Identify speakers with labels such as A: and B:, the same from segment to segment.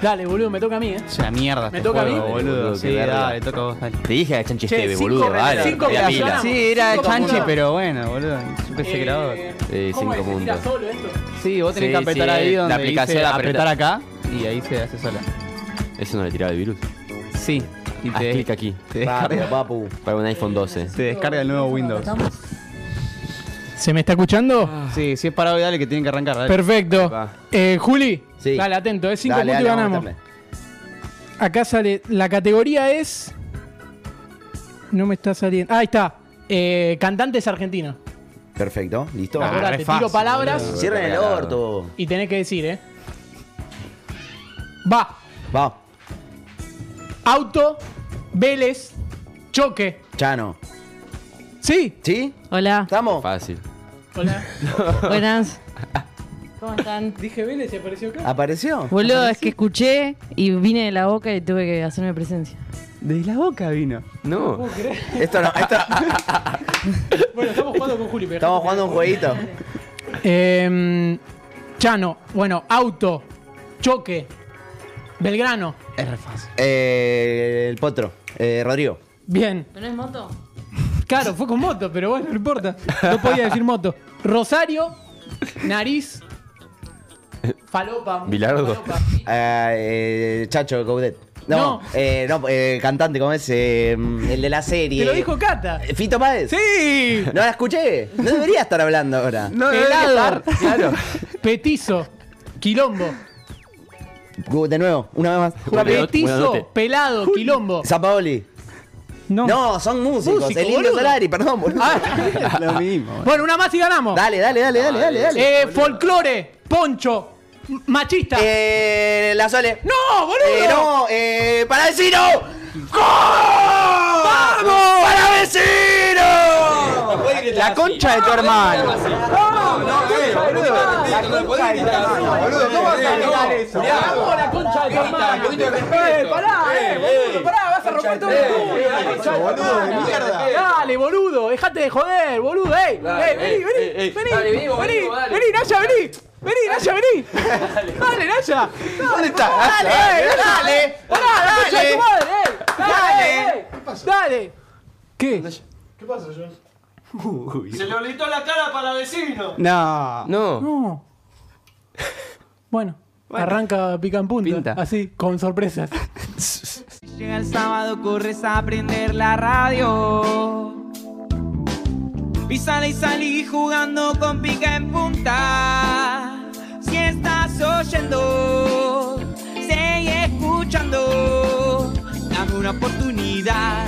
A: Dale, boludo, me toca a mí, ¿eh?
B: Es una mierda. este
A: ¿Me toca a
B: juego,
A: mí?
B: boludo.
C: Qué
B: Sí,
C: verga.
B: dale, toca a vos, dale.
C: Te dije a Chanchi
A: Che,
C: Esteve,
A: cinco
C: boludo,
A: remeras,
C: dale.
A: cinco
C: la
A: remeras,
C: pila.
A: ganamos.
B: Sí, era
A: Cinco
B: chanchi,
A: puntos.
B: pero bueno, boludo. Es un PC creador.
C: Eh,
A: ¿Cómo
C: cinco
A: es? ¿Se tira
C: puntos.
A: solo esto?
B: Sí, vos tenés
C: Sí,
B: que apretar
C: sí,
B: ahí
C: la
B: donde
C: aplicación
B: dice
C: la
B: apretar acá y ahí se hace sola.
C: Eso no le tiraba el virus.
B: Sí. Y
C: Haz
B: te,
C: clic aquí.
B: te
D: Rápido,
B: descarga,
D: papu.
C: Para un iPhone 12.
B: te descarga el nuevo Windows.
E: ¿Se me está escuchando?
A: Ah.
B: Sí, si es para hoy, dale que tienen que arrancar. dale.
E: Perfecto.
D: va.
E: Eh, Juli,
D: Sí.
E: dale, atento, es 5
D: Dale,
E: puntos y
D: dale, vamos a
E: ganamos.
D: meterle.
E: Acá sale, la categoría es... No me está saliendo. ah, Ahí está. Eh, cantantes argentinos.
D: Perfecto, listo.
B: Ah,
E: Acordate,
B: re
E: tiro
B: fácil,
E: palabras
B: boludo.
D: Cierren el
C: regalado.
D: orto.
B: Oh.
E: y tenés que decir, ¿eh? Va.
D: Va,
E: Auto, Vélez, choque.
D: Chano.
E: Sí.
D: ¿Sí?
F: Hola,
D: ¿Estamos?
C: Fácil.
E: Hola.
F: buenas. ¿Cómo están?
E: Dije Vélez y apareció acá.
D: ¿Apareció?
F: Boludo, es que escuché y vine de la boca y tuve que hacerme presencia.
B: De la boca vino.
C: No.
D: Esto no, esto-
E: Bueno, estamos jugando con Juli, pero.
D: estamos jugando un jueguito.
E: Eh, Chano, bueno, auto, choque, Belgrano.
B: Es re fácil.
D: Eh, el potro. Eh, Rodrigo.
E: Bien.
F: ¿No es moto?
E: Claro, fue con moto, pero bueno, no importa. No podía decir moto. Rosario, nariz, falopa.
C: Bilardo.
E: falopa.
D: Eh, eh, Chacho Gaudet. No,
E: No.
D: eh, no, eh, cantante, ¿cómo es? Eh, el de la serie.
E: Te lo dijo Cata.
D: Eh, Fito Páez.
E: Sí.
D: No la escuché. No debería estar hablando ahora.
B: No,
E: Helado,
D: Claro.
E: petizo, quilombo.
D: Gu- De nuevo, una vez más.
C: Buena noche, buena noche.
E: Petizo, pelado, quilombo.
D: Zapaoli.
E: No.
D: No, son músicos.
E: Músico,
D: el Indio
E: boludo. Ah.
D: Solari, perdón, boludo.
B: Lo mismo.
E: Bueno, una más y ganamos.
D: Dale, dale, dale, dale, dale, dale.
E: Eh, folclore, poncho, m- machista.
D: Eh, la Sole.
E: ¡No,
D: Eh,
E: boludo!
D: no, eh, para vecino. ¡Gol! ¡Vamos! ¡Para vecino!
B: La concha de tu hermano.
E: ¡Vamos, la concha de tu hermana! Eh, ¡Pará, eh, boludo! ¡Pará, vas a romper todo el culo! la concha de tu hermana. ¡Dale, boludo! ¡Dejate de joder, boludo! ¡Ey! ¡Ey, vení, vení! ¡Vení, vení, vení, Naya, vení! ¡Vení, Naya, vení! ¡Dale, Naya!
D: ¿Dónde está?
E: ¡Dale, eh, dale! ¡Pará, la concha de tu madre, eh! ¡Dale, eh! ¡Dale! ¿Qué?
G: Se le olvidó la cara para vecino.
B: No.
C: No.
E: No. Bueno, arranca pica en punta.
B: Pinta.
E: Así, con sorpresas.
H: Llega el sábado, corres a prender la radio. Y sale y salí jugando con pica en punta. Si estás oyendo, sigue escuchando. Dame una oportunidad.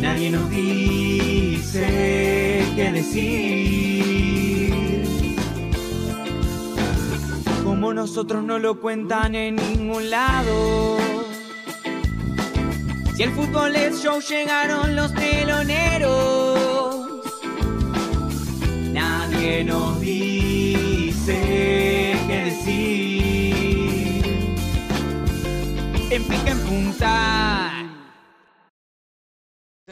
H: Nadie nos dice qué decir. Como nosotros no lo cuentan en ningún lado. Si el fútbol es show, llegaron los teloneros. Nadie nos dice qué decir. En pica en punta.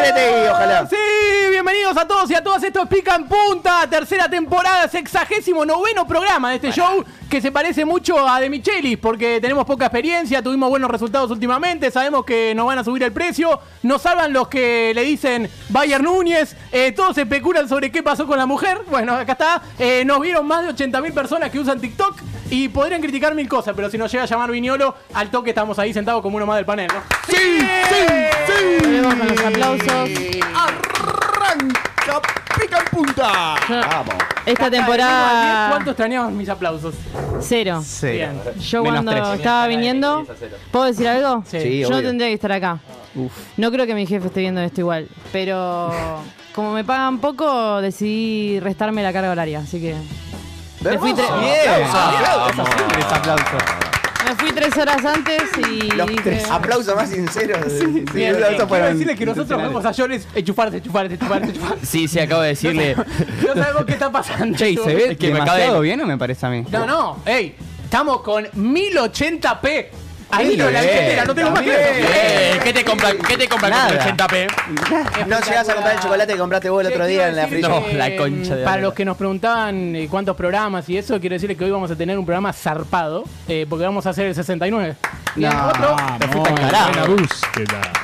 D: Rete, ojalá.
E: Sí, bienvenidos a todos y a todas. Esto es Pica en Punta, tercera temporada, sexagésimo noveno programa de este show que se parece mucho a De Michelis porque tenemos poca experiencia, tuvimos buenos resultados últimamente, sabemos que nos van a subir el precio, nos salvan los que le dicen Bayern Núñez, eh, todos especulan sobre qué pasó con la mujer. Bueno, acá está, eh, nos vieron más de 80.000 personas que usan TikTok y podrían criticar mil cosas, pero si nos llega a llamar Viñolo, al toque estamos ahí sentados como uno más del panel, ¿no? ¡Sí! ¡Sí! ¡Sí!
F: Volvemos con los aplausos.
B: Pica en punta.
F: Yo-
D: Vamos.
F: Esta
E: Del uno al diez, ¿Cuánto
F: temporada
E: extrañaban mis aplausos?
F: cero.
B: Cero.
F: Yo
B: Menos
F: cuando
B: tres.
F: estaba viniendo, ¿puedo decir algo?
D: Sí,
F: Yo no
D: obvio.
F: tendría que estar acá.
B: Uf.
F: No creo que mi jefe esté viendo esto igual, pero como me pagan poco, decidí restarme la carga horaria, así que Me fui, tres-
I: Aplausos, siempre es aplauso.
F: me fui tres horas antes y.
D: Los
F: dije,
D: tres aplausos más sinceros. Sí,
E: Bien,
D: aplausos
E: quiero
D: fueron
E: decirle que nosotros
D: intencionales.
E: vemos a Jones enchufarse, enchufarse, enchufarse, enchufarse.
C: Sí, sí, acabo de decirle.
E: No sabemos qué está pasando.
I: Che, ¿y se ve
C: que me acaba de-
I: demasiado bien o me parece a mí?
E: No, no, ey, estamos con 1080p. Ahí
D: Bien,
E: lo la billetera, no tengo más que
I: bien.
E: eso.
C: Eh, ¿Qué te compra, qué te compra
D: Nada.
C: con 80p?
D: No llegás a comprar el chocolate que compraste vos el
E: Che,
D: otro
E: quiero
D: día en la
E: decir
D: frita.
C: No,
E: que,
C: la concha de la
E: Para
C: lora.
E: los que nos preguntaban eh, cuántos programas y eso, quiero decirles que hoy vamos a tener un programa zarpado, eh, porque vamos a hacer el 69. Bien, otro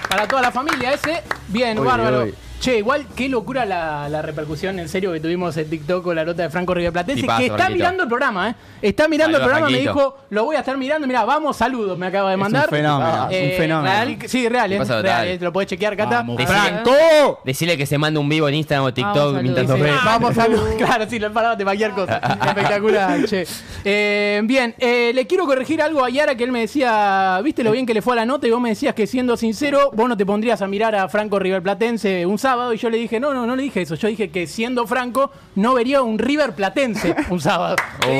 E: para toda la familia ese. Bien,
C: Uy,
E: bárbaro.
C: uy.
E: Che, igual qué locura la, la repercusión en serio que tuvimos en TikTok con la nota de Franco Riverplatense,
C: Tipazo,
E: que está
C: Franquito.
E: mirando el programa, ¿eh? Está mirando el
C: Ahí va,
E: programa, me
C: Franquito.
E: dijo, lo voy a estar mirando, mira, vamos, saludos, me acaba de
I: un
E: mandar. Ah, eh,
I: fenómeno, es un fenómeno.
E: real, sí, real,
C: Te
E: ¿eh? real,
C: pasa total.
E: ¿eh? Te lo podés chequear, Cata.
I: Vamos,
E: Ah,
C: ¡Franco! Decirle que se mande un vivo en Instagram o
F: Vamos,
C: TikTok
F: saludos.
C: mientras nos
E: Sí,
C: ve.
E: Vamos a Claro, sí, lo parado de cualquier cosa. Espectacular, che. Eh, bien, eh, le quiero corregir algo a Yara que él me decía, viste lo bien que le fue a la nota y vos me decías que siendo sincero, vos no te pondrías a mirar a Franco River Platense un sábado y yo le dije, no, no, no le dije eso. Yo dije que siendo Franco, no vería un River Platense un sábado. Sí.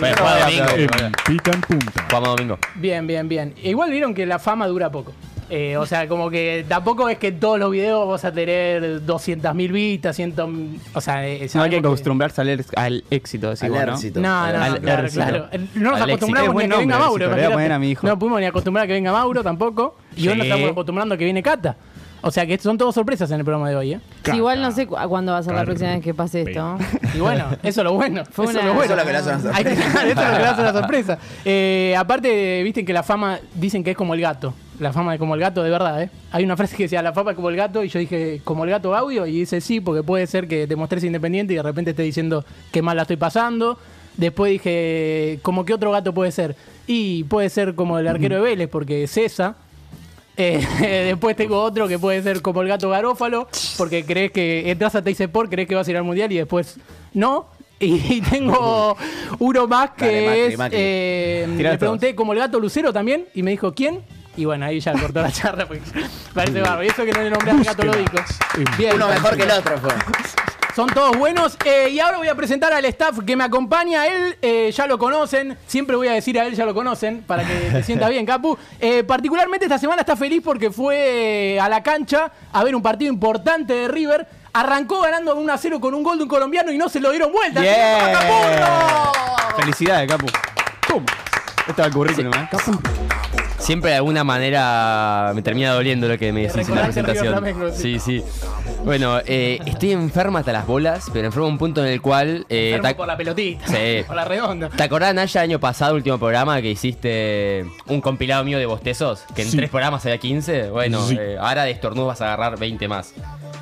C: Bueno, Juan Oh. domingo.
G: Pica en punta.
C: Juan domingo.
E: Bien, bien, bien. Igual vieron que la fama dura poco. Eh, o sea, como que tampoco es que todos los videos vas a tener 200.000 vistas, 100... O sea, eh, es
I: No hay que
E: algo
I: acostumbrarse al, ex- al éxito, decís
D: Al
I: vos, ¿no?
D: éxito.
E: No, no,
I: Al-
E: claro,
I: Ercito.
E: claro. No nos
C: Al éxito.
E: acostumbramos
I: Es
E: ni
I: buen
E: a que venga
I: nombre,
E: Mauro.
I: éxito, le voy a
E: imagínate.
I: poner a mi hijo.
E: No pudimos ni acostumbrar a que venga Mauro tampoco. Y hoy nos
C: Sí.
E: estamos acostumbrando a que viene Cata. O sea que son todas sorpresas en el programa de hoy, ¿eh?
F: si igual no sé cu- a cuándo va a ser la próxima vez que pase esto.
E: Y bueno, eso es lo bueno.
F: Fue
E: eso es
F: una-
E: lo bueno.
D: Eso es lo que le hace una sorpresa.
E: Hay que- eso es lo que le hace una sorpresa. Eh, aparte, viste que la fama, dicen que es como el gato. La fama es como el gato, de verdad, ¿eh? Hay una frase que decía, la fama es como el gato, y yo dije, ¿como el gato audio? Y dice, sí, porque puede ser que te mostres independiente y de repente estés diciendo que mal la estoy pasando. Después dije, ¿como qué otro gato puede ser? Y puede ser como el arquero de Vélez, porque cesa. Eh, después tengo otro que puede ser como el gato garófalo, porque crees que entras a Por, crees que vas a ir al mundial y después no. Y tengo uno más que
D: Dale, Macri,
E: es.
D: Macri.
E: eh,
I: Tirá
E: le pregunté como el gato Lucero también y me dijo quién. Y bueno, ahí ya cortó la charla porque parece bárbaro. Y eso que no le nombré al gato lódico. Bien,
D: Uno mejor que el otro fue.
E: son todos buenos. Eh, y ahora voy a presentar al staff que me acompaña. Él eh, ya lo conocen. Siempre voy a decir a él ya lo conocen para que te sienta bien, Capu. Eh, particularmente esta semana está feliz porque fue eh, a la cancha a ver un partido importante de River. Arrancó ganando 1 a 0 con un gol de un colombiano y no se lo dieron vuelta.
I: Bien.
E: ¡Toma, Capurro!
I: Felicidades, Capu. ¡Pum! Esto va al currículum, ¿eh?
C: Siempre de alguna manera me termina doliendo lo que me decís en la
E: Recordar que River
C: presentación.
E: Flamengo,
C: Sí, sí. Bueno, eh, estoy enferma hasta las bolas, pero enfermo a un punto en el cual. eh,
E: Enfermo
C: ta-
E: por la pelotita.
C: Sí.
E: Por la redonda.
C: ¿Te acordás, Naya, año pasado, último programa, que hiciste un compilado mío de bostezos? Que en
G: Sí.
C: tres programas había 15. Bueno,
G: Sí.
C: eh, ahora de estornudos vas a agarrar 20 más.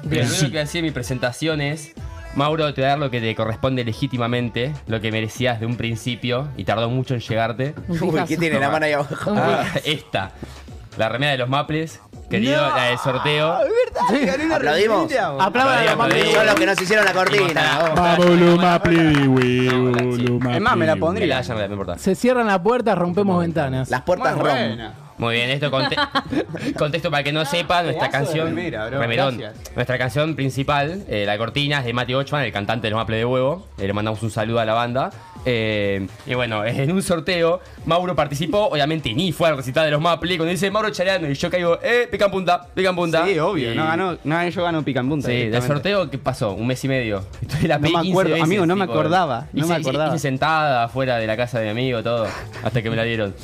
C: Pero lo
G: Sí.
C: único que hacía en mi presentación es, Mauro, te voy a dar lo que te corresponde legítimamente, lo que merecías de un principio, y tardó mucho en llegarte.
F: Un
D: Uy,
F: pijazo.
D: ¿qué tiene la mano ahí abajo?
F: Un
C: Ah, esta, la remera de los Maples, querido, la del
D: Ah,
C: sorteo.
D: ¿Aplaudimos?
E: Aplaudan a los más
C: Aplaudimos.
D: Son los que nos hicieron la
C: Y mostrá-
D: cortina. vos.
G: Vamos, Luma, Pliwi,
C: sí.
G: Luma.
I: Es más, me la
G: Pliwi.
I: pondría.
C: Y la- ya no la- no importa.
E: Se cierran las puertas, rompemos ventanas.
D: Las puertas
I: Muy
D: rom.
I: buena.
C: Muy bien, esto conte- contexto para que no sepa nuestra
I: pedazo de
C: canción.
I: remera, bro,
C: Remerón.
I: gracias.
C: nuestra canción principal, eh, La Cortina, es de Mati Ochman, el cantante de los Maple de Huevo. Eh, le mandamos un saludo a la banda. Eh, y bueno, en un sorteo, Mauro participó, obviamente ni fue al recital de los Maple. Cuando dice Mauro Chaleano y yo caigo, eh, pica en punta, pica en punta.
I: Sí, obvio.
C: Y-
I: No ganó, no, yo gano pica en punta.
C: Sí, del
I: directamente.
C: sorteo, ¿qué pasó? Un mes y medio. Entonces la
I: No
C: pedí
I: me
C: 15
I: acuerdo,
C: veces,
I: amigo, no me
C: tipo,
I: acordaba, no
C: hice-
I: me acordaba.
C: hice sentada afuera de la casa de mi amigo, todo, hasta que me la dieron.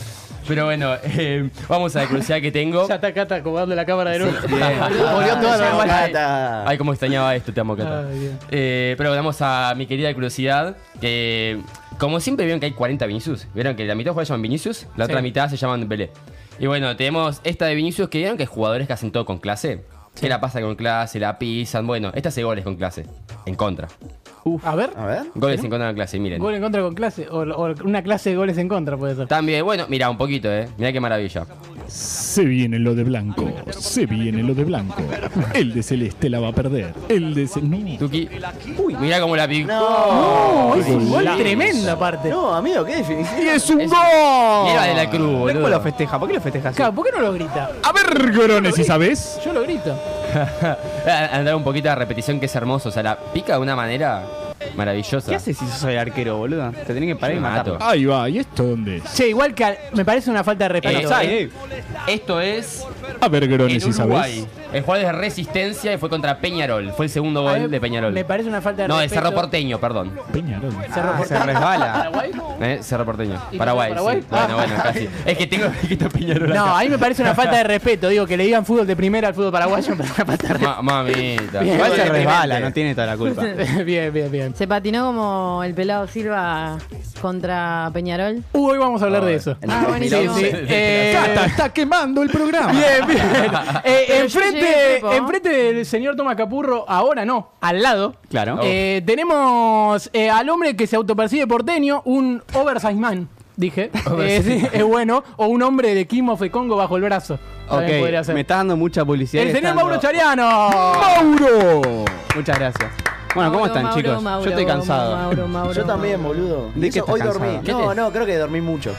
C: Pero bueno, eh, vamos a la curiosidad que tengo.
E: Ya está Cata acomodando la cámara de nuevo.
D: Volvió toda la
C: Ay,
D: gata.
C: Ay, cómo extrañaba esto, te amo, Cata.
E: Ay, bien.
C: Eh, pero vamos a mi querida curiosidad, que como siempre vieron que hay 40 Vinicius, vieron que la mitad de los jugadores se llaman Vinicius, la otra
E: Sí.
C: mitad se llaman Belé. Y bueno, tenemos esta de Vinicius que vieron que jugadores que hacen todo con clase, que la pasan con clase, la pisan, bueno, esta hace goles con clase, en contra.
E: A ver.
D: A ver.
C: Goles en contra de clase, miren.
E: Gol en contra con clase. O, o una clase de goles en contra puede ser.
C: También, bueno, mira, un poquito, eh. Mira qué maravilla.
G: Se viene lo de blanco, se viene lo de blanco. El de celeste la va a perder. El de celeste.
C: Tuki. Uy, mira cómo la picó.
E: Oh, es un gol
G: Golazo.
E: tremendo aparte.
D: No, amigo, ¿qué definición?
I: ¡Y es un gol!
C: Mira de la cruz,
I: Mirá
C: boludo.
I: ¿Cómo lo festeja? ¿Por qué lo festeja así?
E: Claro, ¿por qué no lo grita?
G: A ver, Gorones, si sabes.
E: Yo lo grito.
C: Andar un poquito de repetición que es hermoso. O sea, la pica de una manera. Maravillosa.
B: ¿Qué haces si sos el arquero, boludo? Te tenés que parar y
C: Me mato.
B: matarlo.
G: Ahí va, ¿y esto dónde es?
E: Che, igual que al- me parece una falta de respeto.
C: Eh,
B: Pero,
E: ¿eh?
B: ¿sabes?
C: Esto es
G: A ver, Grones,
C: en
G: si
C: Uruguay.
G: sabes.
C: El jugador de Resistencia y fue contra Peñarol. Fue el segundo
E: A
C: gol
E: ver,
C: de Peñarol.
E: Me parece una falta de
C: no, de
E: respeto.
C: Cerro Porteño, perdón.
G: Peñarol.
B: Ah, se resbala.
E: ¿Paraguay?
C: Eh, Cerro Porteño.
E: ¿Y
C: Paraguay.
E: no Paraguay?
C: sí. Bueno,
E: Ah.
C: bueno, casi. Es que tengo escrito Peñarol acá.
E: No, ahí me parece una falta de respeto. Digo, que le digan fútbol de primera al fútbol paraguayo. me parece una falta de
C: Ma- mamita.
E: Bien.
B: Igual se
C: Deprimente.
B: resbala, no tiene toda la culpa.
E: respeto. bien, bien, bien.
F: Se patinó como el pelado Silva contra Peñarol.
E: Uh, hoy vamos a hablar de
C: Ay,
E: eso.
C: en
F: Ah,
C: el
F: buenísimo.
C: 2011.
E: Sí, sí. Eh,
G: Cata está quemando el programa.
E: Bien, bien. Eh,
F: Pero yo llegué
E: enfrente,
F: tiempo, ¿eh?
E: enfrente del señor Tomás Capurro, ahora no, al lado.
B: Claro.
E: eh, tenemos eh, al hombre que se autopercibe porteño, un oversize man, dije. Eh, sí, Es, bueno. O un hombre de Kim of the Congo bajo el brazo.
B: Ok,
E: También podría ser.
B: me está dando mucha publicidad.
E: El
B: le está
E: señor
B: dando-
E: Mauro Chariano.
G: ¡Mauro!
B: Muchas gracias. Bueno, ¿cómo
F: Mauro,
B: están,
F: Mauro,
B: chicos?
F: Mauro,
B: Yo estoy
F: Mauro,
B: cansado.
F: Mauro, Mauro,
D: Yo también,
F: Mauro.
D: boludo.
B: ¿De
D: Y
B: qué
D: eso, hoy
B: estás
D: dormí.
B: cansado?
D: No, no, creo que dormí mucho.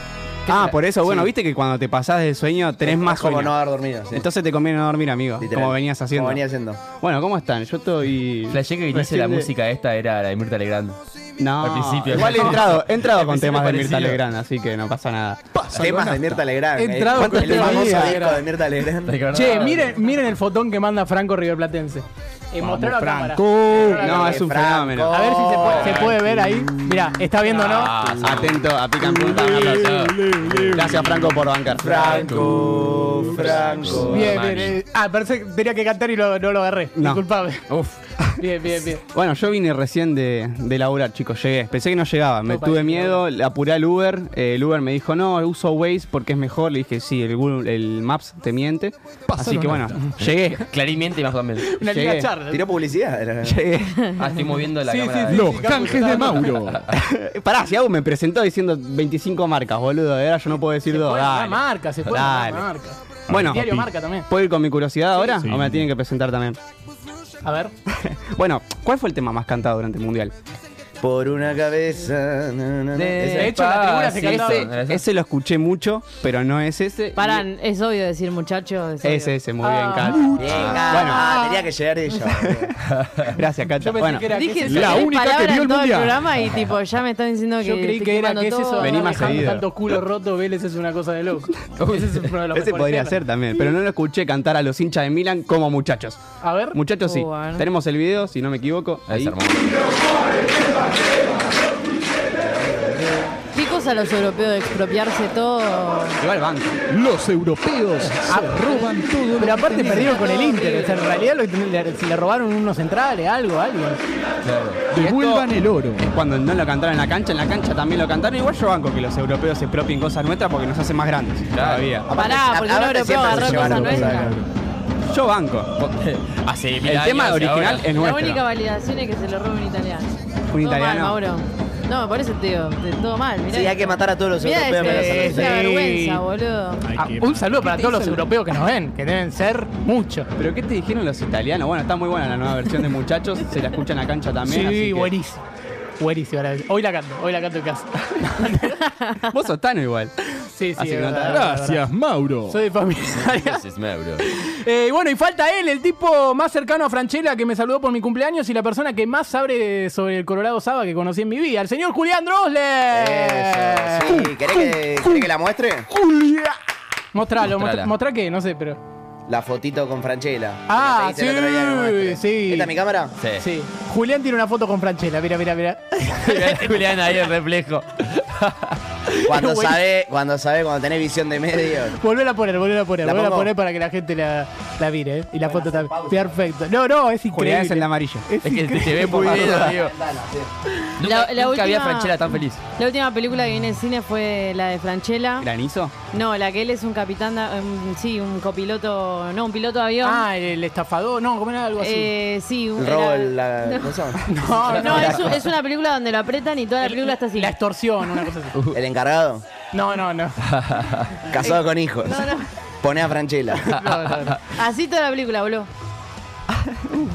B: Ah, por eso, bueno, viste que cuando te pasás del sueño tenés más
D: Como
B: sueño.
D: no haber dormido. sí.
B: Entonces te conviene no dormir, amigo.
D: Literal.
B: Como venías haciendo.
D: Como venía haciendo.
B: Bueno, ¿cómo están? Yo estoy.
C: Flashé que dice
B: recién
C: la
B: de-
C: música esta era la de Mirta Legrand.
B: No,
C: al principio.
B: Igual he entrado, he entrado
C: Al
B: con
C: principio
B: temas de Mirta
C: parecido.
B: Legrand, así que no pasa nada.
D: Temas de Mirta Legrand. eh.
E: Entrado
D: ¿Cuánto
E: con
D: el
E: temas de
D: famoso
E: Mirta
D: disco
E: Legrand.
D: de Mirta Legrand?
E: Che, miren, miren el fotón que manda Franco Riverplatense. Eh, mostralo a cámara.
B: No, es un
D: Franco.
B: fenómeno.
E: A ver si se puede, se puede ver ahí. Mirá, está viendo, o ¿no?
C: Ah,
B: Atento, a pica en punta. un aplauso. Gracias, Franco, por bancar.
D: Franco, Franco.
E: Bien,
C: Armani.
E: bien, bien. Ah, parece que tenía que cantar y lo- no lo agarré.
B: No.
E: Disculpame.
C: Uf.
E: Bien, bien, bien.
B: Bueno, yo vine recién de, de laburar, chicos, llegué. Pensé que no llegaba, me
E: Todo
B: tuve
E: parecido.
B: miedo, le apuré al Uber, eh, el Uber me dijo, no, uso Waze porque es mejor. Le dije, sí, el, Google- el Maps te miente. Así que bueno, llegué.
C: Clarimiente y más también.
E: Una
B: Llegué.
E: liga charla.
D: Tiró publicidad. era-
B: Llegué.
C: Ah, estoy moviendo la
E: Sí,
C: cámara.
E: sí,
C: de-
E: sí.
G: Los canjes de Mauro.
B: Pará, si Agus me presentó diciendo 25 marcas, boludo, ahora yo no puedo decir
E: Se
B: dos.
E: puede
B: dale.
E: poner marca, se puede
B: Dale.
E: poner marca.
B: Bueno,
E: Diario marca también.
B: ¿puedo ir con mi curiosidad ahora?
G: Sí.
B: ¿O me la tienen que presentar también?
E: A ver.
B: Bueno, ¿cuál fue el tema más cantado durante el Mundial?
D: Por una cabeza. na, na, na. Ese-
E: de hecho, la tribuna se
C: Despacito.
E: cantaba.
C: Ese-
B: Ah, Ese lo escuché mucho, pero no es ese.
F: Paran, es obvio decir muchachos. es obvio.
B: Es ese, muy bien,
E: Ah,
B: Kat.
D: Bien,
B: Bueno.
D: ah, tenía que llegar ella. boludo.
B: Gracias, Kat.
E: Yo pensé
B: Bueno,
E: que era
F: Dije
E: que
G: La
F: tres
G: única que
F: palabras
G: vio el
F: en todo
G: mundial.
F: el programa y tipo, ya me están diciendo que.
E: Yo creí
F: Eh, estoy
E: que era
F: quemando
E: que es
F: todo.
E: eso.
B: Vení más
E: Alejandro,
B: seguido.
E: Tanto culo roto, Vélez es una cosa de loco. Ese es uno de los
B: ese
E: mejores
B: Este podría
E: temas.
B: ser también, pero no lo escuché cantar a los hinchas de Milan como muchachos.
E: A ver.
B: Muchachos, sí.
F: Uh, bueno.
B: Tenemos el video, si no me equivoco.
C: Es
B: Ahí.
C: hermoso.
F: ¿Qué cosa los europeos de expropiarse todo?
B: Igual banco.
G: Los europeos se roban todo.
E: Ah. Pero
G: lo
E: aparte
G: que tienen.
E: perdieron con el Inter. O sea, en realidad lo, le, si le robaron unos centrales, algo, alguien.
C: Claro.
G: Devuelvan el oro.
B: Es cuando no lo cantaron en la cancha, en la cancha también lo cantaron. Igual yo banco que los europeos se propien cosas nuestras porque nos hacen más grandes. Todavía.
F: Pará,
D: Aparte,
F: porque
D: aparte
F: un europeo
D: siempre se
F: agarró
D: llevaron
F: cosas
D: cosas
F: nuestras.
B: Yo banco.
C: Hace mil
B: El
C: años y
B: tema original
C: ahora-
B: es
F: La
B: nuestro.
F: única validación es que se lo robe un italiano.
B: Un
F: Todo
B: italiano.
F: mal, Mauro. No, por eso te digo, te- todo mal. Mirá
D: Sí, hay que matar a todos los
F: Mirá,
D: europeos. menos a
F: este, es
D: los
F: una
E: Sí.
F: vergüenza, boludo.
G: Hay
E: Ah,
G: que-
E: un saludo para todos los europeos que nos ven, que deben ser muchos.
B: ¿Pero qué te dijeron los italianos? Bueno, está muy buena la nueva versión de Muchachos. Se la escucha en la cancha también. así
E: Sí,
B: que-
E: buenísimo. Buenísimo. ahora- Hoy la canto, hoy la canto en casa.
B: Vos sos Tano igual.
E: Sí, sí.
B: Así que
E: es
B: no te-
E: verdad, es verdad.
G: Gracias, Mauro.
E: Soy de familia.
C: Ese es Mauro.
E: Eh, bueno, y falta él, el tipo más cercano a Franchella que me saludó por mi cumpleaños y la persona que más sabe sobre el Colorado Saba que conocí en mi vida, el señor Julián Drosler.
D: Eso, sí. ¿Querés que, querés que la muestre?
E: Mostralo,
C: Mostrala.
E: mostrá, mostrá qué, no sé, pero.
D: La fotito con Franchella.
E: Ah,
D: Que te hice el otro día que la
E: sí,
D: muestre.
E: sí.
D: ¿Esta es mi cámara?
C: Sí.
E: Sí. Julián tiene una foto con Franchella, mira, mira, mira.
C: Julián ahí el reflejo.
D: Cuando
E: Bueno.
D: sabe, cuando sabe, cuando tenés visión de medio.
E: Volver a poner, volver a poner,
D: ¿La
E: volver a
D: pongo?
E: poner para que la gente la, la mire, ¿eh? Y la foto también. Perfecto. No, no, es increíble.
B: Julián es el de amarillo.
E: Es
C: Es que
E: increíble.
C: se ve muy bien, amigo.
F: La-
C: Nunca,
F: la
C: nunca había
F: última-
C: Franchella tan feliz.
F: La última película que vi en el cine fue la de Franchella.
B: ¿Granizo?
F: No, la que él es un capitán, da- em, sí, un copiloto, no, un piloto de avión.
E: Ah, el estafador, no, como era algo así.
F: Eh, sí, un-
D: El robo,
F: era-
D: el- la.
F: No,
D: ¿cómo se llama?
E: no, no,
F: No,
E: la-
F: es, un- es una película donde lo apretan y toda la película está así.
E: La extorsión, una cosa así.
D: El encargado.
E: No, no, no.
D: Casado con hijos.
F: No, no.
D: Poné a Franchella.
E: No, no, no.
F: Así toda la película, boludo.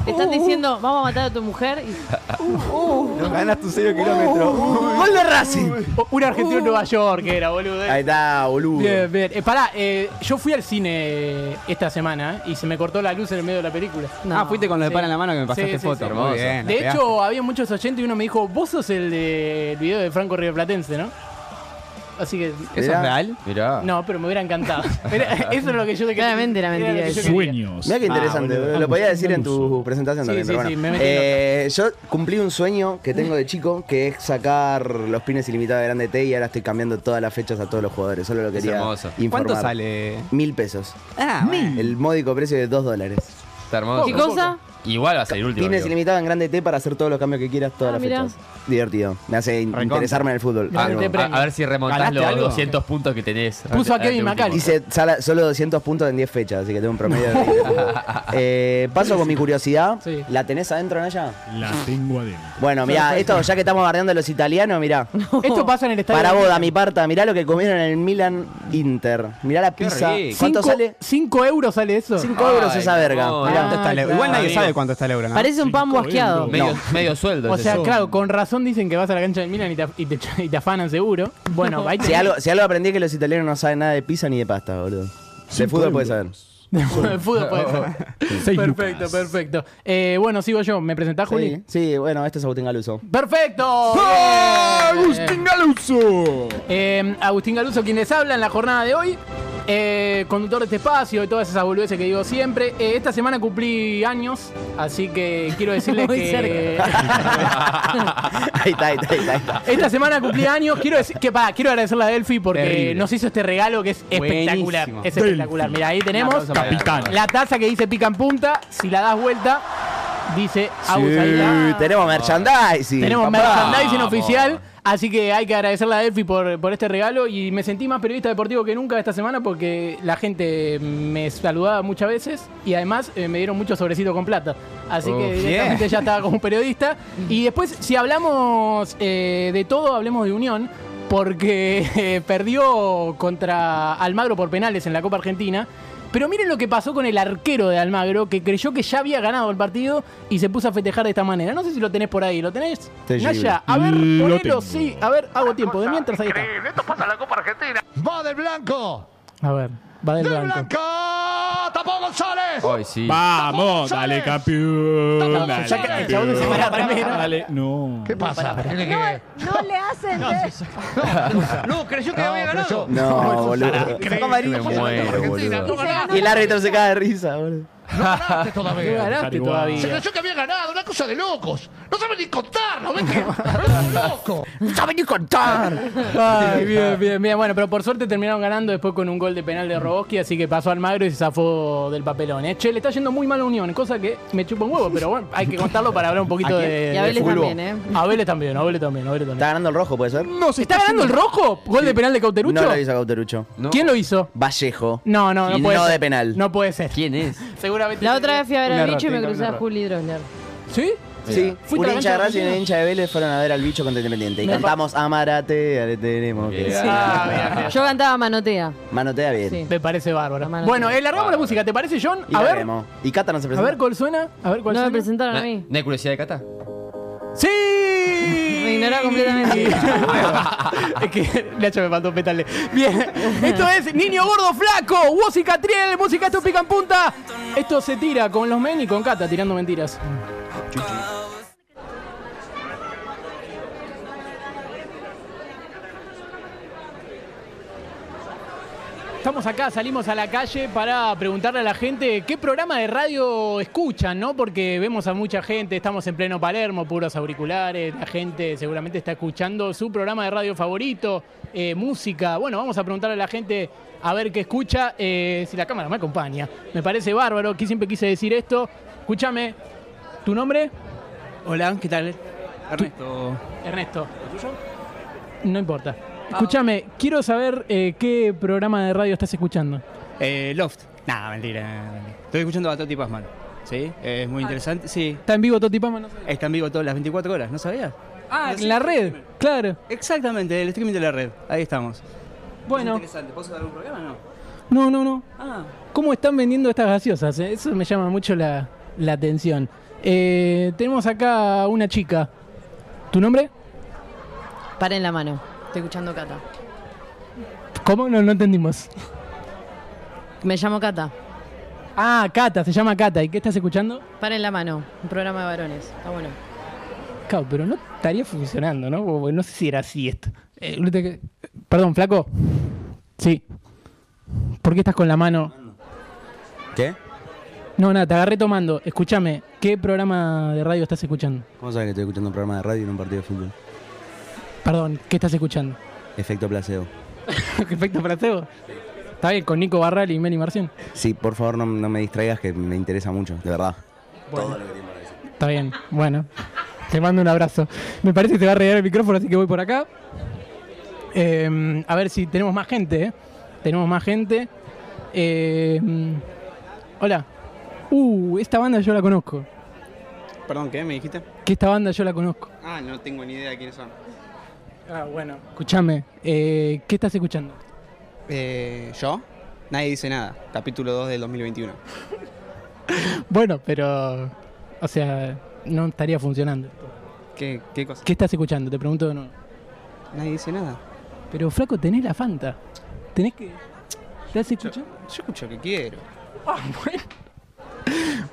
F: Te están diciendo, vamos a matar a tu mujer. y-
I: Ganas tus 0 kilómetros.
E: ¡Gol de Racing! O- Un argentino en Nueva York era, boludo. eh.
D: Ahí está, boludo.
E: Bien, bien. Eh, pará, eh, yo fui al cine eh, esta semana y se me cortó la luz en el medio de la película.
F: No.
B: Ah, fuiste con lo de pan en la mano que me pasaste
E: Sí, sí,
B: foto.
E: sí.
B: Muy bien,
E: De
B: la
E: hecho, había muchos oyentes y uno me dijo, vos sos el del video de Franco Río Platense, ¿no? Así que...
B: pegaste. ¿eso es real?
C: Mirá.
E: No, pero me hubiera encantado. Era- eso es lo que yo te quería.
F: Claramente era mentira
E: lo que yo
F: eso.
E: quería.
G: Sueños.
D: Mira qué interesante,
G: boludo.
D: lo podía
G: Vamos,
D: decir en
G: vamos.
D: tu presentación
E: Sí,
D: también,
E: sí,
D: pero
E: sí,
D: bueno.
E: me metí
D: Eh, yo cumplí un sueño que tengo de chico, que es sacar los pines ilimitados de Grande T y ahora estoy cambiando todas las fechas a todos los jugadores. Solo lo quería
C: hermoso.
D: informar.
B: ¿Cuánto sale?
D: Mil pesos.
B: Ah, bueno.
D: El módico precio de dos dólares.
C: Está hermoso.
F: ¿Qué cosa?
C: Igual va a ser el último.
D: Pines
C: digo.
D: ilimitados en Grande T para hacer todos los cambios que quieras todas
F: Ah,
D: las
F: mirá.
D: fechas. Divertido. Me hace in-
B: Recontra.
D: interesarme en el fútbol.
E: Ah,
D: Algo.
E: te
C: A, a ver si remontás
B: ¿Ganaste
C: los
B: algo?
C: 200 puntos que tenés.
E: Puso a
C: Ante-
E: Kevin
C: ante ah, último.
E: McAllister.
D: Hice sala- solo 200 puntos en 10 fechas, así que tengo un promedio de 20 puntos. Eh, Paso con mi curiosidad.
E: Sí.
D: ¿La tenés adentro, Naya?
G: La tengo adentro.
D: Bueno, mira, esto ya que estamos bardeando a los italianos, mira.
E: Esto pasa en el estadio.
D: Para
E: de
D: boda,
E: Milan.
D: mi parta, mirá lo que comieron en el Milan Inter. Mirá la
B: Qué
D: pizza.
B: rico.
D: ¿Cuánto
E: Cinco-
D: sale?
E: ¿Cinco euros sale eso?
D: 5 euros
C: Ay,
D: esa verga.
C: no,
D: Mirá.
B: ¿Cuánto está el euro?
E: claro.
B: Igual nadie
C: Amigo.
B: sabe cuánto está el euro, ¿no?
F: Parece un pan
G: Cinco
F: guasqueado.
G: euros.
C: Medio,
G: No.
C: medio sueldo.
E: O
C: es
E: sea,
C: eso.
E: claro, con razón dicen que vas a la cancha del Milan y te, y te, y te afanan seguro. Bueno, ahí
D: Si algo, si algo aprendí es que los italianos no saben nada de pizza ni de pasta, boludo. De
G: Cinco
D: fútbol puede saber.
G: euros.
E: El fútbol puede ser.
G: Seis
E: Perfecto,
G: lucas.
E: perfecto. Eh, bueno, sigo yo. ¿Me presentás, Juli?
D: Sí, sí, bueno, este es Agustín Galuso.
E: ¡Perfecto!
G: ¡Ah, Agustín Galuso.
E: Eh, Agustín Galuso, quien les habla en la jornada de hoy. Eh, conductor de este espacio y todas esas boludeces que digo siempre. Eh, esta semana cumplí años, así que quiero decirles
F: Muy
E: que.
D: ahí está, ahí está, ahí está. ahí está.
E: Esta semana cumplí años. Quiero, decir, que, pará, quiero agradecerle a Delphi porque
B: Terrible.
E: nos hizo este regalo que es espectacular.
B: Buenísimo.
E: Es espectacular.
G: Delphi.
E: Mira, ahí tenemos
B: aplauso para
G: Capitán.
E: la taza que dice pica en punta. Si la das vuelta, dice Agus Aguilar.
D: Sí, tenemos merchandising.
E: Tenemos
D: papá.
E: merchandising
C: Vamos.
E: oficial, así que hay que agradecerle a Delphi por, por este regalo y me sentí más periodista deportivo que nunca esta semana porque la gente me saludaba muchas veces y además eh, me dieron muchos sobrecitos con plata. Así
B: Oh,
E: que
B: bien.
E: directamente ya estaba como periodista. Y después, si hablamos eh, de todo, hablemos de Unión. Porque eh, perdió contra Almagro por penales en la Copa Argentina. Pero miren lo que pasó con el arquero de Almagro, que creyó que ya había ganado el partido y se puso a festejar de esta manera. No sé si lo tenés por ahí, ¿lo tenés?
D: Terrible.
E: Naya, a ver,
G: Lo
E: ponelo,
G: tengo.
E: sí, a ver, hago tiempo. De mientras ahí está.
J: Esto pasa en la Copa Argentina. Va del blanco.
E: A ver, va del
J: Del
E: blanco.
J: blanco. Tapó González.
C: Ay, sí.
G: Vamos, dale
J: González.
G: campeón.
J: Vamos,
G: Dale,
J: ya que el
E: chabón no se para primero.
G: Dale, no.
J: ¿Qué pasa?
F: No le hacen.
J: No, creyó que había ganado.
D: No, boludo.
C: Me muero,
J: No
C: boludo.
J: ganaste,
D: Y el árbitro se cae de risa, boludo.
J: no ganaste
E: No
J: todavía.
E: ganaste
G: Igual.
J: Se
E: todavía.
J: creyó que había ganado, una cosa de locos. No saben ni contar, ¿no ven que? ¡Es loco!
D: ¡No saben ni contar!
E: Ay, bien, bien, bien. Bueno, pero por suerte terminaron ganando después con un gol de penal de Roboski, así que pasó Almagro y se zafó del papelón. ¿eh? Che, le está yendo muy mal a Unión, cosa que me chupa un huevo, pero bueno, hay que contarlo para hablar un poquito de.
F: Y a Vélez
E: de fútbol.
F: también, ¿eh?
E: A Vélez también, a Vélez también, a Vélez
D: ¿Está
E: también.
D: ganando el rojo, puede ser?
E: No, ¿Está ganando el rojo? ¿Gol de penal de Cauterucho?
D: No lo hizo Cauterucho.
C: No.
E: ¿Quién lo hizo?
D: Vallejo.
E: No, no, no
D: Y
E: puede
D: no
E: ser.
D: de penal.
E: No puede ser.
C: ¿Quién es?
E: Seguramente.
F: La otra vez fui a ver
B: Un
F: al
B: error,
F: bicho y me
B: tiene que
F: crucé
B: haber
F: a
B: un
F: Juli Drosler.
E: ¿Sí?
D: Sí,
E: ¿Fuiste
D: un
E: a la cancha
D: hincha de Racing y un
E: argentina?
D: hincha de Vélez fueron a ver al bicho contra Independiente. Y
E: Me
D: cantamos Amarate, ya le tenemos que
C: Bien.
D: dar".
E: Ah, bien, bien.
F: Yo cantaba manotea.
D: Manotea bien.
F: Sí.
E: Me parece bárbaro.
F: Hermano,
E: Bueno,
F: sí.
E: eh, largamos la música, ¿te parece, John?
D: Y
E: A
D: la Ah.
E: ver,
D: vemos. Y Cata no se
E: a
D: presenta.
E: ver cuál suena. A ver cuál
F: No me
E: suena.
F: presentaron
C: ¿No
F: a mí.
C: no hay curiosidad de Cata?
E: ¡Sí!
F: Me ignoró completamente.
E: es que Nacho me faltó pétale. Bien, esto es Niño Gordo Flaco, Woz y Catriel, música esto pica en punta. Esto se tira con los men y con Cata tirando mentiras. Estamos acá, salimos a la calle para preguntarle a la gente qué programa de radio escuchan, ¿no? Porque vemos a mucha gente, estamos en pleno Palermo, puros auriculares, la gente seguramente está escuchando su programa de radio favorito, eh, música. Bueno, vamos a preguntarle a la gente a ver qué escucha, eh, si la cámara me acompaña. Me parece bárbaro, que siempre quise decir esto. Escúchame, ¿tu nombre? Hola, ¿qué tal?
B: Ernesto.
E: Ernesto. No importa. Escúchame, quiero saber eh, qué programa de radio estás escuchando.
B: Eh, Loft. Nah, mentira. Estoy escuchando a Toti Pazman. ¿Sí? Es muy interesante. Sí.
E: Ah. ¿Está en vivo Toti Pama? No sé.
B: Está en vivo todas las 24 horas, ¿no sabías?
E: Ah, en la red, claro.
B: Exactamente, el streaming de la red. Ahí estamos.
E: Bueno,
B: Interesante. ¿Puedo hacer algún programa o no?
E: no, no, no.
B: Ah.
E: ¿Cómo están vendiendo estas gaseosas? eh? Eso me llama mucho la, la atención. Eh, tenemos acá una chica. ¿Tu nombre?
F: Paren la mano. Estoy escuchando Cata.
E: ¿Cómo? No, no entendimos.
F: Me llamo Cata.
E: Ah, Cata, se llama Cata. ¿Y qué estás escuchando?
F: Paren la mano. Un programa de varones. Está bueno.
E: Claro, pero no estaría funcionando, ¿no? Porque no sé si era así esto. Eh, lo te- perdón, flaco. Sí. ¿Por qué estás con la mano?
D: ¿Qué?
E: No, nada, te agarré tomando. Escúchame, ¿qué programa de radio estás escuchando?
D: ¿Cómo sabes que estoy escuchando un programa de radio en un partido de fútbol?
E: Perdón, ¿qué estás escuchando?
D: Efecto placebo.
E: Perfecto para Sebo. Está bien, con Nico Barral y Meli Marción.
D: Sí, por favor, no, no me distraigas, que me interesa mucho, de verdad.
E: Está bien, bueno. Te mando un abrazo. Me parece que te va a regalar el micrófono, así que voy por acá. Eh, a ver si tenemos más gente, ¿eh? Tenemos más gente. Eh, mm, hola. Uh, esta banda yo la conozco.
B: Perdón, ¿qué me dijiste?
E: Que esta banda yo la conozco.
B: Ah, no tengo ni idea de quiénes son.
E: Ah, bueno. Escúchame, eh, ¿qué estás escuchando?
B: Eh, ¿Yo? Nadie dice nada. Capítulo 2 del 2021.
E: Bueno, pero. O sea, no estaría funcionando.
B: ¿Qué, qué cosa?
E: ¿Qué estás escuchando? Te pregunto de nuevo.
B: Nadie dice nada.
E: Pero, Flaco, tenés la Fanta. Tenés que. ¿Estás escuchando?
B: Yo escucho que quiero.
E: Ah,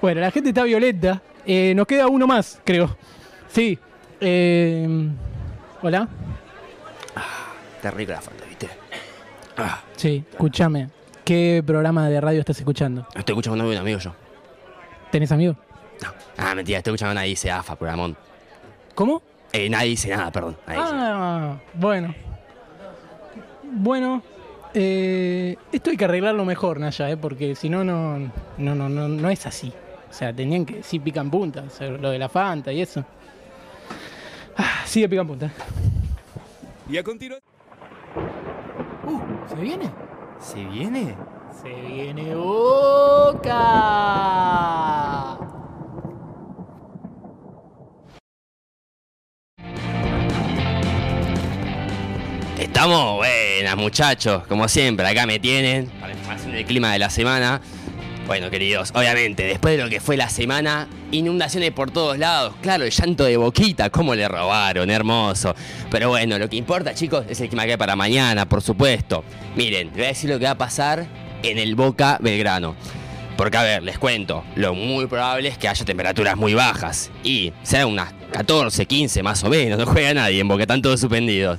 E: Bueno, la gente está violenta. Eh, nos queda uno más, creo. Sí. Eh, Hola.
D: Está rico la foto, ¿viste?
E: Sí, escúchame. ¿Qué programa de radio estás escuchando?
C: Estoy escuchando a un amigo yo.
E: ¿Tenés amigos?
C: Ah, mentira, estoy escuchando a nadie dice AFA, programón.
E: ¿Cómo?
C: Eh, nadie dice nada, perdón. Nadie dice.
E: Ah, bueno. Bueno. eh, esto hay que arreglarlo mejor, Naya, eh, porque si no, no, no, no, no, no es así. O sea, tenían que sí pican punta, o sea, lo de la Fanta y eso. Ah, sigue pican punta.
K: Y a continuación.
E: Uh, ¿Se viene?
K: ¿Se viene?
E: Se viene Boca.
C: Estamos buenas, muchachos. Como siempre, acá me tienen para información del clima de la semana. Bueno, queridos, obviamente, después de lo que fue la semana, inundaciones por todos lados. Claro, el llanto de Boquita, cómo le robaron, hermoso. Pero bueno, lo que importa, chicos, es el clima que hay para mañana, por supuesto. Miren, les voy a decir lo que va a pasar en el Boca Belgrano. Porque, a ver, les cuento, lo muy probable es que haya temperaturas muy bajas. Y sea unas 14, 15 más o menos. No juega nadie en Boca, están todos suspendidos.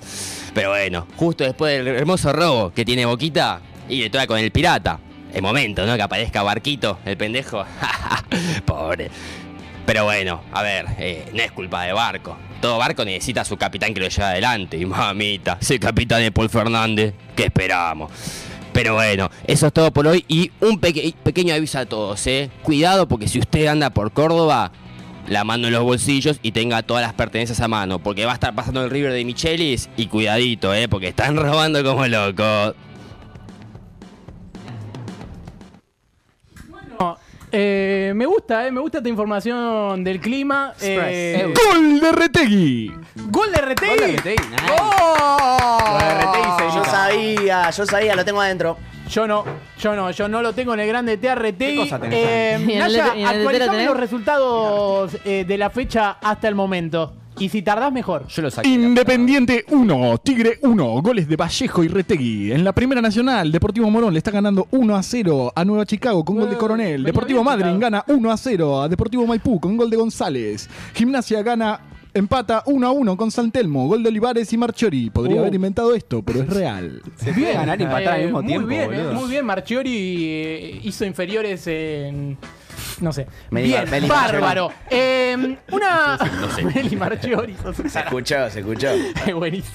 C: Pero bueno, justo después del hermoso robo que tiene Boquita y de toda con el pirata. El momento, ¿no? Que aparezca Barquito, el pendejo. Pobre. Pero bueno, a ver, eh, no es culpa de barco. Todo barco necesita a su capitán que lo lleve adelante. Y mamita, ese capitán de Paul Fernández, ¿qué esperamos? Pero bueno, eso es todo por hoy y un peque- pequeño aviso a todos, ¿eh? Cuidado porque si usted anda por Córdoba, la mano en los bolsillos y tenga todas las pertenencias a mano, porque va a estar pasando el River de Michelis y cuidadito, ¿eh? Porque están robando como locos.
E: No, eh, me gusta, eh, me gusta esta información del clima. eh,
G: ¡Gol de Retegui!
E: ¡Gol de ¡Oh! Retegui! ¡Gol de Retegui!
D: Yo sabía, yo sabía, lo tengo adentro.
E: Yo no, yo no, yo no lo tengo en el grande T Retegui.
D: ¿Qué cosa tenés
E: Eh,
D: ahí? ¿Y en el
E: Naya,
D: letra- y en el letra
E: actualizame
D: tenés?
E: los resultados eh, de la fecha hasta el momento. Y si tardás, mejor.
C: Yo lo
G: Independiente 1, Tigre 1, goles de Vallejo y Retegui. En la Primera Nacional, Deportivo Morón le está ganando 1 a 0 a Nueva Chicago con gol de Coronel. Deportivo Madryn gana 1 a 0 a Deportivo Maipú con gol de González. Gimnasia gana empata 1 a 1 con San Telmo, gol de Olivares y Marchori. Podría
E: Uh.
G: haber inventado esto, pero es real.
B: Se puede ganar y empatar al
E: Eh,
B: mismo
E: muy
B: tiempo,
E: bien, eh,
B: boludo.
E: muy bien, Marchiori eh, hizo inferiores en. No sé.
D: Meli
E: bien,
D: Mar- Meli
E: bárbaro. Eh, una.
D: No sé.
E: Meli Marchiori, sos un
D: Se escuchó, se escuchó.
E: Eh, Buenísimo.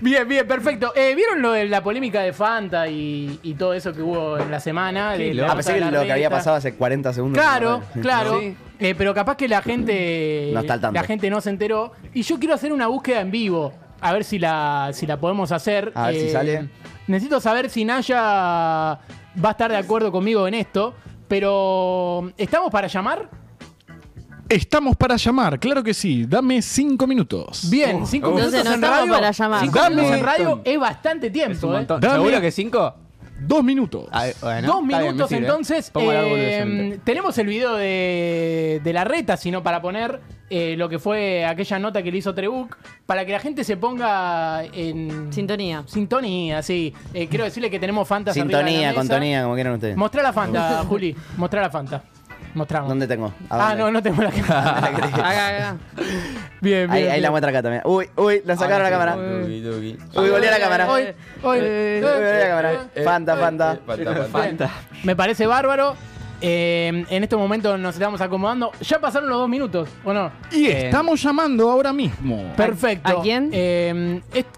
E: Bien, bien, perfecto. Eh, ¿Vieron lo de la polémica de Fanta y, y todo eso que hubo en la semana? De la
D: A
E: nota
D: pesar de
E: de la
D: lo que había
E: reta.
D: pasado hace 40 segundos.
E: Claro,
D: Sí.
E: claro. Eh, pero capaz que la gente.
D: No está al tanto.
E: La gente no se enteró. Y yo quiero hacer una búsqueda en vivo. A ver si la, si la podemos hacer. Eh,
D: A ver si sale.
E: Necesito saber si Naya va a estar de acuerdo conmigo en esto. Pero. ¿Estamos para llamar?
G: Estamos para llamar, claro que sí. Dame 5 minutos.
E: Bien, cinco minutos en radio. Cinco
G: Dame,
E: minutos en radio es bastante tiempo. ¿eh?
G: Dame-
B: ¿Seguro que 5?
G: Dos minutos.
E: Dos minutos entonces. eh, tenemos el video de, de la reta, sino para poner eh, lo que fue aquella nota que le hizo Trebuc, para que la gente se ponga en.
F: Sintonía.
E: Sintonía, sí. Eh, quiero decirle que tenemos Fantas arriba de la
D: Sintonía,
E: mesa.
D: contonía, como quieran ustedes.
E: Mostrá la Fanta, Juli. Mostrá la Fanta. Mostramos.
D: ¿Dónde tengo? ¿A
E: Ah,
D: dónde?
E: no, no tengo la cara. Bien, bien.
D: Ahí, ahí la
E: bien. Ah,
D: muestra acá también. Uy, uy, la sacaron la cámara. Uy, volví a la cámara.
E: Hoy, hoy, Eh,
D: Uy, volví a la cámara. Fanta, fanta.
E: Fanta. Me parece bárbaro. Eh, en este momento nos estamos acomodando. Ya pasaron los dos minutos, ¿o no?
G: Y
E: Eh,
G: estamos llamando ahora mismo.
E: Perfecto.
G: ¿A
E: quién?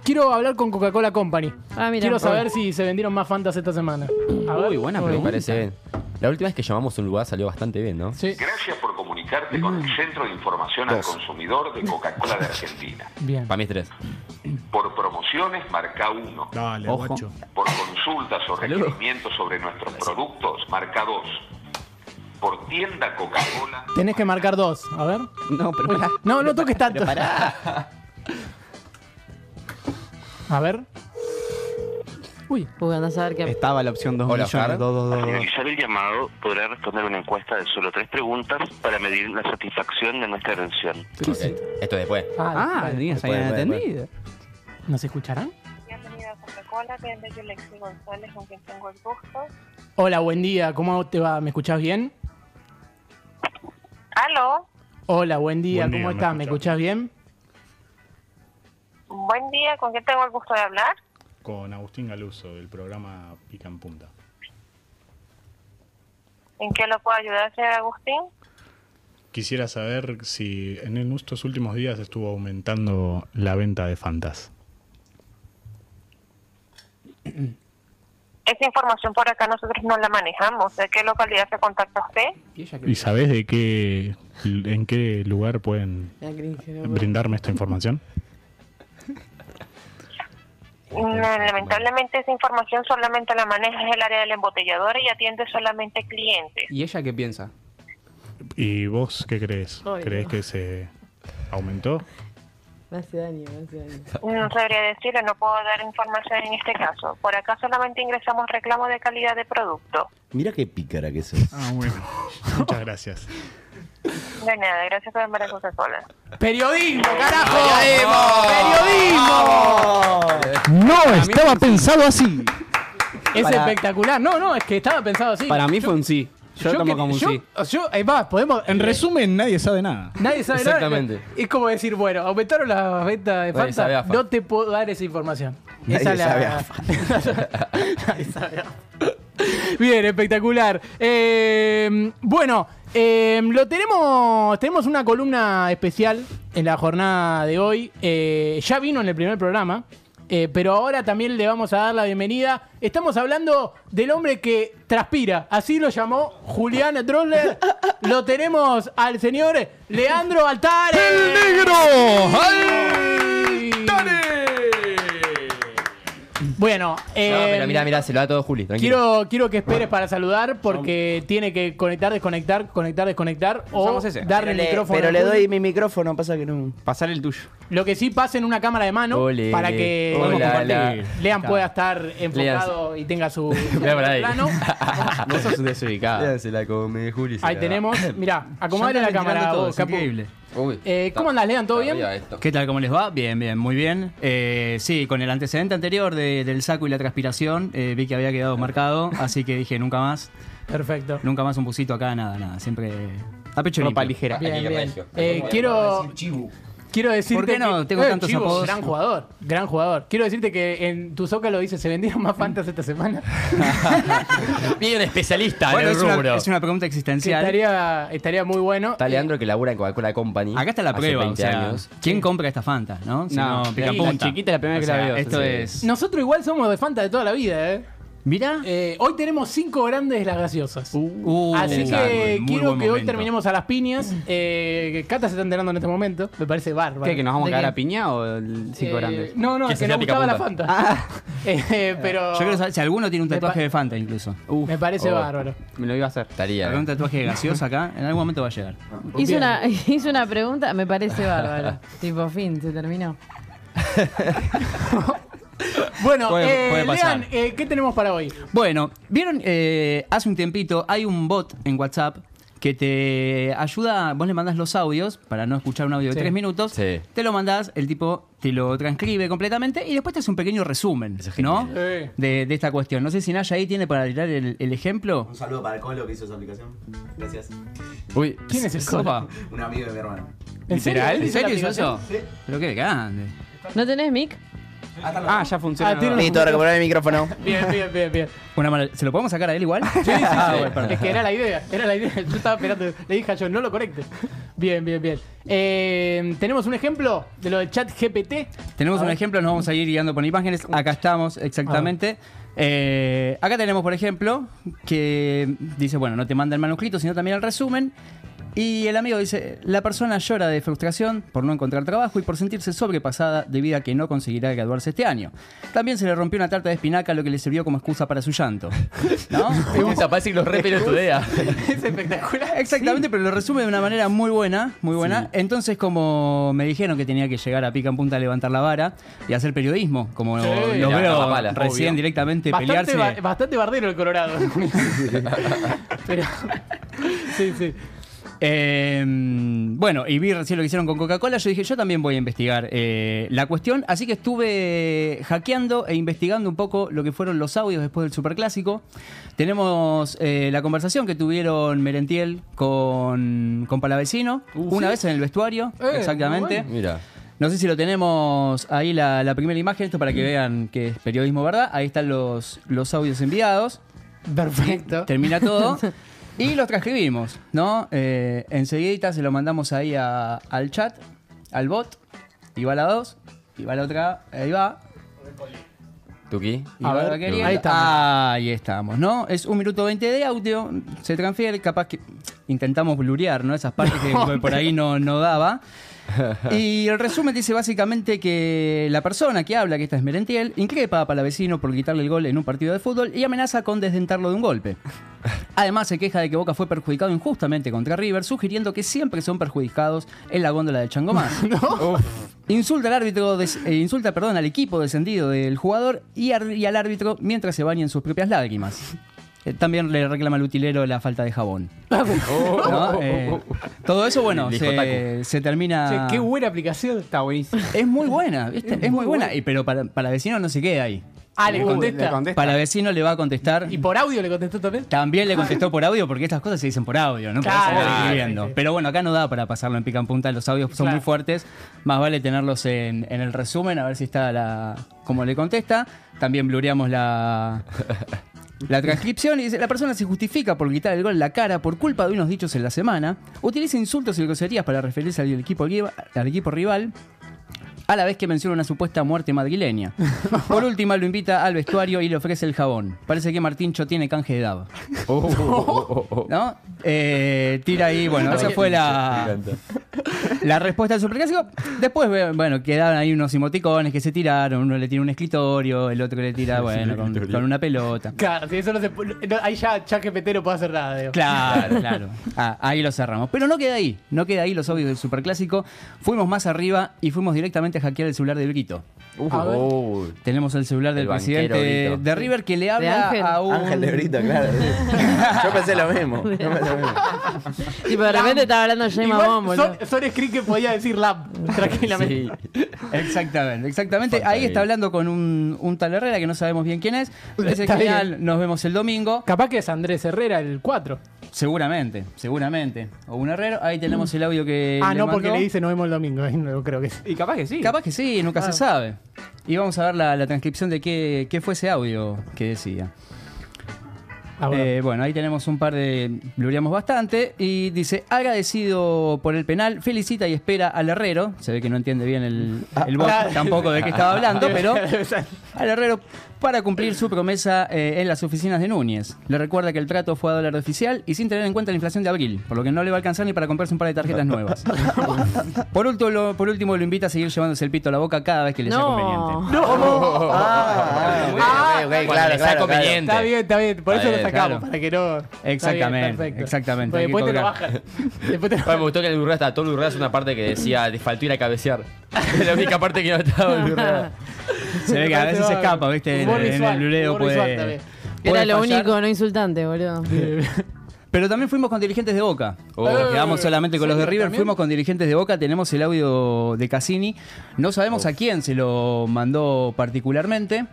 E: quiero hablar con Coca-Cola Company.
F: mira.
E: Quiero saber
F: Ah.
E: si se vendieron más fantas esta semana. A ver.
C: Uy, buena
E: Uy.
C: pregunta. Me parece bien. La última vez que llamamos a un lugar salió bastante bien, ¿no?
L: Gracias por comunicarte con el Centro de Información al Consumidor de Coca-Cola de Argentina.
E: Bien.
C: Para mí es tres.
L: Por promociones, marca 1.
G: Dale, guacho.
L: Por consultas o requerimientos sobre nuestros productos, marca 2. Por tienda Coca-Cola.
E: Tenés que marcar dos. A ver. No, pero. no, no toques tanto. A ver. Uy.
F: Uy, andás a saber qué.
B: Estaba la opción 2 millones. dos, dos, dos, dos.
M: Finalizar el llamado podrá responder una encuesta de solo tres preguntas para medir la satisfacción de nuestra atención.
C: Ok, Esto después.
E: Ah,
B: Ah, tenías ahí
C: Después, después,
B: atendida.
E: ¿Nos escucharán?
N: Bienvenido a Coca-Cola, te yo Lexi González, con quien tengo el gusto.
E: Hola, buen día. ¿Cómo te va? ¿Me escuchás bien?
N: Aló,
E: Hola, buen día.
O: Buen día,
E: ¿Cómo
O: ¿me
E: estás? ¿Me escuchás bien?
N: buen día, ¿con quién tengo el gusto de hablar?
O: Con Agustín Galuso, del programa Pica en Punta.
N: ¿En qué lo puedo ayudar, señor Agustín?
O: Quisiera saber si en el- estos últimos días estuvo aumentando la venta de Fantas.
N: Esa información por acá nosotros no la manejamos. ¿De qué localidad se contacta usted?
O: ¿Y sabés de qué, en qué lugar pueden eh, brindarme esta información?
N: Mm, Lamentablemente esa información solamente la maneja el área del embotellador y atiende solamente clientes.
B: ¿Y ella qué piensa?
O: ¿Y vos qué crees?
N: Ay,
O: ¿Crees
N: no.
O: que se aumentó?
F: Me hace daño, me hace daño.
N: No sabría decirle, no puedo dar información en este caso. Por acá solamente ingresamos reclamo de calidad de producto.
I: Mira qué pícara que sos.
O: Ah, bueno. Muchas gracias.
N: De nada, gracias por llamar a Coca-Cola.
E: ¡Periodismo, carajo! ¡Periodismo!
G: No estaba pensado así.
E: Es
G: Para-
E: espectacular. No, no, es que estaba pensado así.
G: Para mí fue un
B: sí.
G: Yo tomo como un sí.
E: Yo, ahí va, podemos. eh,
G: En resumen, nadie sabe nada.
E: Nadie sabe nada. Es como decir, bueno, aumentaron las ventas de
G: Nadie sabe
E: Fanta.
G: AFA.
E: No te puedo dar esa información.
G: Nadie
E: esa es la-
G: sabe
E: Nadie sabe AFA. Bien, espectacular. Eh, bueno, eh, lo tenemos. Tenemos una columna especial en la jornada de hoy. Eh, ya vino en el primer programa. eh, pero ahora también le vamos a dar la bienvenida. Estamos hablando del hombre que transpira. Así lo llamó Julián Droller. Lo tenemos al señor Leandro Altare. ¡El negro! Bueno, eh,
C: No, pero mira, mira, se lo da todo Juli, tranquilo.
E: Quiero, quiero que esperes para saludar porque tiene que conectar, desconectar, conectar, desconectar o
D: Usamos ese.
E: darle
D: Pero
E: el
D: le-
E: micrófono.
D: Pero
E: a
D: le
E: Juli.
D: doy mi micrófono, pasa que no.
B: Pasar el tuyo.
E: Lo que sí pasen una cámara de mano
B: Ole,
E: para que
B: ole,
E: podamos compartir.
B: la-
E: Lean
B: Está.
E: pueda estar enfocado y tenga su, su plano.
B: Vos sos un desubicado.
I: se la come, Juli.
E: Ahí tenemos. Mirá, acomodale la cámara vos, Capu. Eh, ¿Cómo andás, Lean? ¿Todo bien?
P: ¿Qué tal? ¿Cómo les va? Bien, bien, muy bien. Eh, sí, con el antecedente anterior de- del saco y la transpiración, eh, vi que había quedado marcado, así que dije nunca más.
E: Perfecto.
P: Nunca más un busito acá, nada, nada. Siempre a pecho
B: Ropa
P: limpio.
B: ligera.
E: Bien, bien. Eh, quiero, quiero decirte
P: ¿Por qué no?
E: que-
P: Tengo
E: Eh,
P: tantos
E: Chivo,
P: apodos.
E: Gran jugador, gran jugador. Quiero decirte que en tu soca lo dice, se vendieron más fantas esta semana.
C: Bien especialista en
P: Bueno,
C: el
P: es una-
C: rubro.
P: es una pregunta
E: Que
P: existencial.
E: estaría, estaría muy bueno. Eh,
C: Está Leandro que labura en Coca-Cola Company.
P: Eh, Acá está la
C: hace
P: prueba,
C: 20
P: Ah, o sea,
C: años.
P: ¿quién compra esta Fanta, no?
C: No,
P: pica
C: la
P: punta.
C: chiquita es la primera
P: O
C: que la
P: sea,
C: veo,
P: Esto
C: sí.
P: es...
E: Nosotros igual somos de Fanta de toda la vida, ¿eh?
P: Mira.
E: hoy tenemos cinco grandes de las graciosas.
P: Uh,
C: Uh,
E: Así que
B: interesante. Muy
E: quiero
B: buen
E: que hoy
B: momento.
E: terminemos a las piñas. Eh, que Cata se está enterando en este momento. Me parece bárbaro.
B: ¿Qué, que nos vamos
E: ¿De
B: a cagar
E: qué?
B: a piña o el cinco
E: Eh,
B: grande?
E: No, no, es que nos gustaba la Fanta.
C: Ah.
E: Eh, pero
P: Yo quiero saber si alguno tiene un tatuaje de Fanta incluso.
E: me parece bárbaro.
B: oh, Me lo iba a hacer.
C: Estaría.
P: Algún tatuaje de gaseosa acá, en algún momento va a llegar.
F: Hice una, hice una pregunta, me parece bárbaro. tipo, fin, se terminó.
E: Bueno,
P: Puede-
E: eh,
P: puede pasar.
E: Lean, eh, ¿qué tenemos para hoy?
P: Bueno, vieron eh, hace un tiempito hay un bot en WhatsApp que te ayuda, vos le mandás los audios para no escuchar un audio de
C: Sí.
P: tres minutos,
C: Sí.
P: te lo mandás, el tipo te lo transcribe completamente y después te hace un pequeño resumen, ¿no?
E: Sí.
P: De, de esta cuestión. No sé si Naya ahí tiene para tirar el, el ejemplo.
D: Un saludo para Colo que hizo esa aplicación. Gracias.
P: Uy, ¿quién es el copa?
D: Un amigo de mi hermano.
P: ¿En
D: serio?
P: serio? ¿En
D: ¿Hizo la
P: serio hizo eso?
D: Sí.
P: Pero qué grande.
F: ¿No tenés mic?
P: Ah, ya funciona.
E: Ah, tiene Listo, los- recuperá
D: el micrófono.
E: Bien, bien, bien, bien.
P: Una mala- ¿Se lo podemos sacar a él igual? sí, sí,
E: Ah, bueno, es que era la idea, era la idea. Yo estaba esperando. Le dije a yo, no lo conectes. Bien, bien, bien. Eh, ¿Tenemos un ejemplo de lo de chat GPT?
P: Tenemos
E: A
P: un
E: ver.
P: ejemplo, nos vamos a ir guiando por imágenes. Acá estamos, exactamente. Eh, acá tenemos, por ejemplo, que dice, bueno, no te manda el manuscrito, sino también el resumen. Y el amigo dice, la persona llora de frustración por no encontrar trabajo y por sentirse sobrepasada debido a que no conseguirá graduarse este año. También se le rompió una tarta de espinaca, lo que le sirvió como excusa para su llanto.
C: Me gusta, parece que los re pelotudea.
E: Es espectacular.
P: Exactamente, pero lo resume de una manera muy buena, muy buena. Entonces, como me dijeron que tenía que llegar a pica en punta a levantar la vara y hacer periodismo, como
E: Sí. Y
P: lo
E: levantar
P: veo
E: la pala,
P: recién
E: obvio.
P: directamente
E: Bastante,
P: pelearse.
E: ba- bastante bardero el Colorado. Pero- sí, sí.
P: Eh, bueno, y vi recién lo que hicieron con Coca-Cola, yo dije, yo también voy a investigar eh, la cuestión, así que estuve hackeando e investigando un poco lo que fueron los audios después del Superclásico. Tenemos eh, la conversación que tuvieron Merentiel con, con Palavecino, una
C: Uh, sí.
P: vez en el vestuario,
C: Eh,
P: exactamente.
C: bueno. Mira.
P: No sé si lo tenemos ahí la, la primera imagen, esto para que vean que es periodismo, ¿verdad? Ahí están los, los audios enviados.
E: Perfecto.
P: Termina todo. Y los transcribimos, ¿no? Eh, enseguidita se lo mandamos ahí a- al chat, al bot. Y va la dos, y va la otra, ahí va.
C: ¿Tuki?
P: y va la querida.
E: ahí estamos.
P: Ahí estamos, ¿no? Es un minuto 20 de audio, se transfiere, capaz que intentamos blurear, ¿no? Esas partes que por ahí no, no daba. Y el resumen dice básicamente que la persona que habla, que esta es Merentiel, increpa a Palavecino por quitarle el gol en un partido de fútbol y amenaza con desdentarlo de un golpe. Además, se queja de que Boca fue perjudicado injustamente contra River, sugiriendo que siempre son perjudicados en la góndola del Changomás. Uf. Insulta al árbitro, des- eh, insulta, perdón, al equipo descendido del jugador y, ar- y al árbitro mientras se bañan sus propias lágrimas. Eh, También le reclama al utilero la falta de jabón.
H: Oh,
P: ¿No? Eh, todo eso, bueno,
E: Dijo
P: se,
E: Taku.
P: se termina.
E: Che, qué buena aplicación. Está buenísimo.
P: Es muy buena, ¿viste? Es, muy buena. Y, pero para, para vecino no se queda ahí.
E: Ah, le contesta.
P: Para vecino le va a contestar.
E: ¿Y por audio le contestó también?
P: También le contestó por audio porque estas cosas se dicen por audio, ¿no? Por eso
E: Claro.
P: lo estoy
E: Sí,
P: viendo.
E: sí.
P: Pero bueno, acá no da para pasarlo en pica en punta. Los audios son
E: Claro.
P: muy fuertes. Más vale tenerlos en, en el resumen, a ver si está la. como le contesta. También blureamos la. La transcripción y dice, la persona se justifica por quitar el gol en la cara por culpa de unos dichos en la semana, utiliza insultos y groserías para referirse al equipo, lie- al equipo rival, a la vez que menciona una supuesta muerte madrileña. Por última, lo invita al vestuario y le ofrece el jabón. Parece que Martincho tiene canje de daba. ¿No? Eh, tira ahí, bueno, esa fue la, la respuesta del superclásico. Después, ve- bueno, quedaron ahí unos emoticones que se tiraron. Uno le tira un escritorio, el otro le tira, bueno, con, con una pelota.
E: Claro, si eso no se. pu- no, ahí ya chat GPT no puede hacer nada, digo.
P: Claro, claro. Ah, ahí lo cerramos. Pero no queda ahí, no queda ahí los obvios del superclásico. Fuimos más arriba y fuimos directamente a hackear el celular del Brito.
E: A ver.
P: Tenemos el celular del
C: El banquero
P: presidente
C: Brito.
P: de River que le habla
F: Ángel.
P: a un.
D: Ángel de Brito, claro. Yo pensé lo mismo. Yo pensé lo mismo.
F: Ah, Tipo, de repente estaba hablando James
E: Igual
F: Bond, boludo.
E: son, son script que podía decir lab tranquilamente.
P: Sí. Exactamente, exactamente.
C: Falta
P: Ahí está
C: ahí.
P: hablando con un, un tal Herrera que no sabemos bien quién es. Parece
E: Está
P: genial, nos vemos el domingo.
E: Capaz que es Andrés Herrera, el 4.
P: Seguramente, seguramente. O un Herrero, ahí tenemos el audio que.
E: Ah,
P: le
E: no, porque
P: mandó.
E: le dice nos vemos el domingo. ahí No creo que Ah. sea.
B: Y capaz que sí.
P: Capaz que sí, nunca se sabe. Y vamos a ver la, la transcripción de qué, qué fue ese audio que decía.
E: Ah, bueno.
P: Eh, bueno, ahí tenemos un par de. Blureamos bastante. Y dice: agradecido por el penal, felicita y espera al Herrero. Se ve que no entiende bien el, el bot
E: Ah.
P: tampoco de qué estaba hablando, pero.
E: Debe ser.
P: Al Herrero para cumplir su promesa eh, en las oficinas de Núñez. Le recuerda que el trato fue a dólar oficial y sin tener en cuenta la inflación de abril, por lo que no le va a alcanzar ni para comprarse un par de tarjetas nuevas. Por último, lo, por último, lo invita a seguir llevándose el pito a la boca cada vez que le sea
F: No.
P: conveniente.
E: No.
D: Ah, ah, ok, ok,
C: Cuando
D: claro,
C: le sea
D: claro, claro.
C: conveniente.
E: Está bien, está bien. Por
C: Está
E: eso lo
C: bien,
E: sacamos,
P: claro.
E: para que no. está bien,
P: Exactamente,
E: perfecto.
P: exactamente,
E: Porque
P: hay que
E: después te lo
P: colgar.
E: bajan. Después te lo
C: Bueno, me gustó que el Blue hasta todo el Blue hace una parte que decía, te faltó ir a cabecear. Es la única parte que no estaba el Blue
P: Se ve que a
F: Parece
P: veces se
F: vago.
P: escapa, ¿viste? En,
F: Humor
P: en
F: visual,
P: el blureo
F: humor visual
P: puede.
F: también.
P: puede
F: Era lo
P: fallar.
F: único no insultante, boludo.
P: Pero también fuimos con dirigentes de Boca.
F: Oh.
P: Nos quedamos solamente con los de
F: ¿Serio?
P: River,
F: ¿También?
P: fuimos con dirigentes de Boca, tenemos el audio de Cassini. No sabemos
F: Oh.
P: a quién se lo mandó particularmente.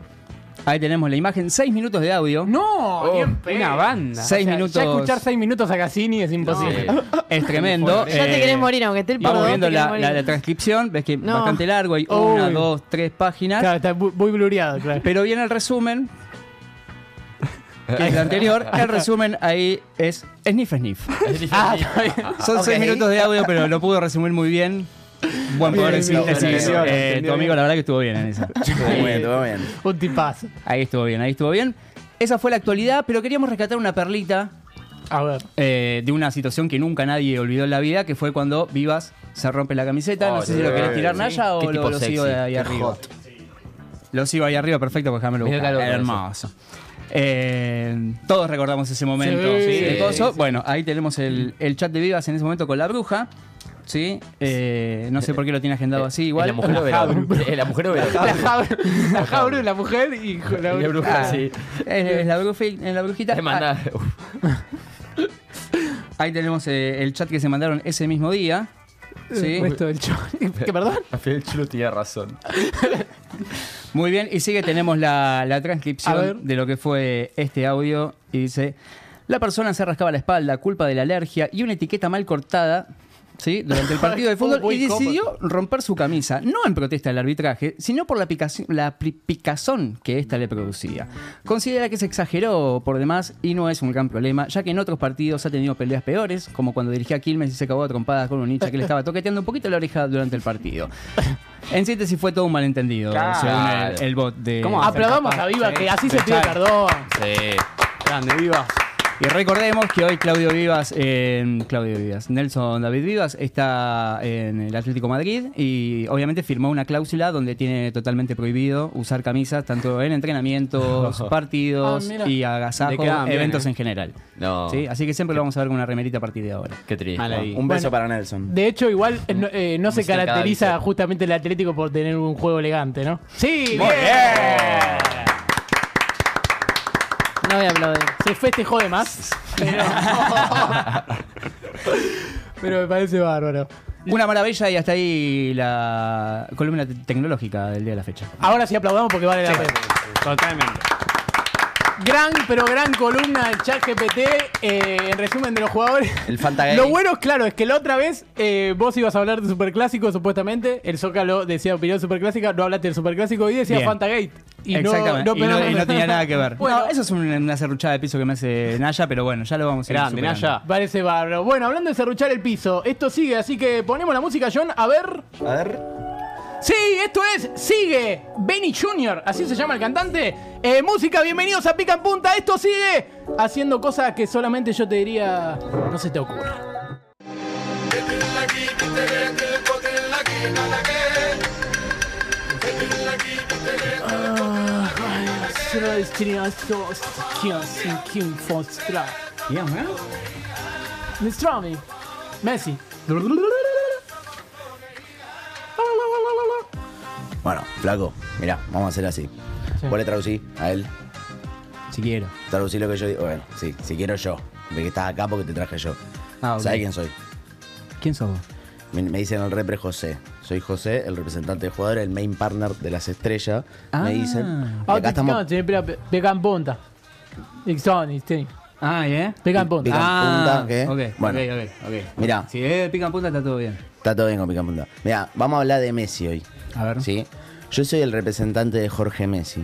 P: Ahí tenemos la imagen, seis minutos de audio.
E: ¡No!
F: Oh.
E: ni en pedo.
P: una banda. Seis
E: O sea,
P: minutos. eh,
E: Ya escuchar seis minutos a Cassini es imposible.
P: Es tremendo.
F: Ya te
P: eh,
F: querés morir, aunque esté el
P: Vamos
F: por dos,
P: viendo
F: te querés
P: la,
F: morir.
P: la- la transcripción, ves que es
F: No.
P: bastante largo, hay una,
F: Uy.
P: dos, tres páginas.
E: Claro, está muy blureado, claro.
P: Pero viene el resumen, que es el anterior. El resumen ahí es sniff, sniff.
C: Ah, está bien.
P: Son seis
C: Ok.
P: minutos de audio, pero lo pudo resumir muy bien. Buen poder de
E: Bien, bien,
P: síntesis.
E: bien, bien,
P: Eh,
E: entendió
P: tu amigo,
E: bien.
P: la verdad que estuvo bien en esa.
E: Estuvo bien, estuvo
D: bien.
E: Un tipazo.
P: Ahí estuvo bien, ahí estuvo bien. Esa fue la actualidad, pero queríamos rescatar una perlita
E: A ver.
P: eh, de una situación que nunca nadie olvidó en la vida, que fue cuando Vivas se rompe la camiseta.
C: Oh,
P: no sé si
C: sí.
P: lo querés tirar, Naya,
C: Qué
P: o
C: tipo
P: lo, lo
C: sexy,
P: sigo de ahí
C: qué
P: arriba.
C: hot.
P: Lo sigo ahí arriba, perfecto, porque me lo
C: Me dio
P: buscar.
C: calor con
P: Hermoso. Eh, todos recordamos ese momento.
C: Sí.
P: ¿sí? de
C: Sí,
P: coso.
C: sí.
P: Bueno, ahí tenemos el, el chat de Vivas en ese momento con la bruja. ¿sí? Eh, no sé por qué lo tiene agendado así, igual.
C: la mujer o era la bru- eh, la mujer o era la
E: La Jabru, la, Jabru, la mujer y con la,
C: La bruja,
P: Ah,
C: sí.
P: Es, es la, brufi- es la brujita.
C: Te manda-
P: Ah, ahí tenemos eh, el chat que se mandaron ese mismo día. ¿sí?
E: El resto del show. ¿Qué, perdón?
C: Al final el chulo tenía razón.
P: Muy bien, y sigue tenemos la, la
E: A ver.
P: transcripción de lo que fue este audio y dice, la persona se rascaba la espalda, culpa de la alergia y una etiqueta mal cortada. ¿Sí? Durante el partido de fútbol
E: Uy,
P: y
E: ¿cómo?
P: decidió romper su camisa, no en protesta del arbitraje, sino por la, picaci- la pli- picazón que ésta le producía. Considera que se exageró por demás y no es un gran problema, ya que en otros partidos ha tenido peleas peores, como cuando dirigía a Quilmes y se acabó a trompadas con un hincha que le estaba toqueteando un poquito la oreja durante el partido. En síntesis fue todo un malentendido,
E: Claro.
P: según el, el bot de...
E: ¿Cómo Aplaudamos a Viva, que así se pide perdón.
C: Sí.
P: Grande, Vivas. Y recordemos que hoy Claudio Vivas, eh, Claudio Vivas, Nelson David Vivas está en el Atlético Madrid y obviamente firmó una cláusula donde tiene totalmente prohibido usar camisas tanto en entrenamientos, partidos
E: Ah, mira.
P: y
C: Le
P: agasajos,
C: quedan bien,
P: eventos
C: eh.
P: en general.
C: No.
P: ¿Sí? Así que siempre lo vamos a ver con una remerita a partir de ahora.
C: Qué triste.
P: Mal ahí.
D: Un beso
E: Bueno.
D: para Nelson.
E: De hecho, igual eh, no, eh, no se
D: Como se
E: caracteriza
D: cada dice.
E: justamente el Atlético por tener un juego elegante, ¿no? Sí, bien.
F: No voy a aplaudir.
E: Se festejó de más. Pero, pero me parece bárbaro.
P: Una maravilla y hasta ahí la columna te- tecnológica del día de la fecha.
E: Ahora sí aplaudamos porque vale la
P: Sí.
E: pena.
P: Totalmente.
E: Gran, pero gran columna de ChatGPT eh, en resumen de los jugadores.
D: El Fantagame.
E: Lo bueno, claro, es que la otra vez eh, vos ibas a hablar de Superclásico, supuestamente. El Zócalo decía opinión Superclásica, no hablaste del Superclásico y decía
P: Bien.
E: Fantagate. Y no-
P: Exactamente.
E: No,
P: y, no,
E: pero-
P: y no tenía nada que ver.
E: Bueno.
P: No, eso es un- una serruchada de piso que me hace Naya, pero bueno, ya lo vamos a ir superando.
E: Parece bárbaro. Bueno, hablando de serruchar el piso, esto sigue, así que ponemos la música, John, a ver.
D: A ver.
E: Sí, esto es Sigue, Benny Jr., así se llama el cantante. Eh, música, bienvenidos a Pica en Punta, esto sigue haciendo cosas que solamente yo te diría no se te ocurre. Nostrami, Messi.
D: Bueno, flaco, mirá, vamos a hacer así.
E: Sí.
D: Vos le traducí a él.
P: Si quiero.
D: Traducí lo que yo digo. Bueno, sí, si quiero yo. Ve que estás acá porque te traje yo.
P: Ah, ok.
D: ¿Sabes quién soy?
P: ¿Quién sos vos?
D: Me, me dicen el repre José. Soy José, el representante de jugadores, el main partner de las estrellas.
E: Ah.
D: Me dicen. Y
E: Ah,
D: acá estamos.
E: te espera, pe- Pica en Punta. Ixoni, sí.
P: Ah, ¿eh?
E: Pica en Punta.
D: Pica en
P: Ah,
D: punta, ¿qué?
P: ok,
D: Bueno.
P: ok, ok, ok.
D: Mirá.
P: Si es pica en punta, está todo bien.
D: Está todo bien con Pica Punta. Mira, vamos a hablar de Messi hoy.
P: A ver.
D: ¿Sí? Yo soy el representante de Jorge Messi,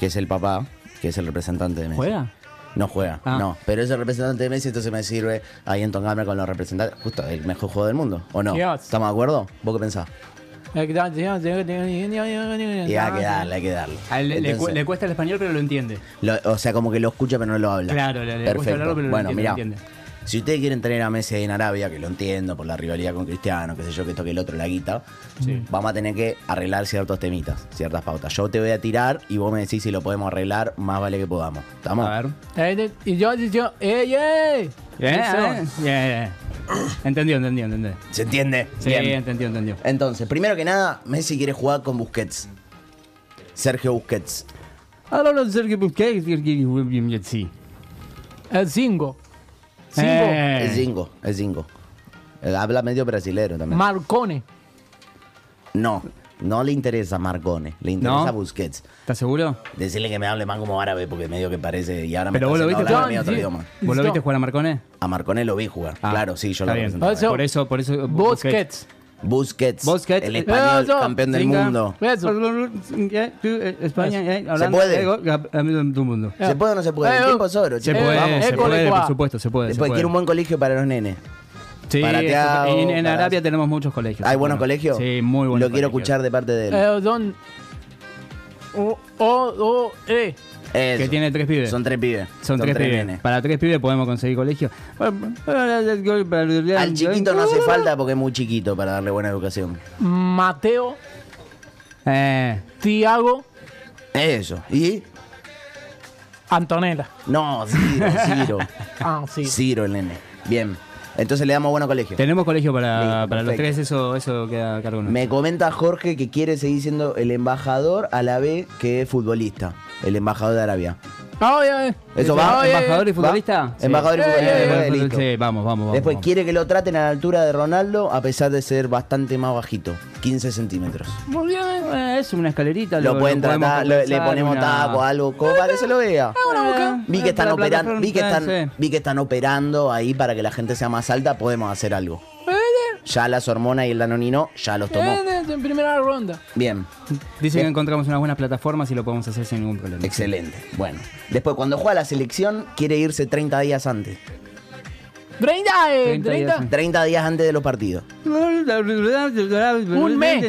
D: que es el papá, que es el representante de Messi.
P: ¿Juega?
D: No juega,
P: Ah.
D: no. Pero es el representante de Messi, entonces me sirve ahí en Tongame con los representantes. Justo, el mejor juego del mundo, ¿o no?
E: Dios.
D: ¿Estamos de acuerdo? ¿Vos qué pensás? Y hay que darle, hay que darle.
P: Eh, A él le, le cu-
D: Entonces,
P: le cuesta el español, pero lo entiende.
D: lo- o sea, como que lo escucha pero no lo habla.
P: Claro, le, le cuesta
D: Perfecto.
P: hablarlo, pero
D: bueno,
P: lo
D: mirá.
P: entiende.
D: Si ustedes quieren tener a Messi ahí en Arabia, que lo entiendo por la rivalidad con Cristiano, que sé yo, que toque el otro la guita, vamos a tener que arreglar ciertos temitas, ciertas pautas. Yo te voy a tirar y vos me decís si lo podemos arreglar, más vale que podamos. ¿Estamos?
P: A ver.
E: Eh, Y yo, y yo, ¡ey, ey!
D: Eh,
P: Yeah,
E: Eso.
P: yeah, yeah. Entendió, entendió, entendió.
D: ¿Se entiende?
P: Sí,
D: Bien.
P: entendió, entendió.
D: Entonces, primero que nada, Messi quiere jugar con Busquets. Sergio Busquets.
P: Hablo de Sergio Busquets. Sí.
E: El Zingo. Zingo.
P: Eh.
D: Es Zingo, es Zingo. Eh, Habla medio brasilero también.
E: Marcone.
D: No, no le interesa Marcone, le interesa
P: ¿No?
D: Busquets.
P: ¿Estás seguro?
D: Decirle que me hable más como árabe porque medio que parece y ahora
P: Pero
D: me
P: vos
D: está
P: lo
D: haciendo
P: viste
D: hablar
P: jugar.
D: a mí otro idioma.
P: ¿Vos lo viste jugar a Marcone?
D: A Marcone lo vi jugar, claro, sí, yo
P: Está
D: lo
P: bien.
D: representaba.
P: Por eso, por eso.
E: Busquets.
D: Busquets.
P: Busquets. Eh,
D: El español
P: Eso.
D: campeón del
P: Venga.
D: mundo.
E: Eso.
P: España, eh,
D: ¿Se
P: hablando
D: puede?
P: algo, campeón del mundo.
D: ¿Se puede o no se puede?
P: Eh,
D: El tiempo es oro,
P: Se
D: chicos.
P: puede,
D: Vamos.
P: se puede, por supuesto, se puede. se
D: Después
P: puede.
D: quiero un buen colegio para los nenes.
P: Sí,
D: Barateado,
P: en, en
D: para-
P: Arabia tenemos muchos colegios.
D: ¿Hay buenos
P: Bueno,
D: colegios?
P: Sí, muy buenos.
D: Lo quiero escuchar de parte de él.
E: Eh, don. O, o, o, eh.
D: Eso.
P: Que tiene tres pibes.
D: Son tres pibes.
P: Son, tres, pibes.
D: nenes.
P: Para tres pibes podemos conseguir colegio.
D: Al chiquito no hace falta porque es muy chiquito para darle buena educación.
E: Mateo.
P: Eh.
E: Tiago.
D: Eso. ¿Y?
E: Antonella.
D: No, Ciro, Ciro.
E: Ah, sí.
D: Ciro el nene. Bien. Entonces le damos bueno colegio.
P: Tenemos colegio para,
D: Listo,
P: para los
D: perfecto.
P: tres, eso, eso queda a cargo nuestro.
D: Me comenta Jorge que quiere seguir siendo el embajador a la vez que es futbolista. El embajador de Arabia.
E: Ay, ay.
D: ¿Eso va?
E: Ay, ay,
P: ¿Embajador y
D: ¿Va?
P: futbolista? Sí.
D: Embajador y
P: Eh,
D: futbolista.
P: eh,
D: Vale,
P: eh,
D: listo.
P: sí, vamos, vamos. vamos,
D: Después
P: vamos.
D: quiere que lo traten a la altura de Ronaldo a pesar de ser bastante más bajito, 15 centímetros.
P: Muy bien, eh, es una escalerita.
D: Lo, pueden
P: podemos
D: tratar, lo- le
P: compensar,
D: ponemos
P: una-
D: taco, algo, co- para que se lo vea. Vi que
P: Eh,
D: están
P: la
D: operando, vi que
P: plataforma,
D: están, vi que están operando ahí para que la gente sea más alta, podemos hacer algo. Ya las hormonas y el danonino ya los tomó.
E: Eh, En primera ronda.
D: Bien.
P: Dicen que encontramos unas buenas plataformas y lo podemos hacer sin ningún problema.
D: Excelente. Bueno. Después cuando juega la selección quiere irse 30 días antes.
E: 30, eh,
P: 30 días
E: 30.
D: 30 días antes de los partidos.
P: Un
E: mes.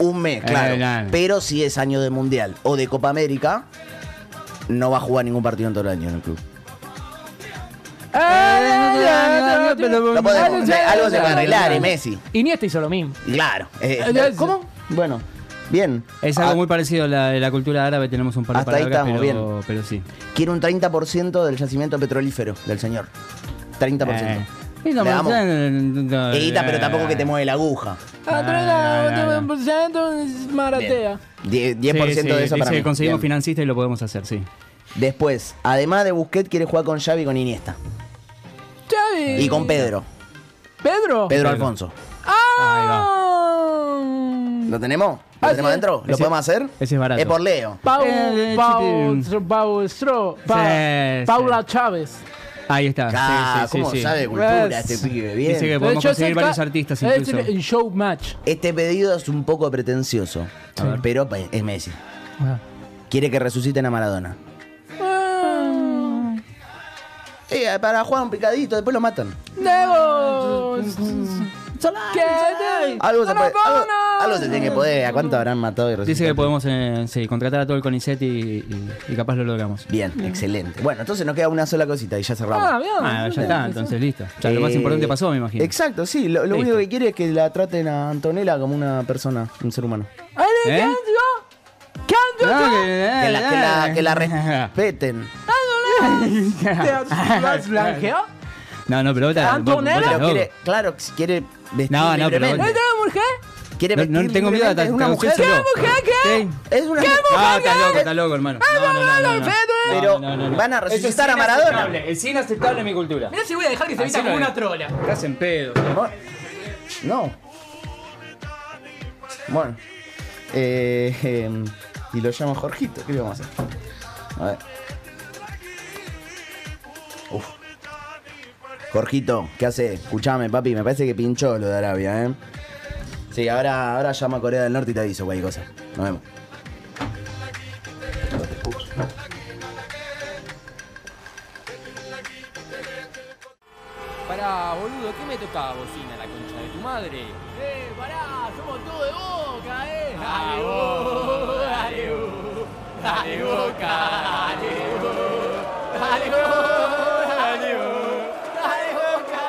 D: Un mes, claro.
P: Eh, claro.
D: Pero si es año de Mundial o de Copa América, no va a jugar ningún partido en todo el año en el club. No podemos, algo se va a arreglar, eh, Messi.
E: Iniesta hizo lo mismo.
D: Claro. eh,
E: Eh,
D: ¿Cómo? Bueno, bien. Ah.
P: Es algo muy parecido a la, de la cultura árabe, tenemos un par de
D: Hasta ahí
P: palabras,
D: estamos,
P: pero,
D: bien.
P: pero sí.
D: Quiero un 30% del yacimiento petrolífero del señor. 30%.
P: Eh, y no
D: Le
P: me-
D: damos.
P: eh, Ah,
D: Edita, pero tampoco que te
P: eh,
D: mueve la aguja. Ah,
E: Antonella, 80% es Maratea.
D: Die- 10%,
P: Sí, sí,
D: de eso
P: dice
D: para mí.
P: que conseguimos
D: Bien.
P: financista y lo podemos hacer, sí.
D: Después, además de Busquets, quiere jugar con Xavi y con Iniesta.
E: Xavi.
D: Y con Pedro.
P: Oh.
E: Pedro. Ah.
D: Pedro Alfonso. ¿Lo tenemos? ¿Lo
P: Ah,
D: tenemos adentro? ¿Lo
P: Ese-
D: podemos hacer?
P: ese es barato.
D: Es por Leo.
E: Pau,
P: Eh,
E: Pau,
P: chipi.
E: Stro- Pau, Stro- Pa-
P: Sí,
E: Paula Chávez.
P: Ahí está. sí,
D: Ah,
P: sí, sí,
D: ¿cómo
P: sí. Pues,
D: sabe de cultura
E: Ves.
D: este pibe? Bien.
P: Dice que podemos conseguir varios
D: eh,
P: artistas incluso.
E: Eh, En showmatch.
D: Este pedido es un poco pretencioso,
P: Sí.
D: pero pues, es Messi.
E: Ah.
D: Quiere que resuciten a Maradona.
E: Ah.
D: Eh, para jugar un picadito, después lo matan.
E: Debo. ¿Qué?
D: Algo se, puede, algo,
E: Maradona.
D: algo se tiene que poder. Eh, ¿A cuánto habrán matado y
P: Dice que
D: resucitado?
P: podemos eh, sí, contratar a todo el CONICET y, y- y capaz lo logramos.
D: Bien, excelente. Bueno, entonces nos queda una sola cosita y ya cerramos.
E: Ah, bien.
P: Ah, ya está, entonces listo. O sea, lo más
D: Eh,
P: importante pasó, me imagino.
D: Exacto, sí. Lo, lo
P: Listo.
D: único que quiere es que la traten a Antonella como una persona, un ser humano.
E: Ale,
P: ¿Eh?
E: ¿qué hago? ¿Qué hago?
P: No, que- eh,
D: Que la, que la, que la respeten.
E: ¿Te has blanqueado?
P: No, no, pero vos estás- vos- vos
E: ¿Antonella?
P: estás
D: Pero
P: loco.
D: quiere, claro, si quiere vestir
P: No, no, pero
D: libremente.
P: vos-
E: ¿Eres una mujer?
D: Quiere
P: No- no
D: vestir
P: tengo miedo a
D: libremente, es una mujer.
P: traducírselo.
E: ¿Qué mujer? ¿Qué?
D: Es una
E: ¿Qué
D: mujer.
P: Ah,
E: mujer?
P: estás loco, estás loco, hermano. No, no, no, no, no.
D: Pero
P: No, no, no.
D: van a
P: Eso es
D: resucitar a Maradona.
P: inaceptable, Es inaceptable en mi cultura.
E: Mira si voy a dejar que se
P: Así
E: vista como
P: no es.
E: una trola.
P: Estás en pedo.
D: No. Bueno. Eh, em, y lo llamo Jorgito. ¿Qué le vamos a hacer? A ver. Uf. Jorgito, ¿qué hace? Escuchame, papi. Me parece que pinchó lo de Arabia, ¿eh? Sí, ahora, ahora llamo a Corea del Norte y te aviso cualquier cosa. Nos vemos.
H: Pará, boludo, ¿qué me tocaba bocina la concha de tu madre?
E: Eh, pará, somos todos de boca, eh.
H: Dale, vos, dale, vos, dale, boca, dale, vos, dale, vos, dale, vos, dale, boca.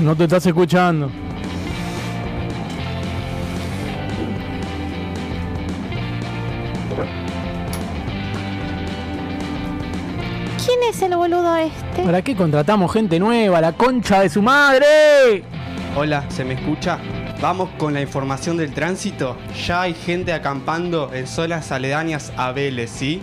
E: No te estás escuchando.
Q: es el boludo este?
E: ¿Para qué contratamos gente nueva? ¡La concha de su madre!
B: Hola, ¿se me escucha? Vamos con la información del tránsito. Ya hay gente acampando en zonas aledañas a Vélez, ¿sí?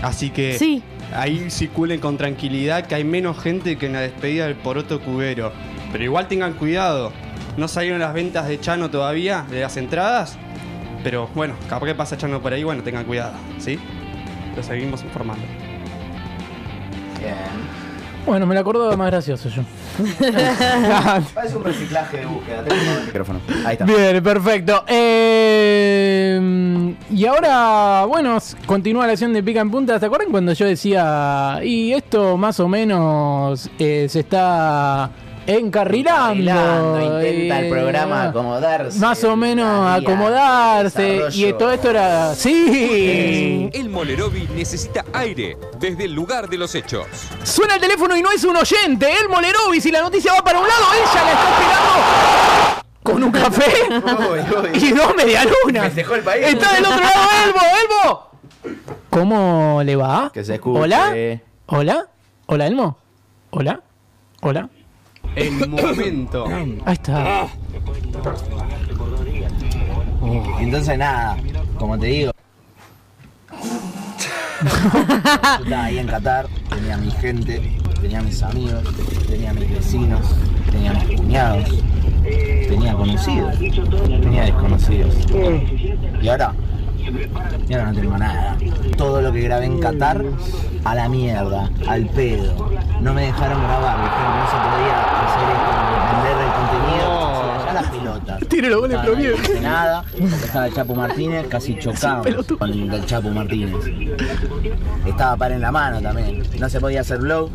B: Así que
H: Sí.
B: ahí circulen con tranquilidad que hay menos gente que en la despedida del poroto cubero. Pero igual tengan cuidado. ¿No salieron las ventas de Chano todavía? ¿De las entradas? Pero bueno, capaz que pasa Chano por ahí, bueno, tengan cuidado, ¿sí? Lo seguimos informando.
E: Bueno, me la acordaba más gracioso yo.
D: Parece un reciclaje de búsqueda. micrófono. Ahí está.
E: Bien, perfecto. Eh, y ahora, bueno, s- continúa la acción de pica en punta. ¿Se acuerdan cuando yo decía, y esto más o menos eh, se está encarrilando?
D: Encarrilando, intenta el
E: Eh,
D: programa acomodarse,
E: Más o menos
D: día a día,
E: acomodarse. Y
D: desarrollo.
E: todo esto era... Sí.
L: El Molerovi necesita aire desde el lugar de los hechos.
E: Suena el teléfono y no es un oyente, el Molerovis y la noticia va para un lado, ella la está esperando con un café y dos medialunas.
D: Festejó el país.
E: Está del otro lado, Elbo, Elbo. ¿Cómo le va?
D: Que se escuche.
E: ¿Hola? ¿Hola? ¿Hola, Elmo? ¿Hola? ¿Hola?
B: El momento.
E: Ahí está.
D: Entonces nada, como te digo. Yo estaba ahí en Qatar, tenía mi gente, tenía mis amigos, tenía mis vecinos, tenía mis cuñados, tenía conocidos, tenía desconocidos. Y ahora, y ahora no tengo nada. Todo lo que grabé en Qatar, a la mierda, al pedo. No me dejaron grabar, dijeron que no se podía hacer esto, vender el contenido. O sea, ya las pelotas.
E: Tiene los goles
D: Nada,
E: prohibidos.
D: no hice nada, estaba el Chapo Martínez, casi chocamos con el Chapo Martínez. Estaba par en la mano también. No se podía hacer vlog,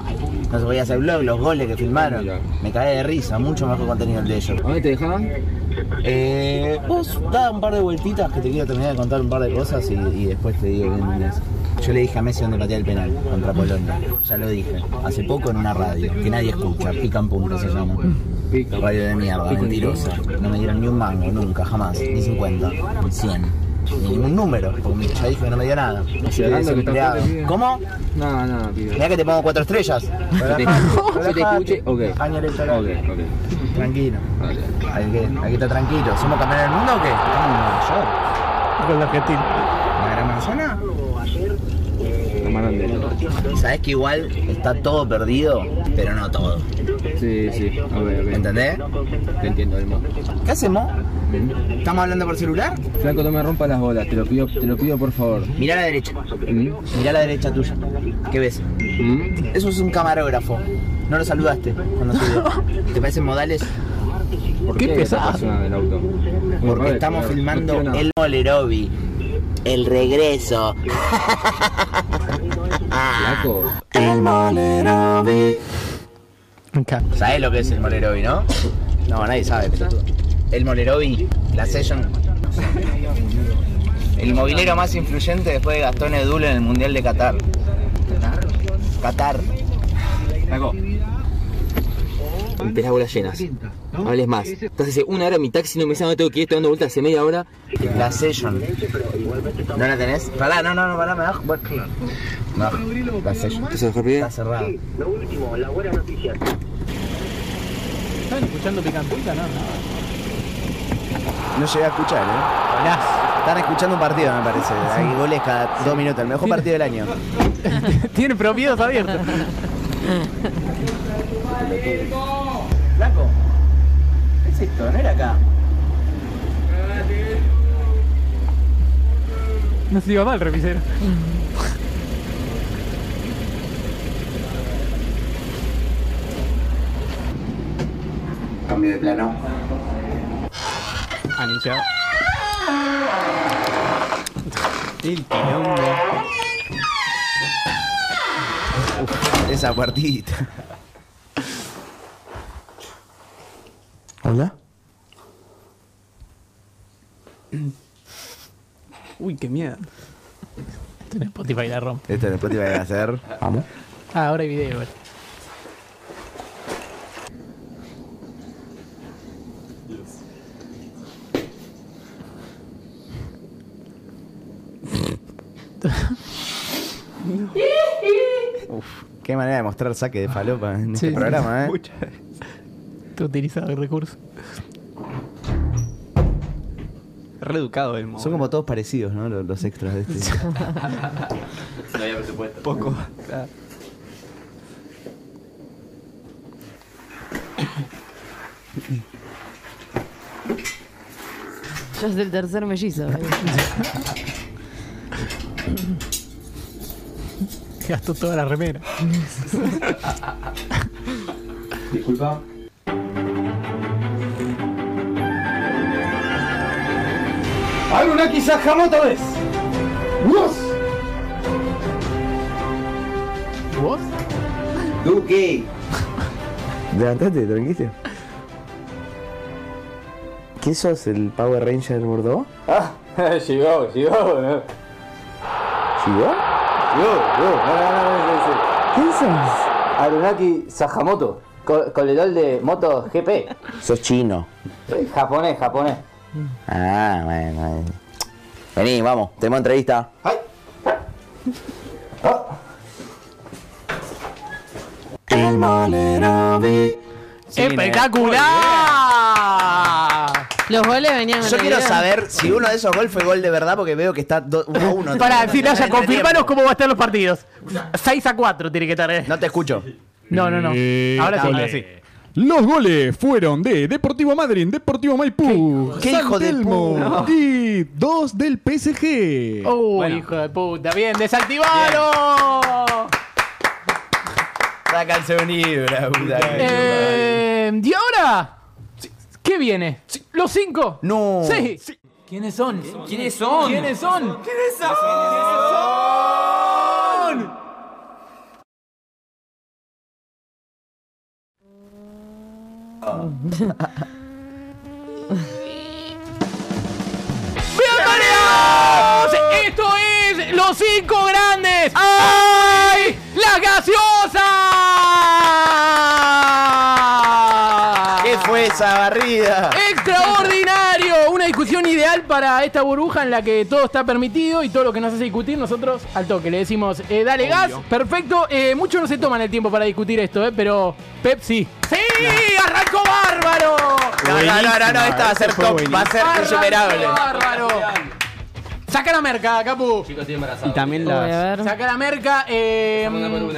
D: no se podía hacer vlog, los goles que filmaron. Me caí de risa, mucho mejor contenido el de ellos. ¿A te dejaban? Eh, vos da un par de vueltitas que te quiero terminar de contar un par de cosas y, y después te digo bien es. Yo le dije a Messi dónde patear el penal contra Polonia. Ya lo dije. Hace poco en una radio, que nadie escucha, pican punto se llama. Radio de mierda, mentirosa. No me dieron ni un mango, nunca, jamás. Ni 50, ni 100. Ni ningún número, porque ya dijo que no me dio nada. Así que
C: Llorando que está
D: desempleado.
C: fuerte, pibe.
D: ¿Cómo?
C: No, no, pibe.
D: Mirá que te pongo cuatro estrellas.
C: Se te escuche, se te escuche, ok.
D: Año electoral.
C: Ok,
D: Tranquilo. Hay que, hay que estar tranquilo. ¿Somos campeones del mundo o qué? Estamos en Nueva York. Con la Argentina. ¿La gran manzana? Sabes que igual está todo perdido, pero no todo. Sí, sí, ¿Entendés? Te entiendo, Elmo. ¿Qué hacemos? ¿Estamos hablando por celular?
C: Flaco, no me rompa las bolas, te lo pido, te lo pido por favor. ¿Mm?
D: Mirá a la derecha. Mirá a la derecha tuya. ¿Qué ves? Eso es un camarógrafo. No lo saludaste cuando subió. ¿Te parecen modales?
C: ¿Por qué esta persona del auto? Bueno,
D: Porque
C: vale,
D: estamos
C: pero
D: filmando
C: no quiero nada.
D: el Molerovi. El regreso.
C: Flaco.
D: El Molerovi. ¿Sabes lo que es el Molerovi, no? No, nadie sabe, pelotudo. El Molerovi, la session. El movilero más influyente después de Gastón Edul en el Mundial de Qatar. Qatar.
C: Flaco. Tenés las bolas llenas. No hables más. Estás hace una hora en mi taxi, no me sabes, tengo que ir, estoy dando vueltas hace media hora.
D: La session. ¿No la tenés? Pará, no, no, no, pará, me bajo. pues, Bueno, me bajo. La session. Está cerrado.
E: Lo último, la buena noticia. ¿Están escuchando Picantunta? No, no.
D: No llegué a escuchar, ¿eh? Están escuchando un partido, me parece. Hay goles cada dos minutos. El mejor partido del año.
E: Tiene propiedad abierta.
D: Blanco, ¿qué es esto? ¿No era acá?
E: No se iba mal, repisero.
D: Cambio de plano.
B: Anunciado. El quilombo.
D: Esa partidita. ¿Hola?
E: Uy, qué miedo. Tenés Spotify la rompe.
D: Esto después te iba a hacer. Vamos.
E: Ah, ahora hay video, igual.
D: Qué manera de mostrar saque de falopa en este programa, ¿eh?
E: Te utilizaba el recurso.
D: Reeducado el Son como todos parecidos, ¿no? Los, los extras de este.
C: No había presupuesto.
D: Poco.
F: Yo soy el tercer mellizo.
E: Gastó toda la remera.
H: Disculpa.
J: Anunnaki Sakamoto vez. ¡Vos!
H: ¿Vos? Duque.
D: Levantate, tranquilo. ¿Qué sos, el Power Ranger Bordeaux?
H: Ah, llegó, llegó. ¿no?
D: ¿Llegó?
H: Llegó, llegó. No, no, no, no, no, no.
D: ¿Quién sos?
H: Arunaki Sakamoto, co- corredor de moto GP.
D: Sos chino.
H: Eh, Japonés, japonés.
D: Ah, bueno, bueno. Vení, vamos, tenemos entrevista.
J: El molero
E: ¡Espectacular!
F: Los goles venían
D: Yo quiero saber si uno de esos gol fue gol de verdad, porque veo que está 1 a 1.
E: Para, Silaya, confirmanos cómo va a estar los partidos. 6 a 4 tiene que estar, eh.
D: No te escucho.
E: No, no, no.
G: Eh,
E: Ahora sí,
G: ole.
E: ahora sí.
G: Los goles fueron de Deportivo Madrid, Deportivo Maipú,
E: ¿Qué
G: San
E: hijo de
G: Telmo
E: puta? No.
G: y dos del PSG.
E: Uy, Oh, hijo de puta. Bien, desactivalo.
D: Saca el sonido, la puta.
E: Eh, ¿Y ahora? ¿Qué viene? ¿Los cinco?
D: No.
E: Sí. ¿Quiénes son?
J: ¿Quiénes son?
E: ¿Quiénes son?
J: ¿Quiénes son?
E: ¡Bienvenidos! Esto es Los Cinco Grandes. ¡Ay! ¡Las gaseosas!
D: ¿Qué fue esa barrida?
E: ¡Extraordinario! Una discusión ideal para esta burbuja en la que todo está permitido y todo lo que nos hace discutir, nosotros al toque le decimos, eh, dale
P: Obvio.
E: gas, perfecto. Eh, muchos no se toman el tiempo para discutir esto, eh, pero Pepsi. ¡Sí! ¡Arrancó bárbaro!
D: No, no, no, no, no, esta va a ser top, va a ser
E: Arrancó
D: insuperable.
E: ¡Bárbaro! Saca la merca, Capu. Chicos, estoy embarazado.
B: Y también Voy las- a ver.
E: Saca la merca. eh,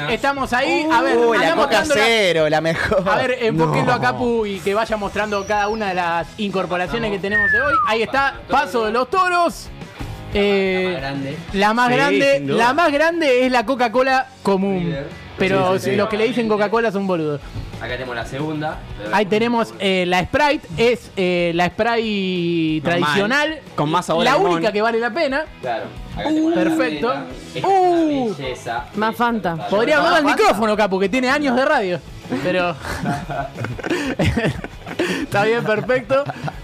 E: estamos ahí. a ver,
D: Uy, la
E: andá
D: coca
E: mostrando la-
D: cero, la mejor.
E: a ver, enfóquenlo
D: No.
E: a Capu y que vaya mostrando cada una de las incorporaciones que tenemos de hoy. Ahí está, Paso de los Toros. Eh, la más
P: Sí,
E: grande,
P: sin duda.
E: la más grande es la Coca-Cola común. Pero
C: Sí, sí, sí.
E: los que le dicen Coca-Cola son boludos.
C: Acá tenemos la segunda.
E: Ahí tenemos eh, la Sprite, es eh, la Sprite
C: Normal,
E: tradicional.
C: con más sabor a
E: La
C: limón.
E: única que vale la pena.
C: Claro. Acá
E: Uh,
C: tenemos la
E: perfecto.
C: galleta.
E: Uh,
C: Belleza.
F: Más Fanta.
E: podría hablar al micrófono, Capu, que tiene años de radio. Pero. Está bien, perfecto.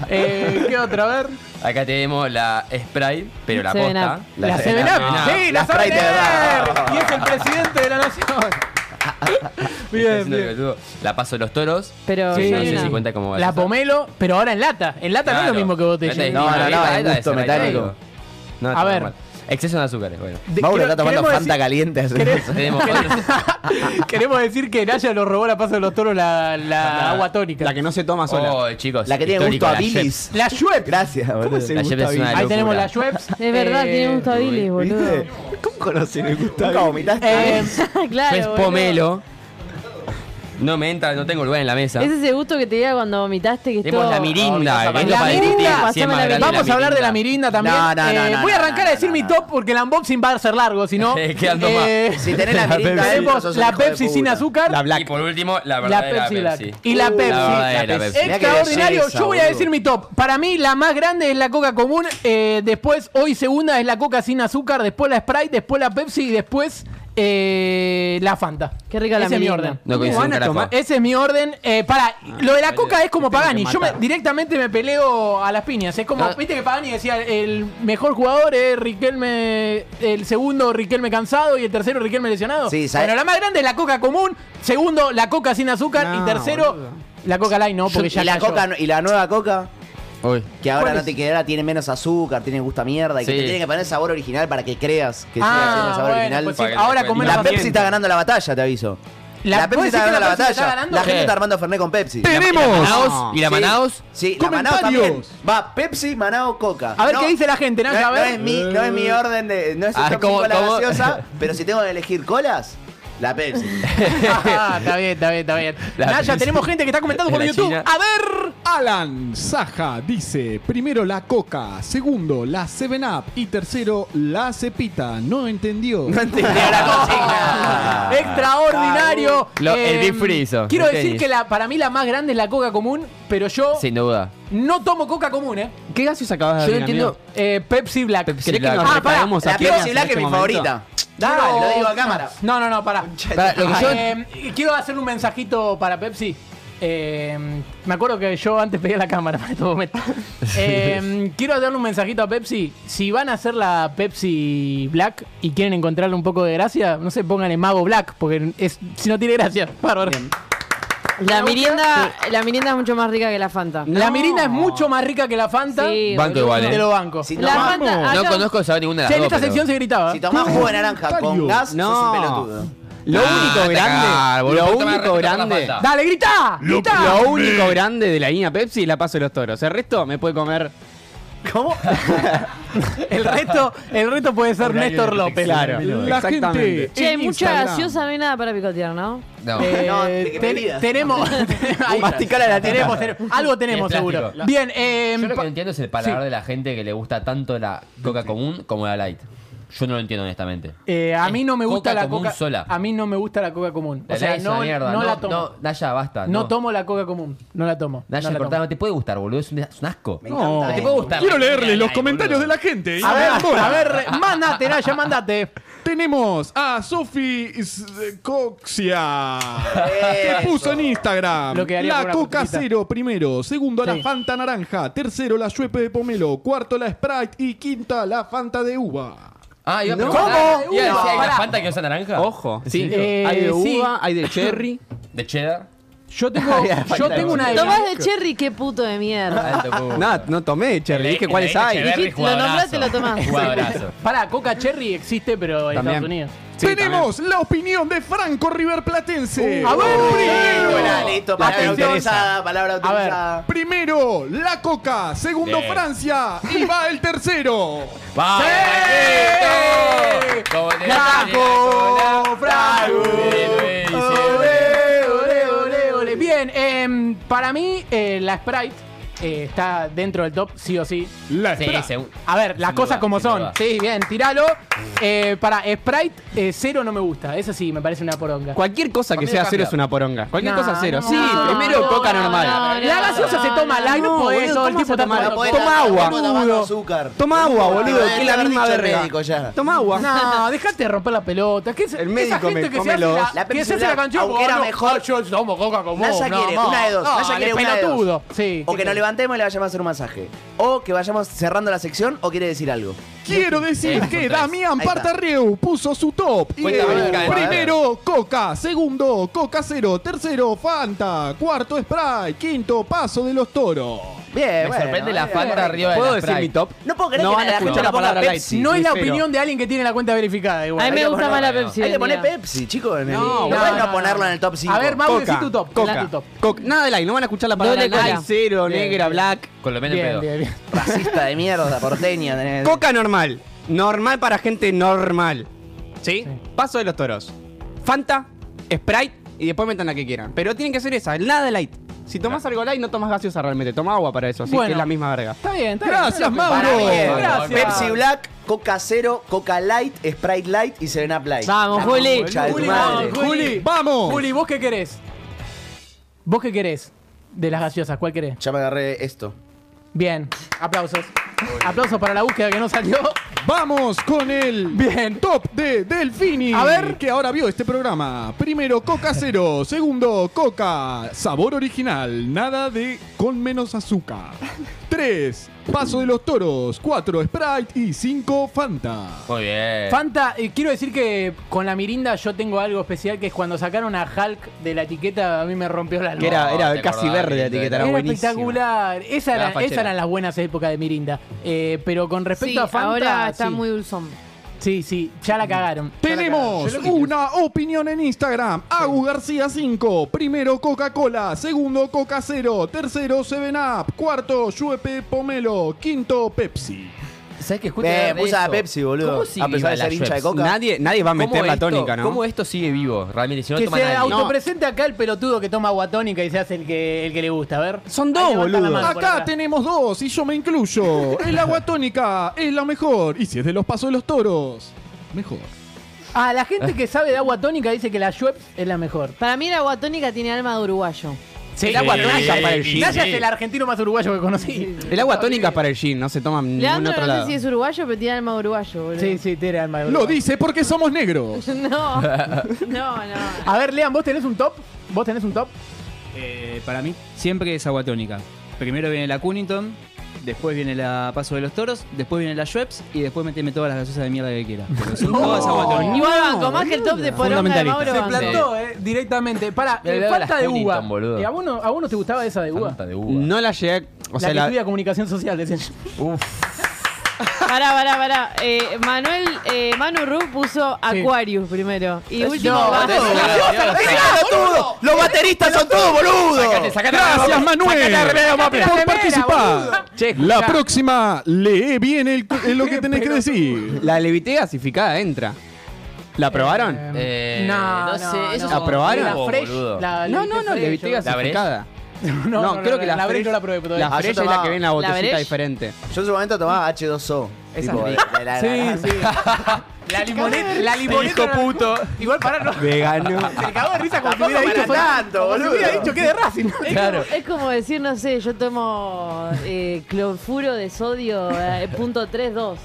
E: Eh, ¿Qué otra? A ver.
C: Acá tenemos la Sprite, pero la
E: Seven
C: posta.
E: Up. La 7 Up. Sí, la, saben
C: Sprite de verdad.
E: leer. Y es el presidente de la nación.
C: Bien, La paso de los toros.
F: Pero
C: Sí,
E: Sí,
C: no sé
E: una-
C: si cuenta como
E: La pomelo, pero ahora en lata. En lata no es
C: Claro.
E: lo mismo que
C: Esta
E: botella.
C: es una bebida, esta es una
D: metálico.
C: No,
E: A
C: está
E: ver.
C: normal. Exceso de azúcares, bueno.
E: De- Mauro creo- está tomando queremos Fanta decir-
D: caliente.
C: Tenemos otro-
E: Queremos decir que Naya lo robó la paso de los toros la, la
C: Ah.
E: agua tónica.
B: La que no se toma sola.
C: Oh, chicos.
D: La que tiene gusto
C: histórico,
D: a
C: la
D: bilis.
E: La Schweppes.
D: Gracias, boludo.
C: La Schweppes es una
E: Ahí tenemos la
C: locura.
E: Schweppes.
F: Es verdad,
E: Eh,
F: tiene gusto a Billy, boludo.
D: ¿Cómo conocen el gusto Nunca vomitaste.
E: Eh,
F: claro.
C: Yo es
F: boludo.
C: pomelo. No me entra, no tengo lugar en la mesa.
F: Es ese gusto que te dio cuando vomitaste que
C: Tenemos
F: todo...
C: la mirinda. que es lo
E: La mirinda,
C: para distinguir si es
E: pasame
C: más
E: la
C: grande
E: Vamos a hablar de la mirinda también.
D: No, no, no,
E: Eh,
D: no,
E: voy a
D: no,
E: arrancar
D: no,
E: a decir mi top porque el unboxing va a ser largo, si no. eh,
C: Quedan dos más.
D: Si tenés la mirinda adentro,
E: tenemos
D: sos un
E: la
D: hijo de
E: Pepsi sin
D: puta.
E: azúcar.
C: Y por último, la
E: La
C: verdadera
E: Pepsi Black.
C: Pepsi. Uh,
E: Y la Pepsi.
C: verdadera
E: La Pepsi.
C: Pepsi.
E: Extraordinario.
D: belleza,
E: Yo voy a
D: boludo.
E: decir mi top. Para mí, la más grande es la Coca común. eh, después, hoy segunda es la Coca sin azúcar. Después la Sprite. Después la Pepsi. Y después eh, la Fanta.
F: Qué rica la
E: Ese es mi
F: mirinda.
E: orden.
C: No coincido un carajo.
E: Ese es mi orden. Eh, para, lo de la Coca es como Pagani. Yo me- directamente me peleo a las piñas. Es como,
C: No.
E: viste que Pagani decía, el mejor jugador es Riquelme, el segundo Riquelme cansado y el tercero Riquelme lesionado.
D: Sí, ¿sabes?
E: bueno, la más grande es la Coca común, segundo la Coca sin azúcar
D: No,
E: y tercero la Coca Light, no, porque
D: Yo-
E: ya
D: y la
E: cayó.
D: coca no- y la nueva coca. Que ahora
E: ¿Cuál
D: no
E: es?
D: te que ahora tiene menos azúcar, tiene gusto a mierda y que
E: Sí.
D: te tienen que poner el sabor original para que creas que sigue
E: Ah,
D: siendo el sabor
E: bueno,
D: original.
E: pues sí, Para que ahora le comemos
D: la
E: la
D: Pepsi
E: pimienta.
D: está ganando la batalla, te aviso.
E: La-
D: La,
E: ¿vos
D: Pepsi está
E: decís que
D: ganando
E: la
D: la
E: Pepsi
D: batalla.
E: está ganando?
D: La
E: Sí.
D: gente está armando Fernet con Pepsi.
E: ¡Tenemos!
D: ¿Y la
E: ¿Y la Manaos?
D: Sí, la Manaos
E: ¡Comentarios!
D: también. Va Pepsi, Manao, Coca.
E: A ver
D: No,
E: qué dice la gente,
D: No,
E: Naya, a
D: no
E: ver.
D: es mi, no es mi orden de. No es
E: Ah,
D: el top
E: ¿cómo-
D: cinco la
E: cómo?
D: gaseosa, pero si tengo que elegir colas, la Pepsi.
E: Ah, está bien, está bien, está bien.
D: La
E: Naya,
D: Pepsi.
E: tenemos gente que está comentando por
G: En la
E: YouTube.
G: China.
E: A ver.
G: Alan Saja dice, primero la coca, segundo la 7-Up y tercero la cepita. No entendió. No
E: entendió la
G: consigna.
D: Ah,
E: Extraordinario. Em,
C: Lo- el Big Free hizo.
E: Quiero
C: El
E: decir
C: tenis.
E: que la, para mí la más grande es la coca común, pero yo
C: Sin duda.
E: no tomo coca común, ¿eh?
P: ¿Qué gases acabas de
E: Yo no
P: abrir,
E: entiendo.
P: amigo?
E: Eh, Pepsi Black.
P: ¿Querés que Black. nos
E: Ah, pará.
P: retraigamos
D: La
P: aquí en
D: Pepsi
P: este
D: Black es mi
P: momento?
D: favorita. Dale, lo digo a cámara.
E: No, no, no, pará.
D: Pará, lo que yo-
E: Eh, quiero hacer un mensajito para Pepsi. Eh, me acuerdo que yo antes pedía la cámara para todo momento. Eh, quiero darle un mensajito a Pepsi. Si van a hacer la Pepsi Black y quieren encontrarle un poco de gracia, no se pongan en Mago Black, porque es, si no tiene gracia, bárbaro.
F: La merienda, la merienda es Oh, mucho más rica que la Fanta.
E: La mirinda es mucho más rica que la Fanta.
F: Sí,
C: Banco igual, ¿eh?
E: Te lo banco.
D: Si
E: la
D: tomamos-
E: Fanta,
C: No
E: acá-
C: conozco saber ninguna de las
E: Sí, en
C: dos,
E: esta
C: pero-
E: sección se gritaba.
D: Si tomás jugo de naranja con gas,
E: No.
D: sos un pelotudo.
B: Lo
C: Ah,
B: único
C: te
B: grande,
C: cagás, boludo, te
B: lo
C: va a
B: único
C: respetar la
B: grande,
C: falta.
E: Dale, grita.
B: lo,
E: grita.
B: lo único grande de la línea Pepsi es la paso de los toros. El resto me puede comer.
E: ¿Cómo? el resto, el resto puede ser
B: Horario
E: Néstor
B: de
E: López.
B: protección Claro. del
E: La gente
B: Exactamente.
F: Che, mucha gaseosa, no hay nada para picotear, ¿no?
C: No.
E: Eh,
D: No, de
E: te-
D: que bebidas.
E: tenemos, Ahí-
D: Masticala la teta.
E: tenemos, tenemos- algo tenemos
C: Y es
E: seguro.
C: plástico.
E: Bien, eh,
C: Yo lo que
E: pa-
C: no entiendo es el paladar
E: Sí.
C: de la gente que le gusta tanto la coca común como la light. Yo no lo entiendo honestamente.
E: eh, a mí no me gusta
C: Coca
E: la
C: común
E: coca
C: sola.
E: A mí no me gusta la coca común.
C: La
E: o sea,
C: Light es
E: no,
C: una mierda.
E: no
C: No,
E: la tomo.
C: no, Naya, basta.
E: no tomo la coca común. No la tomo.
C: Naya,
E: no la
C: cortá,
E: tomo.
C: no te puede gustar, boludo. Es un, es un asco.
D: No.
E: eh.
C: te puede gustar.
G: Quiero leerle los
C: Ay,
G: comentarios de
C: boludo.
G: la gente. ¿eh?
E: A ver,
G: Inamor.
E: a ver, mandate, Naya, mandate.
G: Tenemos a eh, Sofi S- Coxia. que puso en Instagram.
E: Lo que haría por
G: la
E: una
G: Coca
E: frutita.
G: Cero primero. Segundo,
E: Sí.
G: la Fanta Naranja. Tercero, la Chuepe de Pomelo. Cuarto, la Sprite. Y quinta, la Fanta de Uva.
C: Ah, iba a
E: No.
C: preguntar.
E: ¿Cómo?
C: Iba a decir, ¿hay una
E: Pará.
C: Fanta que usa naranja?
B: Ojo.
E: Sí,
B: hay de
E: eh,
B: uva,
E: sí.
B: hay de cherry.
C: ¿De cheddar?
E: Yo tengo, yo tengo una de
F: Tomás de cherry, qué puto de mierda.
C: Alto cubo.
B: Nada, no tomé cherry, dije
C: El
B: cuáles
C: de
B: hay.
C: Echeverri,
F: Dijiste- lo
C: jugadorazo.
F: nombraste, lo tomás.
C: Jugadorazo.
E: Pará, Coca Cherry existe, pero en
B: También.
E: Estados Unidos.
B: Sí,
G: Tenemos la opinión de Franco River Platense.
E: Uh, a ver,
G: primero,
D: Hola, listo, palabra
E: Atención.
D: autorizada, palabra
E: A ver.
D: autorizada.
G: primero, la Coca. Segundo,
C: Bien.
G: Francia. Y va el tercero.
C: ¡Vamos, Franquito! Como te
E: ¡Franco!
C: Franco. Héroe,
E: ¡Ole, ole, ole, ole! Bien, em, para mí eh, la Sprite eh, está dentro del top, sí o sí.
G: La
C: Sí,
G: Sprite.
C: según-
E: A ver, las
C: Sin
E: cosas
C: duda,
E: como
C: sin
E: son.
C: duda.
E: Sí, bien, tiralo. Eh, para Sprite, eh, cero no me gusta. Eso sí, me parece una poronga.
B: Cualquier cosa que
C: Conmigo
B: sea cero
C: cambia.
B: es una poronga. Cualquier
E: No,
B: cosa cero.
E: no,
B: sí,
E: no,
B: primero
E: no,
B: coca
E: no,
B: normal.
F: no, no,
E: La gaseosa se toma light, no
B: no,
E: podés,
B: boludo,
E: todo el
B: ¿cómo
E: tiempo
B: vas a
E: está
B: tomar?
E: tomando.
D: podés
E: Toma
D: andar
E: agua.
D: tomando más
E: boludo.
D: azúcar.
B: Toma agua, boludo,
D: Debería
B: que es la
D: haber
B: misma
D: dicho el
B: verga.
D: médico ya.
B: Toma agua.
E: No, dejate de romper la pelota. ¿Qué es
B: El médico
E: esa gente
B: me
E: que se hace
B: come
E: la,
B: los-
D: La
E: que se
D: Pepsi
E: hace la
D: Black,
E: canción?
D: aunque era
E: "Oh, no,
D: mejor".
E: yo tomo coca como
D: Naya
E: no,
D: quiere
E: no.
D: una de dos.
E: No,
D: Naya
E: el
D: quiere una de
E: pelotudo.
D: dos.
E: Sí.
D: O que nos levantemos y le vayamos a hacer un masaje. O que vayamos cerrando la sección o quiere decir algo.
G: Quiero decir
C: Esos
G: que
C: tres.
G: Damián
D: Ahí está.
G: Partarreu puso su top. Y
C: Cuenta,
G: es
C: a ver,
G: primero, Coca. Segundo, Coca Cero. Tercero, Fanta. Cuarto, Sprite. Quinto, Paso de los Toros.
D: Bien,
C: Me
D: bueno,
C: sorprende la
D: bien.
C: Fanta arriba de
B: ¿Puedo
C: la
B: decir mi
C: Sprite.
B: top?
D: No puedo creer
B: No
D: que
B: van a
D: la gente
B: escuchar
D: no
B: la
D: ponga
B: palabra
D: Pepsi.
B: light. sí,
E: no es
B: ni
E: la
B: cero.
E: opinión de alguien que tiene la cuenta verificada. Igual.
F: A mí
E: Hay
F: me
E: que
F: gusta más
E: ponerlo.
F: la
C: no, no.
F: Pepsi.
D: Ahí le
F: del
D: pone
F: día.
D: Pepsi, chicos. en el-
B: No,
D: No,
B: no,
D: pueden
E: no,
D: no
E: no.
D: ponerlo en el top 5.
E: A ver, Mau, decí tu top.
B: Coca.
E: Decí tu top.
B: Coca. Nada de light, no van a escuchar la palabra
F: Doble cola.
B: light, cero,
E: Bien,
B: negra,
E: bien.
B: black.
C: Con lo menos
E: Bien,
C: pedo.
E: bien, bien.
D: Racista de mierda, porteña. tenés-
B: Coca normal. Normal para gente normal. ¿Sí? Paso de los toros. Fanta, Sprite y después metan la que quieran. Pero tienen que ser esa, nada de light. Si tomas algo light, no tomas gaseosa realmente. Toma agua para eso, así
E: Bueno.
B: que es la misma verga.
E: Está bien, está
G: Gracias,
E: bien.
D: Para
G: Mauro.
D: mí es
E: Gracias.
D: Pepsi Black, Coca Cero, Coca Light, Sprite Light y Seven Up Light.
F: Vamos,
D: La
F: Juli.
D: concha de tu
E: Juli,
D: madre.
E: vamos, Juli.
G: ¡Vamos!
E: Juli, ¿vos qué querés? ¿Vos qué querés de las gaseosas? ¿Cuál querés?
D: Ya me agarré esto.
E: Bien, aplausos. Aplausos para la búsqueda que no salió.
G: Vamos con el
E: Bien.
G: top de Delfini.
E: A ver.
G: Que ahora vio este programa. Primero, Coca Cero. Segundo, Coca. Sabor original. Nada de con menos azúcar. 3. Paso de los toros. 4. Sprite. Y 5. Fanta.
C: Muy bien.
E: Fanta, eh, quiero decir que con la Mirinda yo tengo algo especial que es cuando sacaron a Hulk de la etiqueta a mí me rompió la
I: Que era- era No, te casi acordás, verde la Mirinda. etiqueta, era buenísima.
E: espectacular. Esa
I: Era
E: era-
I: fachera.
E: Esas eran las buenas épocas de Mirinda. Eh, pero con respecto
F: Sí,
E: a Fanta.
F: ahora está
E: sí.
F: muy Mm. dulzón.
E: Sí, sí, ya la cagaron.
G: Tenemos una opinión en Instagram. Agus García 5. Primero Coca-Cola. Segundo Coca Cero. Tercero Seven Up. Cuarto Yuepe Pomelo. Quinto Pepsi.
C: ¿Sabes qué?
D: Justo Eh, hablar de puse a eso. Pepsi, boludo.
C: ¿Cómo sigue
D: A pesar
C: viva
D: de
C: la
D: ser hincha de
C: Schweppes?
D: Coca. Nadie- nadie va a
C: ¿Cómo
D: meter la
C: esto-
D: tónica, ¿no?
C: ¿Cómo esto sigue vivo, Ramírez? Si no
E: que
C: toma
E: se
C: nadie.
E: autopresente acá el pelotudo que toma guatónica y se hace el que, el que le gusta. A ver. Son
G: Acá tenemos dos y yo me incluyo. El agua tónica es la mejor. Y si es de los pasos de los toros, mejor.
E: Ah, la gente que sabe de agua tónica dice que la Schweppes es la mejor.
F: Para mí la agua tónica tiene alma de uruguayo.
E: Sí,
R: El agua tónica para el gin.
E: Naya es el argentino más uruguayo que conocí.
R: El agua tónica para el gin, no se toma en ningún
F: Leandro
R: otro
F: no
R: lado.
F: sé si es uruguayo, pero tiene alma de uruguayo, boludo.
E: Sí, sí, tiene alma de
G: Lo dice porque somos negros.
F: No, no, no.
E: A ver, Lean, ¿vos tenés un top? ¿Vos tenés un top?
P: Eh, para mí siempre es agua tónica. Primero viene la Cunnington, después viene la Paso de los Toros, después viene la Schweppes y después meteme todas las gaseosas de mierda que quiera. Pero son todas agua tónica.
F: Igual banco, más que el top de poronga de Mauro
E: Se
F: banco.
E: plantó, eh, directamente. Para,
P: Le veo
E: falta
P: las
E: de
P: Huntington,
E: uva.
P: boludo.
E: Eh, ¿A vos, no, ¿A vos no te gustaba esa de uva?
R: No la llegué. O
E: la
R: sea,
E: que
R: la.
E: estudia comunicación social, decían.
F: Pará, pará, pará. Eh, Manuel, eh, Manu Ru puso Aquarius primero. Y
E: Es-
F: último,
E: no,
F: Vasco.
E: boludo, boludo.
D: ¡Es todo! ¡Los bateristas son todos boludos!
G: Sacate, sacate la remera, sacate la remera, Maple, por participar. La próxima, lee bien el, el lo que tenés que decir.
R: La levité gasificada entra. ¿La probaron?
C: Eh,
E: no, no
C: sé, eso
R: ¿La probaron?
E: La fresh. La
R: no, no, no,
E: fresh,
R: levité
E: yo-
R: gasificada. No,
E: No, no,
R: creo
E: no,
R: que
E: la
R: la,
E: Breche
R: fresh-
E: no la probé todavía.
R: La
E: Ah, yo
R: fresh es la
E: tomaba-
R: que viene en la
E: ¿La
R: botellita
E: Breche?
R: diferente.
D: Yo en su momento tomaba H2O.
R: Esa
D: tipo,
R: es
D: de- de la-
E: Sí, sí. La limoneta. La limoneta.
D: Hijo
E: puto. Igual para no.
R: Vegano.
E: Se cagó de risa como si
D: Tampoco
E: hubiera
D: para
E: dicho. fue-
D: tanto,
E: como si
D: boludo.
E: hubiera dicho que de Racing.
F: Es, como, es como decir, no sé, yo tomo eh, clorfuro de sodio eh, punto 3.2.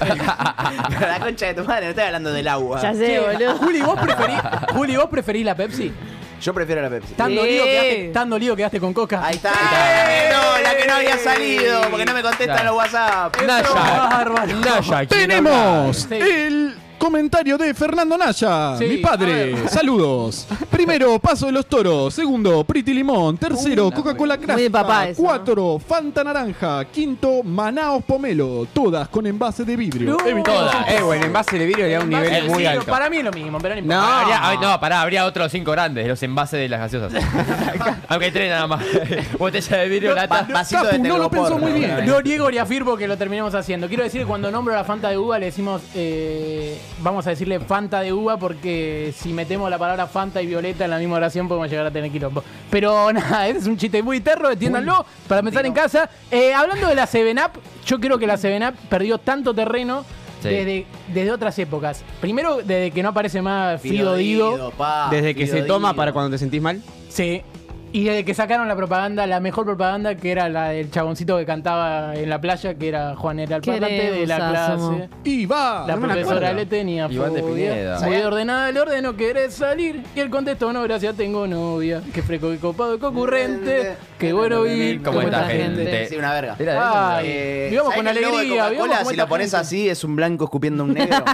D: Pero la concha de tu madre, no estoy hablando del agua.
F: Ya sé, boludo.
E: Juli, ¿vos preferís, Juli, ¿vos preferís la Pepsi?
D: Yo prefiero la Pepsi.
E: Tan, dolido quedaste, tan dolido quedaste con Coca. Ahí
D: está. No, la que no había salido, porque no me contestan los WhatsApp.
G: Tenemos el comentario de Fernando Naya,
D: Sí,
G: mi
D: a
G: padre.
D: ver.
G: Saludos. Primero, Paso de los Toros. Segundo, Pretty Limón. Tercero,
F: Una,
G: Coca-Cola
F: muy de papá
G: Craft.
F: eso,
G: Cuatro, Fanta Naranja. Quinto, Manaos Pomelo. Todas con envase de vidrio.
E: No.
G: Evitemos
C: Todas.
G: el-
R: Eh, bueno, envase de vidrio le da un
E: Envase
R: nivel
E: de
R: muy
E: vidrio,
R: alto.
E: Para mí es lo mismo, pero no
C: No,
E: importa.
C: habría- ay, no, pará, habría otros cinco grandes, los envases de las gaseosas. Aunque hay tres nada más. Botella de vidrio, lata.
E: No niego ni afirmo que lo terminemos haciendo. Quiero decir que cuando nombro la Fanta de uva le decimos, eh, vamos a decirle Fanta de uva porque si metemos la palabra Fanta y Violeta en la misma oración podemos llegar a tener quilombo. Pero nada, ese es un chiste muy terro, entiéndanlo, para pensar en casa. Eh, hablando de la 7-Up, yo creo que la 7-Up perdió tanto terreno
R: Sí.
E: desde, desde otras épocas. Primero, desde que no aparece más Fido Dido.
R: Desde que se toma para cuando te sentís mal.
E: Sí. Y desde que sacaron la propaganda, la mejor propaganda, que era la del chaboncito que cantaba en la playa, que era Juan era el
F: Qué
E: parlante de la
F: hermosa
E: clase.
F: somos.
G: Y va.
E: La
G: Ah, no me la
E: profesora
G: acuerdo.
E: le tenía
C: Iván de Pineda.
E: fobia. Muy ordenada el ordeno, querés salir. Y él contestó, no, gracias, tengo novia. Qué freco, qué copado, qué ocurrente. Qué bueno vivir
D: Como
E: como
D: esta
E: esta gente.
D: Sí, una verga. eh,
E: Era de esa, Ay, ¿no? vivamos con
D: ¿sabés que el logo de
E: alegría,
D: Coca-Cola,
E: vivamos con
D: si
E: esta
D: lo pones
E: gente?
D: así, es un blanco escupiendo un negro.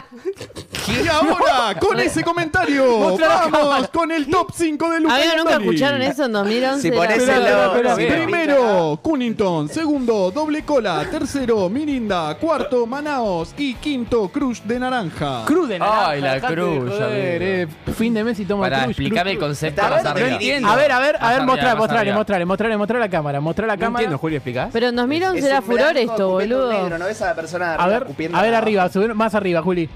G: Y ahora, con ese comentario,
D: Mostrá la
G: vamos
D: cámara.
G: con el top 5 de Luca
F: Amigo, ¿nunca
G: Iannoli.
F: escucharon eso en 2011?
D: Si ponés
G: Espera,
D: el
G: espera,
D: logo,
G: espera.
D: si ponés-
G: Primero, Cunnington. Segundo, Doble Cola. Tercero, Mirinda. Cuarto, Manaos. Y quinto, Crush de Naranja.
E: Cruz de naranja.
C: Ay, la
E: dejate de
C: cruz,
E: joder,
C: amigo.
E: eh. Fin de mes y toma
C: Pará,
E: cruz, cruz,
C: explícame el
E: cruz.
C: concepto
E: A
C: más
E: ver,
C: arriba.
E: no entiendo. A ver, a ver,
C: Más
E: a ver,
C: arriba,
E: mostrale,
C: más
E: mostrale,
C: arriba.
E: mostrale, mostrale, mostrale la cámara, mostrale la cámara.
C: entiendo, Julio, ¿explicás?
F: Pero en 2011
D: Es
F: era
D: un
F: furor
D: blanco
F: esto,
D: escupiendo un
F: boludo.
D: negro, no ves a la persona
E: A ver,
D: escupiendo
E: a ver
D: abajo.
E: arriba, subir más arriba, Juli.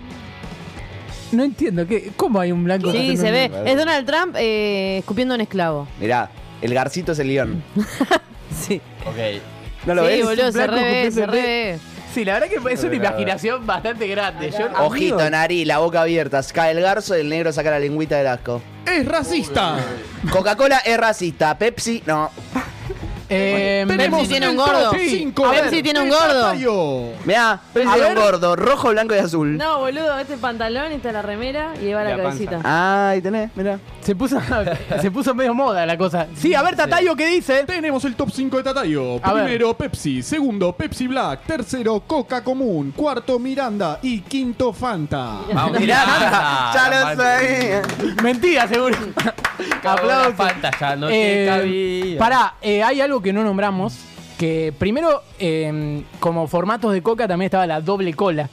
E: No entiendo, ¿qué, ¿cómo hay un blanco?
F: Sí,
E: haciendo
F: se
E: un-
F: ve. Es Donald Trump eh, escupiendo a un esclavo.
D: Mirá, el garcito es el guión.
F: sí.
C: Ok.
D: ¿No lo
F: sí,
D: ves?
F: boludo,
E: Es un
F: se
E: blanco
F: re ve,
E: escupiendo
F: se
E: el
F: re
E: negro.
F: ve.
E: Sí, la verdad que es una
D: Pero,
E: imaginación bastante grande. Yo-
D: Ojito, nariz, la boca abierta. Cae el garzo y el negro saca la lengüita del asco.
G: ¡Es racista!
D: Coca-Cola es racista, Pepsi no.
E: Eh,
G: Tenemos
S: si tiene un
G: el top
S: gordo.
G: cinco
S: A ver
G: del
S: si tiene un gordo.
G: Petapayo.
D: Mirá,
G: Pero
D: había
G: a
D: un
G: ver.
D: gordo, rojo, blanco y azul.
F: No, boludo, este pantalón, esta la remera y ahí va la, cabecita.
D: Ah, ahí tenés, mirá.
E: Se puso, se puso medio moda la cosa. Sí, a ver, Tatayo, ¿qué dice?
G: Tenemos el top 5 de Tatayo.
E: A ver.
G: Primero Pepsi, segundo Pepsi Black, tercero Coca Común, cuarto Miranda y quinto Fanta.
C: Vamos, Miranda. Ya lo sabía.
E: Mentira, seguro. Aplausos.
C: ya no
E: Eh,
C: te cabía.
E: Pará, eh, hay algo que no nombramos. Que primero, eh, como formatos de coca, también estaba la doble cola.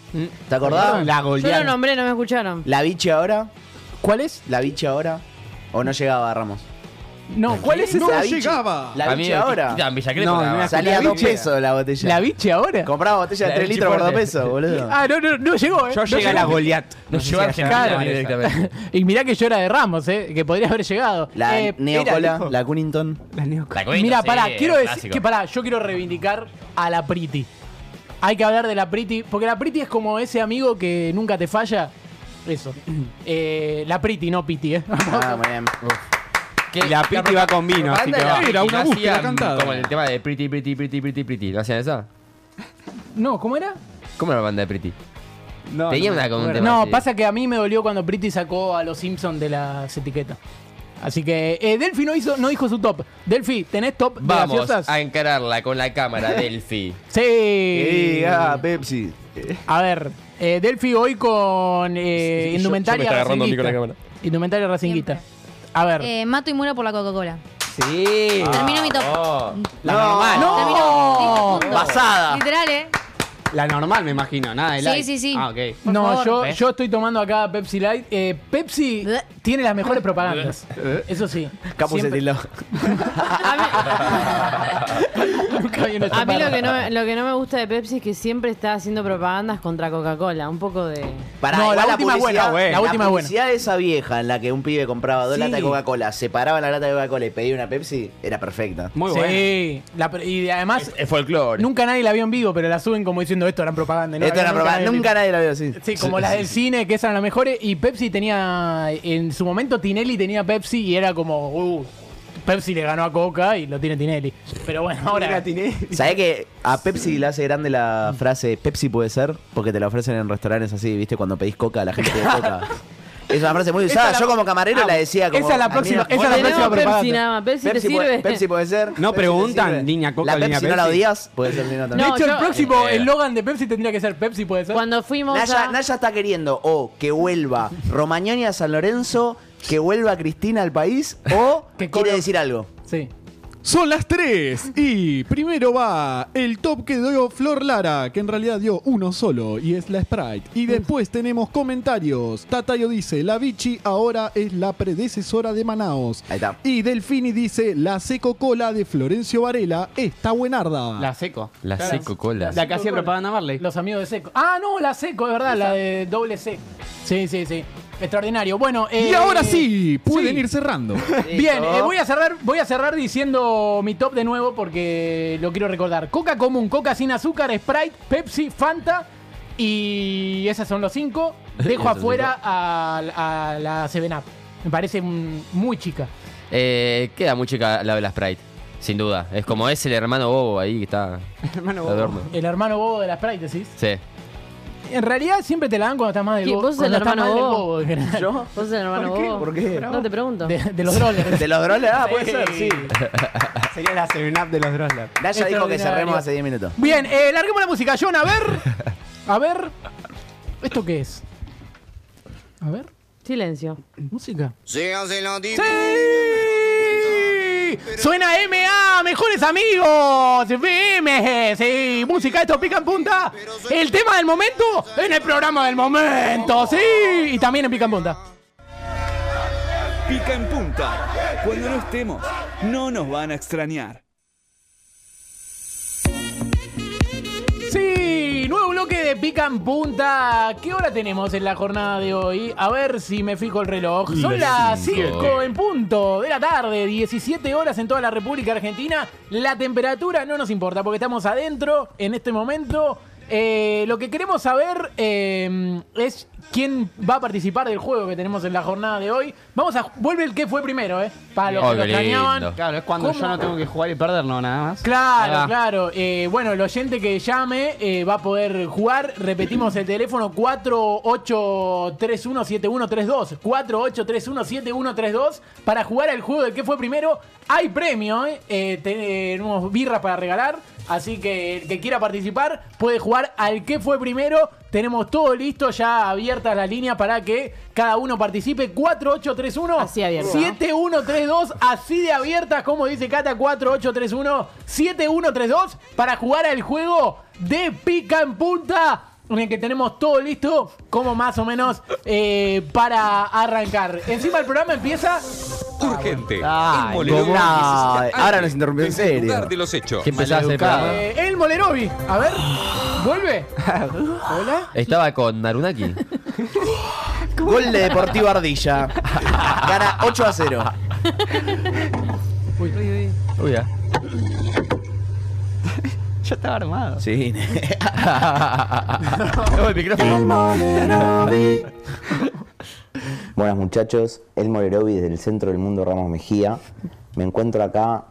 D: ¿Te acordás?
E: La
F: Yo lo
E: golearon.
F: nombré, no me escucharon.
D: ¿La biche ahora?
E: ¿Cuál es?
D: ¿La biche ahora? ¿O no llegaba Ramos?
E: No, ¿cuál es esa?
D: La biche- La biche ahora.
E: No, no,
D: Salía
E: la
D: dos
E: biche-
D: pesos la botella.
E: ¿La biche ahora?
D: Compraba botella de
E: La
D: 3
E: biche
D: litros por 2
E: fuerte.
D: pesos, boludo.
E: Ah, no, no, no llegó, ¿eh?
D: Yo
E: no
D: llegué a la
E: llegó.
D: Goliat. No
C: No
D: llegó a Argentina
E: Claro.
D: directamente.
E: Y mirá que yo era de Ramos, ¿eh? Que podría haber llegado.
D: La
E: Eh,
D: Neocola,
E: mira, dijo-
D: la Cunnington.
E: La
C: Neocola.
E: Mira, pará, quiero decir que pará, yo quiero reivindicar a la Priti. Hay que hablar de la Priti, porque la Priti es como ese amigo que nunca te falla. Eso. Eh, la Priti, no Piti, ¿eh?
D: Ah, muy bien.
C: Que-
B: la
C: que
B: Piti va con vino, así
C: propaganda
B: que
C: de la Piti
B: va. Era una
C: la
B: búsqueda
C: hacían
B: cantada.
C: Como en el tema de Pretty, Pretty, Pretty, Pretty, Pretty. ¿No hacían esa?
E: no, ¿cómo era?
C: ¿Cómo era la banda de Pretty? Tenía una con un tema
E: No,
C: así.
E: pasa que a mí me dolió cuando Priti sacó a los Simpsons de las etiquetas. Así que eh, Delphi no, hizo, no dijo su top. Delphi, ¿tenés top de
C: Vamos
E: gaseosas?
C: a encararla con la cámara, Delphi.
E: Sí.
D: Pepsi.
E: A ver, eh, Delphi hoy con eh,
C: Sí, sí, yo-
E: indumentaria
C: yo me está agarrando el micro
E: racinguista.
C: de la cámara.
E: Indumentaria racinguista. A ver.
T: Eh, mato y muero por la Coca-Cola.
C: Sí. Ah,
T: Termino mi top.
B: La
T: No.
B: normal.
T: No. Termino diez segundos.
B: Basada.
T: Literal, ¿eh?
B: La normal, me imagino. Nada de
T: Sí,
B: light.
T: sí, sí.
B: Ah, ok.
T: Por
E: No,
T: favor.
E: yo,
C: ¿Eh?
B: ¿Ves?
E: yo estoy tomando acá Pepsi Light. Eh, Pepsi tiene las mejores propagandas. Eso sí.
D: Capo se
E: Siempre-
D: tildó.
E: Nunca vi una
F: A mí lo
E: chaparra.
F: que, no, me- lo que no me gusta de Pepsi es que siempre está haciendo propagandas contra Coca-Cola. Un poco de.
D: Pará,
E: No,
D: igual
E: la última es buena,
D: publicidad-
E: buena. La última es buena.
D: publicidad de esa vieja en la que un pibe compraba dos
E: Sí.
D: latas de Coca-Cola, separaba la lata de Coca-Cola y pedía una Pepsi, era perfecta.
E: Muy sí, la pr- y además
C: Es folclore.
E: nunca nadie la vio en vivo, pero la suben como diciendo esto eran propaganda. ¿no?
D: Esto era propaganda, nunca nadie la vio así.
E: Sí, como las del cine, que esas eran las mejores. Y Pepsi tenía. En su momento, Tinelli tenía Pepsi y era como. Uh, Pepsi le ganó a Coca y lo tiene Tinelli. Pero bueno, ahora.
D: ¿Sabés que a Pepsi le hace grande la frase Pepsi puede ser? Porque te la ofrecen en restaurantes así, ¿viste? Cuando pedís coca, la gente pide coca. Es una frase muy
E: Esa
D: usada.
E: la-
D: Yo como camarero
E: Ah,
D: la decía como...
E: esa es la
D: al
E: próxima-
D: menos-
E: esa es la Tenemos próxima Pepsi propaganda. nada más. Pepsi te
D: puede-
F: sirve.
D: Pepsi puede ser.
B: No
D: Pepsi te
B: preguntan,
D: sirve.
B: línea Coca,
D: La
B: línea
D: Pepsi no la
B: Pepsi.
D: odias, puede ser línea
E: de
D: también.
E: hecho, el próximo
D: Eh,
E: eslogan de Pepsi tendría que ser Pepsi, puede ser.
F: Cuando fuimos
D: Naya,
F: a.
D: Naya está queriendo o que vuelva Romagnoni a San Lorenzo, que vuelva Cristina al país o que quiere decir algo.
E: Sí.
G: Son las 3 y primero va el top que dio Flor Lara, que en realidad dio uno solo y es la Sprite. Y después tenemos comentarios. Tatayo dice, la Vichy ahora es la predecesora de Manaos.
D: Ahí está.
G: Y Delfini dice, la Seco Cola de Florencio Varela está buenarda.
B: La seco.
C: La
B: Claro.
C: seco cola.
B: La que hacía propaganda Marley.
E: Los amigos de Seco. Ah, no, la Seco, es verdad, la de doble C. Sí, sí, sí. Extraordinario. Bueno,
G: Y
E: eh,
G: ahora sí, pueden
E: sí.
G: ir cerrando.
E: Bien, eh, voy, a cerrar, voy a cerrar diciendo mi top de nuevo porque lo quiero recordar. Coca común, Coca sin azúcar, Sprite, Pepsi, Fanta y esas son los cinco. Dejo
C: Esos
E: afuera a, a la 7-Up. Me parece mm, muy chica.
C: Eh, queda muy chica la de la Sprite. Sin duda. Es como es el hermano bobo ahí que está.
E: Hermano
C: bobo. Adorno.
E: El hermano bobo de la Sprite, decís.
C: Sí.
E: En realidad siempre te la dan cuando estás más del
F: ¿Quién?
E: bobo.
F: ¿Vos sos el
E: cuando estás
F: hermano
E: mal del
F: bobo?
E: bobo, en general.
F: ¿Vos sos el hermano
E: ¿Por qué?
F: bobo?
E: ¿Por qué?
F: No te pregunto.
E: De, de los drollers.
D: ¿De los droles? Ah, puede ser, sí.
B: Sería la 7-Up de los Droslar.
D: Naya dijo que
E: Extraordinario.
D: cerremos hace 10 minutos.
E: Bien, eh, larguemos la música, John. A ver. A ver. ¿Esto qué es? A ver.
F: Silencio.
E: Música.
F: ¡Sí!
E: Suena MA, mejores amigos. FM, sí. Música, esto pica en punta. El tema del momento en el programa del momento, sí. Y también en pica en punta.
U: Pica en punta. Cuando no estemos, no nos van a extrañar.
E: Sí, nuevo bloque de pica en punta. ¿Qué hora tenemos en la jornada de hoy? A ver si me fijo el reloj. Son las
I: Las cinco.
E: 5 en punto de la tarde, 17 horas en toda la República Argentina. La temperatura no nos importa porque estamos adentro en este momento. Eh, lo que queremos saber eh, es quién va a participar del juego que tenemos en la jornada de hoy. Vamos a. Vuelve el que fue primero, ¿eh? Para los
B: Oh,
E: que lo
B: qué lindo.
E: extrañaban.
B: Claro, es cuando
E: ¿Cómo?
B: yo no tengo que jugar y perder, no, nada más. Ahí
E: Claro,
B: va.
E: claro. Eh, bueno, el oyente que llame eh, va a poder jugar. Repetimos el teléfono 48317132. 48317132 para jugar al juego del que fue primero. Hay premio, eh. Eh, tenemos birras para regalar. Así que el que quiera participar puede jugar al que fue primero. Tenemos todo listo, ya abiertas las líneas para que cada uno participe. 4831 así
V: abierto.
E: 7132, así de abiertas, como dice Cata, 4831 7132 para jugar al juego de pica en punta. En el que tenemos todo listo, como más o menos eh, para arrancar. Encima el programa empieza.
L: Urgente.
C: Ay,
L: el moledor
C: ¿cómo?
L: necesita
C: Ay,
L: aire
C: ahora nos interrumpió en
L: desde el
C: serio.
L: lugar de los hechos.
C: Qué maleducado.
E: eh, el Molerovi. A ver, vuelve. Hola.
F: Estaba con Narunaki.
C: Gol de Deportivo Ardilla. Gana 8 a 0.
F: Uy, ya.
D: ah.
B: Yo estaba armado.
C: Sí.
F: el micrófono.
D: Buenas muchachos, El Morerovi desde el centro del mundo Ramos Mejía. Me encuentro acá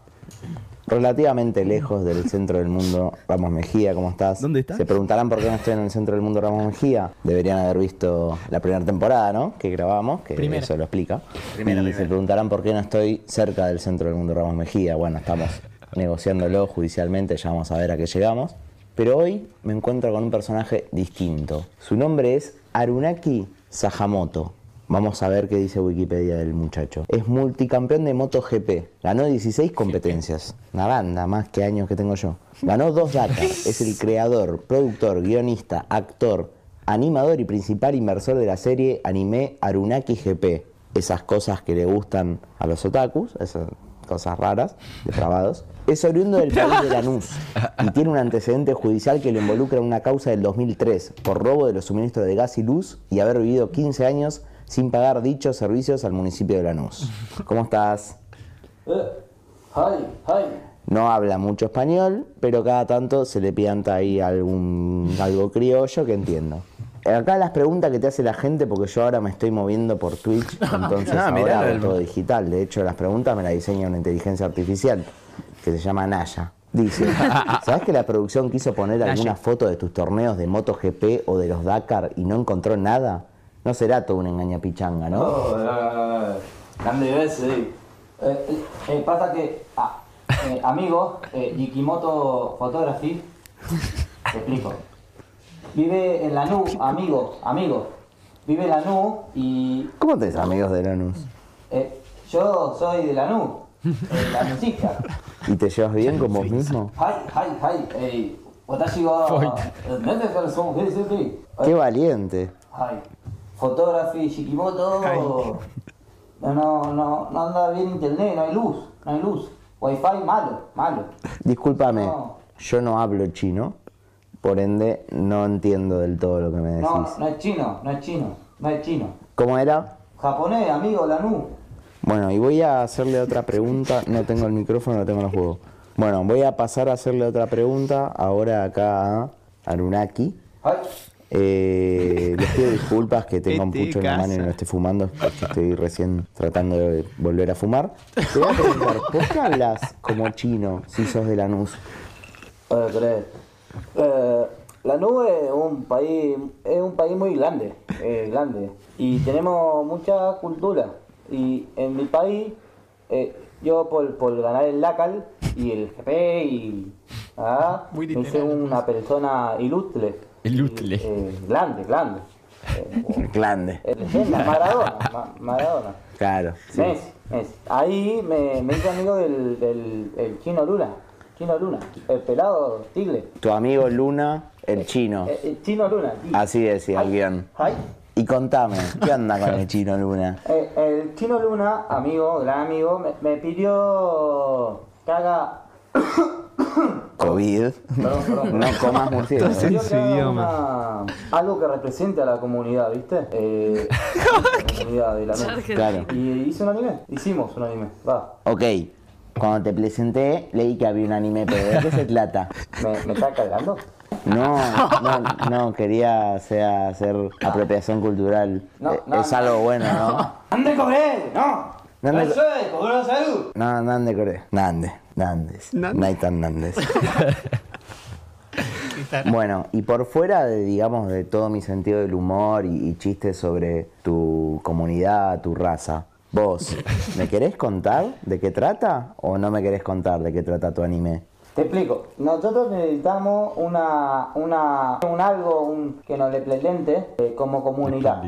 D: relativamente lejos del centro del mundo Ramos Mejía, ¿cómo estás? ¿Dónde estás? Se preguntarán por qué no estoy en el centro del mundo Ramos Mejía. Deberían haber visto la primera temporada, ¿no? Que grabamos, que
C: Primera.
D: eso lo explica.
C: Primera,
D: y se
C: primera.
D: preguntarán por qué no estoy cerca del centro del mundo Ramos Mejía. Bueno, estamos negociándolo judicialmente, ya vamos a ver a qué llegamos. Pero hoy me encuentro con un personaje distinto. Su nombre es Arunaki Sajamoto. Vamos a ver qué dice Wikipedia del muchacho. Es multicampeón de MotoGP. Ganó 16 competencias. Una banda, más que años que tengo yo. Ganó dos datas. Es el creador, productor, guionista, actor, animador y principal inversor de la serie anime Arunaki GP. Esas cosas que le gustan a los otakus, esas cosas raras, depravados. Es oriundo del país de Lanús y tiene un antecedente judicial que lo involucra en una causa del 2003 por robo de los suministros de gas y luz y haber vivido 15 años sin pagar dichos servicios al municipio de Lanús. ¿Cómo estás?
H: Eh, Hi, hi.
D: No habla mucho español, pero cada tanto se le pianta ahí algún algo criollo que entiendo. Acá las preguntas que te hace la gente, porque yo ahora me estoy moviendo por Twitch, entonces
C: Ah, mirá,
D: ahora hago
C: el-
D: todo digital. De hecho, las preguntas me las diseña una inteligencia artificial que se llama Naya. Dice, ¿sabes que la producción quiso poner
C: Naya.
D: alguna foto de tus torneos de MotoGP o de los Dakar y no encontró nada? No será todo una engaña pichanga, ¿Ah, ¿no?
H: Oh, eh, grande vez, sí. Eh, eh, eh, pasa que, ah, eh, amigo, eh, Yikimoto Photography, te explico. Vive en la NU, amigo, amigo. Vive en la NU y
D: ¿Cómo tenés amigos de Lanús?
H: eh, yo soy de la NU, eh, lanusista.
D: ¿Y te llevas bien con vos mismo?
H: Hi, hi, hi, eh, watashi wa... eh, ¿Dónde están los somos? Sí, sí, sí.
D: ¡Qué valiente!
H: Ay, Photography, Shikimoto. No, no, no, no anda bien internet, no hay luz, no hay luz. Wi-Fi malo, malo.
D: Discúlpame,
H: No.
D: yo no hablo chino, por ende no entiendo del todo lo que me decís.
H: No, no es chino, no es chino, no es chino.
D: ¿Cómo era?
H: Japonés, amigo, Lanú.
D: Bueno, y voy a hacerle otra pregunta. No tengo el micrófono, no tengo los juegos. Bueno, voy a pasar a hacerle otra pregunta ahora acá a Arunaki. Eh, les pido disculpas que tenga un
C: Vete de
D: pucho en la mano y
C: casa.
D: no esté fumando. porque Estoy recién tratando de volver a fumar. Te voy a preguntar, ¿por qué hablas como chino si sos de Lanús?
H: Eh, crees. Eh, Lanús es un país, es un país muy grande, eh, grande. Y tenemos mucha cultura. Y en mi país, eh, yo por, por ganar el LACAL y el GP y ah, yo soy una persona ilustre. Ilustre. grande, grande.
D: Grande.
H: Eh, Leyenda, Maradona, Ma- Maradona.
D: Claro. sí.
H: Messi, Messi. Ahí me, me hice amigo del, del el chino Luna. Chino Luna, el pelado Tigre.
D: Tu amigo Luna, el chino.
H: Eh, eh, chino Luna. sí.
D: Así decía el guión.
H: Ay.
D: Y contame, ¿qué onda con el chino Luna?
H: Eh, el chino Luna, amigo, gran amigo, me, me pidió que haga.
D: COVID. No comas murciélago.
H: me pidió que haga una- algo que represente a la comunidad, ¿viste? Eh, la comunidad de la noche.
D: Claro.
H: Y hice un anime. Hicimos un anime. Va.
D: Ok, cuando te presenté leí que había un anime, pero ¿de qué se trata?
H: ¿Me, me está cargando?
D: No, no, no, quería o sea, hacer apropiación cultural. Eh, es algo bueno, ¿no?
H: ¡Ande cobré! ¡No!
D: No, no,
H: ¡Eso es! ¡Cobró salud!
D: no, Nande Coré. Nande, Nandes. Nathan Nandes. Bueno, y por fuera, de, digamos, de todo mi sentido del humor y, y chistes sobre tu comunidad, tu raza, vos, ¿me querés contar de qué trata o no me querés contar de qué trata tu anime?
H: Te explico. Nosotros necesitamos una, una, un algo un- que nos represente eh, como comunidad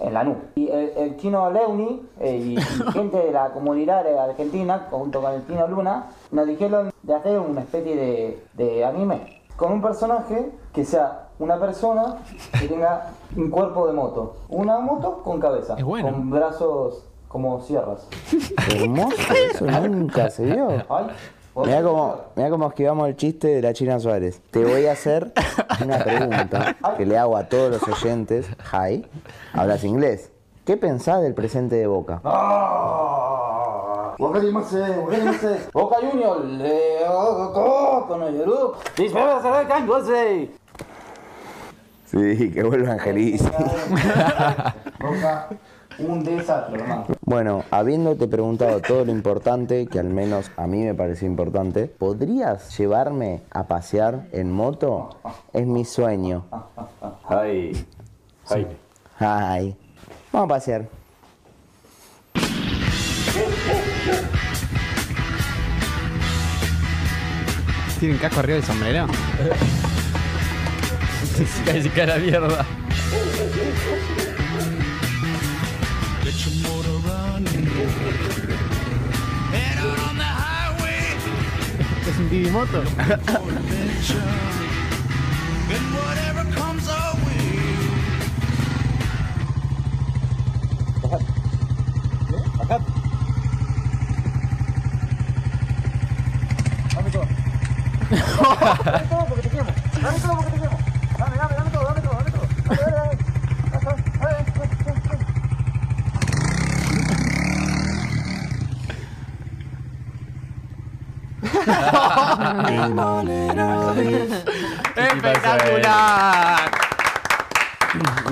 H: en la nube. Y el, el chino Leuni eh, y y gente de la comunidad eh, argentina, junto con el chino Luna, nos dijeron de hacer una especie de, de anime con un personaje que sea una persona que tenga un cuerpo de moto. Una moto con cabeza, con brazos como sierras.
D: Hermoso, eso nunca se vio.
H: Ay, vos-
D: Mirá cómo, mirá cómo esquivamos el chiste de la China Suárez. Te voy a hacer una pregunta que le hago a todos los oyentes. Hi, hablas inglés. ¿Qué pensás del presente de Boca?
H: Boca Juniors, Boca Juniors, Boca Juniors, eh, oh, oh, oh, con el Yoruba. Dispara, se ve, can, goes, eh.
D: Sí, que vuelva Angelisi.
H: Boca, un desastre, hermano.
D: Bueno, habiéndote preguntado todo lo importante, que al menos a mí me pareció importante, ¿podrías llevarme a pasear en moto? Es mi sueño.
H: Ay.
D: Ay. Ay. Vamos a pasear.
B: ¿Tienen casco arriba del sombrero?
C: Casi cara mierda.
E: ¿Es un Didimoto?
H: Dame todo. Dame todo porque te quemo. Dame todo porque te quemo. Dame, dame, dame todo, dame todo, dame todo. Dale, dale, dale. Dale, dale, dale, dale, dale.
E: ¡Espectacular!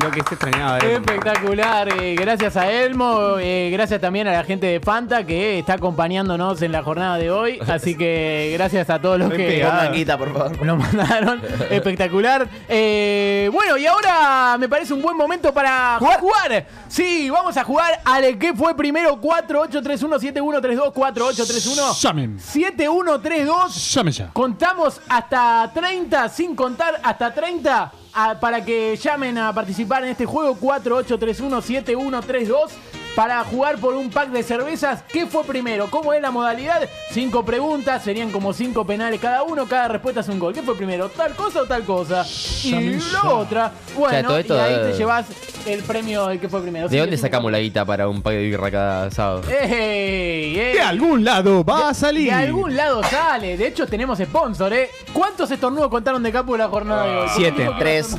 B: Lo que se extrañaba. eh.
E: Espectacular, eh, gracias a Elmo, eh, gracias también a la gente de Fanta que está acompañándonos en la jornada de hoy, así que gracias a todos los
W: Re
E: que
W: pegado. Manguita, por favor.
E: lo mandaron, espectacular. Eh, bueno, y ahora me parece un buen momento para jugar. Sí, vamos a jugar al que fue primero 48317132 4831
O: Llamen.
E: 7132.
O: Llamen ya.
E: Contamos hasta 30, sin contar hasta 30, a- para que llamen a participar en este juego 48317132 para jugar por un pack de cervezas. ¿Qué fue primero? ¿Cómo es la modalidad? Cinco preguntas, serían como cinco penales cada uno, cada respuesta es un gol. ¿Qué fue primero? ¿Tal cosa o tal cosa? Y
C: Llamen ya.
E: la otra, bueno,
C: todo esto
E: y ahí
C: de-
E: te llevas el premio del que fue primero.
C: ¿De
E: Sí,
C: dónde
E: sí.
C: sacamos la guita para un pack de birra cada sábado?
E: Eh, ¡Ey, ey!
O: De algún lado va a salir.
E: De algún lado sale. De hecho, tenemos sponsor, ¿eh? ¿Cuántos estornudos contaron de Capu la jornada de hoy?
W: Ah. Siete.
E: Tres.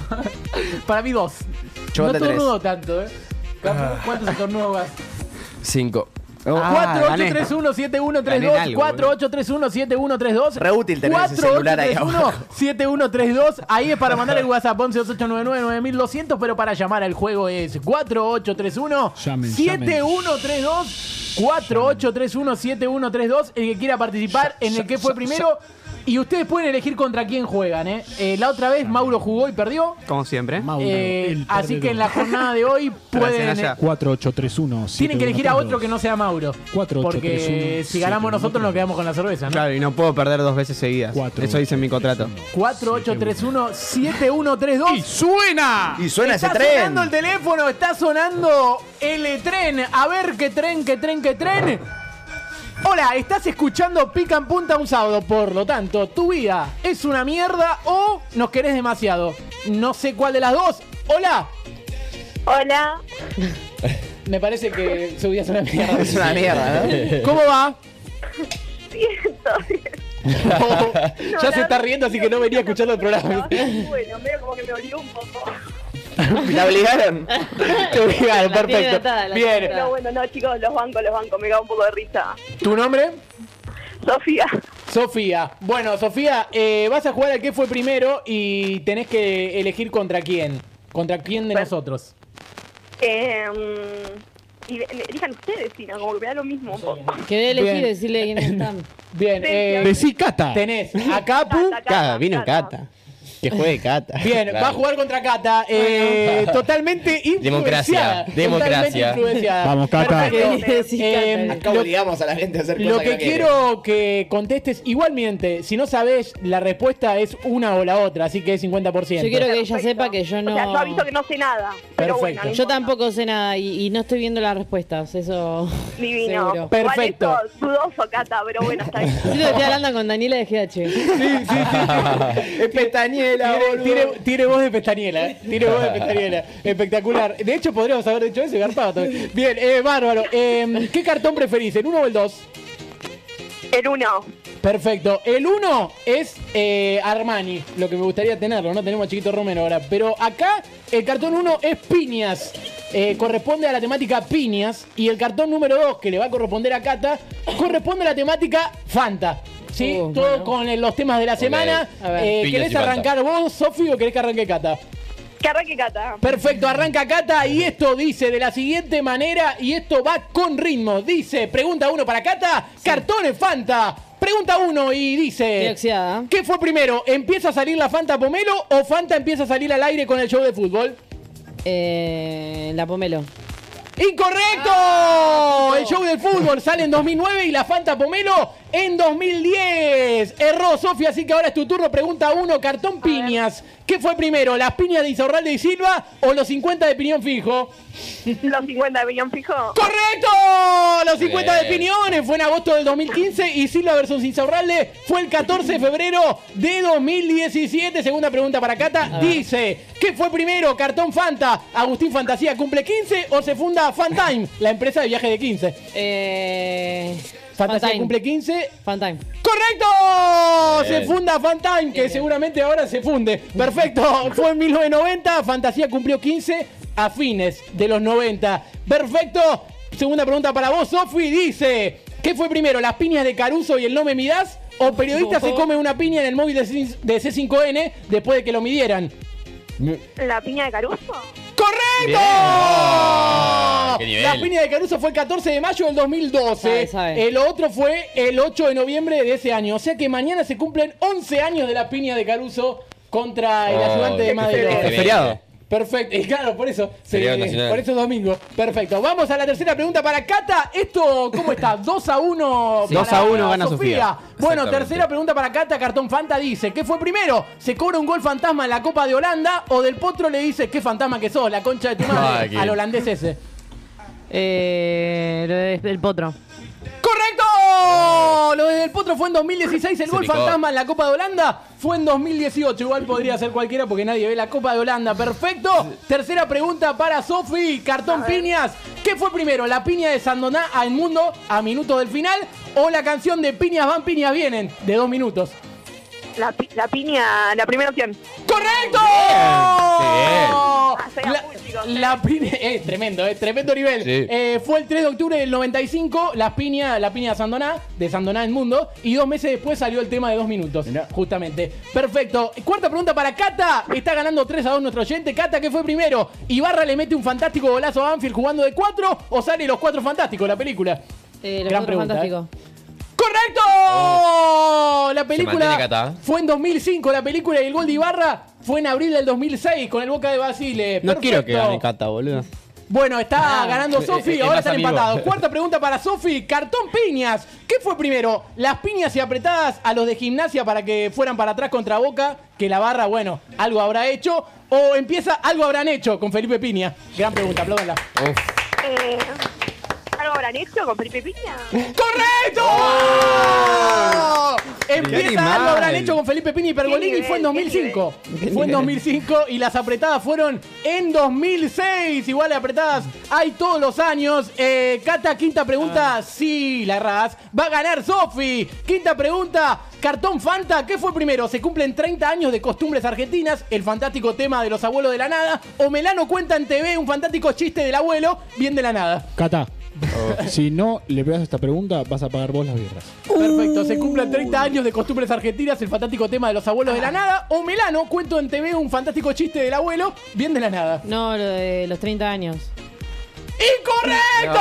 E: Para mí, dos.
W: Yo
E: no
W: de tres.
E: estornudo tanto, ¿eh? Capu, ¿cuántos estornudos vas?
C: Cinco.
E: Ah, 48317132
C: Gané algo,
E: 48317132
W: Re útil tener ese celular ahí abajo.
E: 7132 ahí es para mandar el WhatsApp 1128999200 pero para llamar al juego es 4831 7132 4831 7132 el que quiera participar en el que fue primero y ustedes pueden elegir contra quién juegan eh. Eh, la otra vez Mauro jugó y perdió
B: Como siempre.
E: Eh, así que en la jornada de hoy pueden
O: 4831.
E: tienen que elegir a otro que no sea Mauro. porque si ganamos nosotros nos quedamos con la cerveza, ¿no?
B: Claro, y no puedo perder dos veces seguidas. Eso dice en mi contrato.
E: 4831-7132. ¡Y suena!
B: Y suena
E: está
B: ese tren.
E: sonando el teléfono, está sonando el tren. A ver qué tren, qué tren, qué tren. Hola, estás escuchando Pica en Punta un sábado, por lo tanto, tu vida es una mierda o nos querés demasiado. No sé cuál de las dos. Hola.
X: Hola.
E: Me parece que su vida es una mierda.
W: Es una mierda, ¿no?
E: ¿Cómo va?
X: No,
E: Oh, ya
X: la
E: se está riendo, así que no venía escuchando el programa.
X: Bueno, medio como que me olió un poco.
W: ¿La obligaron?
E: Te obligaron, perfecto. Bien.
X: No, bueno, no, chicos, los bancos, los bancos, me da un poco de risa.
E: ¿Tu nombre?
X: Sofía.
E: Sofía. Bueno, Sofía, eh, vas a jugar al que fue primero y tenés que elegir contra quién. ¿Contra quién de nosotros?
Y: Eh, mm, y le- le- elijan ustedes, Sina, como que me da lo mismo. un poco.
F: Quedé elegir
E: Bien.
F: decirle quién están.
E: Bien, eh,
I: Decí Cata.
E: Tenés a Capu.
I: Cata, vino Cata. Que juegue Cata.
E: Bien, va a jugar contra Cata. eh, totalmente
I: Democracia,
E: influenciada.
I: democracia.
E: Totalmente influenciada.
I: Vamos, Cata.
E: Perfecto. Eh,
D: Acá
E: lo-
D: obligamos a la gente a hacer cosas
E: Lo que
D: no quiere.
E: quiero que contestes, igualmente, si no sabés, la respuesta es una o la otra, así que es 50%.
F: Yo quiero que ella sepa que yo no.
Y: O sea, yo aviso que no sé nada. Pero bueno,
F: Perfecto. Yo tampoco sé nada y, y no estoy viendo las respuestas, eso.
Y: divino.
F: seguro.
Y: Igual esto, Dudoso, Cata, pero bueno, está bien.
F: Yo estoy hablando con Daniela de GH.
E: Es Pestañela, tiene, tiene voz de Pestañela. eh. Tiene voz de Pestañela. Espectacular. De hecho, podríamos haber hecho ese garpado también. Bien, eh, bárbaro. Eh, ¿Qué cartón preferís, el 1 o el 2?
Y: El 1.
E: Perfecto. El 1 es eh, Armani, lo que me gustaría tenerlo. No tenemos a Chiquito Romero ahora. Pero acá el cartón 1 es piñas. Eh, corresponde a la temática piñas. Y el cartón número 2, que le va a corresponder a Cata, corresponde a la temática Fanta. ¿Sí?
F: Uh,
E: Todo con eh, los temas de la semana.
F: A ver.
E: Eh,
F: Piñas
E: ¿Querés
F: y Fanta.
E: arrancar vos, Sofi, o querés que arranque Cata?
Y: Que arranque Cata.
E: Perfecto, arranca Cata y esto dice de la siguiente manera y esto va con ritmo. Dice, pregunta uno para Cata, cartones Fanta. Pregunta uno y dice... ¿Qué fue primero? ¿Empieza a salir la Fanta Pomelo o Fanta empieza a salir al aire con el show de fútbol?
F: Eh, la Pomelo. Ah,
E: ¡Incorrecto! el show del fútbol sale en 2009 y la Fanta Pomelo en 2010. Erró Sofía, así que ahora es tu turno. Pregunta uno, cartón piñas. ¿Qué fue primero, las piñas de Isaurralde y Silva o los 50 de Piñón Fijo?
Y: Los 50 de Piñón Fijo.
E: ¡Correcto! Los 50 de
Y: Bien.
E: Piñones fue en agosto del 2015 y Silva versus Isaurralde fue el 14 de febrero de 2017. Segunda pregunta para Cata. Dice, ¿qué fue primero, cartón Fanta? ¿Agustín Fantasía cumple 15 o se funda Fantime, la empresa de viaje de 15?
F: Eh,
E: Fantasía
F: Fantine.
E: cumple 15.
F: Fantime.
E: ¡Correcto!
F: Bien.
E: Se funda Fantime, que seguramente ahora se funde. Perfecto. Fue en 1990, Fantasía cumplió 15 a fines de los 90. Perfecto. Segunda pregunta para vos, Sofi. Dice, ¿qué fue primero, las piñas de Caruso y el no me mirás? ¿O periodista se come una piña en el móvil de C- de C5N después de que lo midieran?
Y: La piña de Caruso.
E: ¡Correcto!
Y: qué nivel.
E: La piña de Caruso fue el 14 de mayo del 2012.
F: Sabe, sabe.
E: El otro fue el 8 de noviembre de ese año. O sea que mañana se cumplen 11 años de la piña de Caruso contra el
I: Oh,
E: ayudante de
I: qué
E: Madero.
I: excelente. Es feriado.
E: Perfecto, y claro, por eso. se-
I: Feriado nacional.
E: por eso es domingo. Perfecto. Vamos a la tercera pregunta para Cata. ¿Esto cómo está? 2 a 1.
B: Sí. 2 a 1 gana Sofía.
E: Bueno,
B: Exactamente.
E: tercera pregunta para Cata. Cartón Fanta dice: ¿Qué fue primero? ¿Se cobra un gol fantasma en la Copa de Holanda? ¿O del Potro le dice qué fantasma que sos, la concha de tu
F: Ay,
E: madre?
F: qué-
E: Al holandés ese.
F: Eh, lo de- el potro.
E: ¡Correcto! Lo del Potro fue en 2016, el
F: Se
E: gol
F: picó.
E: fantasma en la Copa de Holanda fue en 2018. Igual podría ser cualquiera porque nadie ve la Copa de Holanda. Perfecto. Tercera pregunta para Sofi. Cartón Piñas. ¿Qué fue primero? ¿La piña de Sandoná al mundo a minutos del final? ¿O la canción de Piñas van, piñas vienen? De dos minutos.
Y: La, pi- la piña, la primera opción.
E: ¡Correcto! La, la piña, eh, tremendo, eh, tremendo nivel.
I: Sí.
E: Eh, fue el 3 de octubre del 95, la piña, la piña de Sandoná, de Sandoná del Mundo, y dos meses después salió el tema de dos minutos, justamente. Perfecto. Cuarta pregunta para Cata. Está ganando 3 a 2 nuestro oyente. Cata, ¿qué fue primero? ¿Ibarra le mete un fantástico golazo a Banfield jugando de 4 o sale los 4 fantásticos la película?
F: Eh, los Cuatro
E: Gran pregunta,
F: Fantásticos.
E: ¡Correcto! La
C: Oh. mantiene
E: película
C: Cata. ¿eh?
E: fue en 2005, la película y el gol de Ibarra fue en abril del 2006 con el Boca de Basile.
I: No quiero que
E: Perfecto.
I: gane Cata, boludo.
E: Bueno, está
I: Ah.
E: ganando
I: Eh,
E: Sofi,
I: eh,
E: ahora
I: más
E: están
I: amigo.
E: empatados. Cuarta pregunta para Sofi, cartón piñas. ¿Qué fue primero? ¿Las piñas y apretadas a los de gimnasia para que fueran para atrás contra Boca? Que la barra, bueno, algo habrá hecho. ¿O empieza algo habrán hecho con Felipe Piña? Gran pregunta, apláudala.
Y: Eh, ¿Algo habrán hecho con Felipe Piña?
E: ¡Correcto! ¡Oh!
Y: Qué
E: Empieza
Y: animal.
E: algo habrán hecho con Felipe Pini y Pergolini
Y: Qué
E: y fue en
Y: nivel, qué
E: 2005.
Y: nivel.
E: Fue en 2005 y las apretadas fueron en 2006. Igual de apretadas hay todos los años. Eh, Cata, quinta
Y: Ah.
E: pregunta. Sí, la ras. Va a ganar Sofi. Quinta pregunta. Cartón Fanta, ¿qué fue primero? ¿Se cumplen 30 años de costumbres argentinas? ¿El fantástico tema de los abuelos de la nada? ¿O Melano cuenta en TV un fantástico chiste del abuelo? Bien de la nada.
G: Cata.
C: Oh.
G: Si no le pegas esta pregunta, vas a pagar vos las birras.
E: Perfecto, se cumplen 30 años de costumbres argentinas, el fantástico tema de los abuelos de
F: Ah.
E: la nada. O Melano, cuento en TV un fantástico chiste del abuelo, bien de la nada.
F: No, lo de los 30 años.
E: ¡Incorrecto!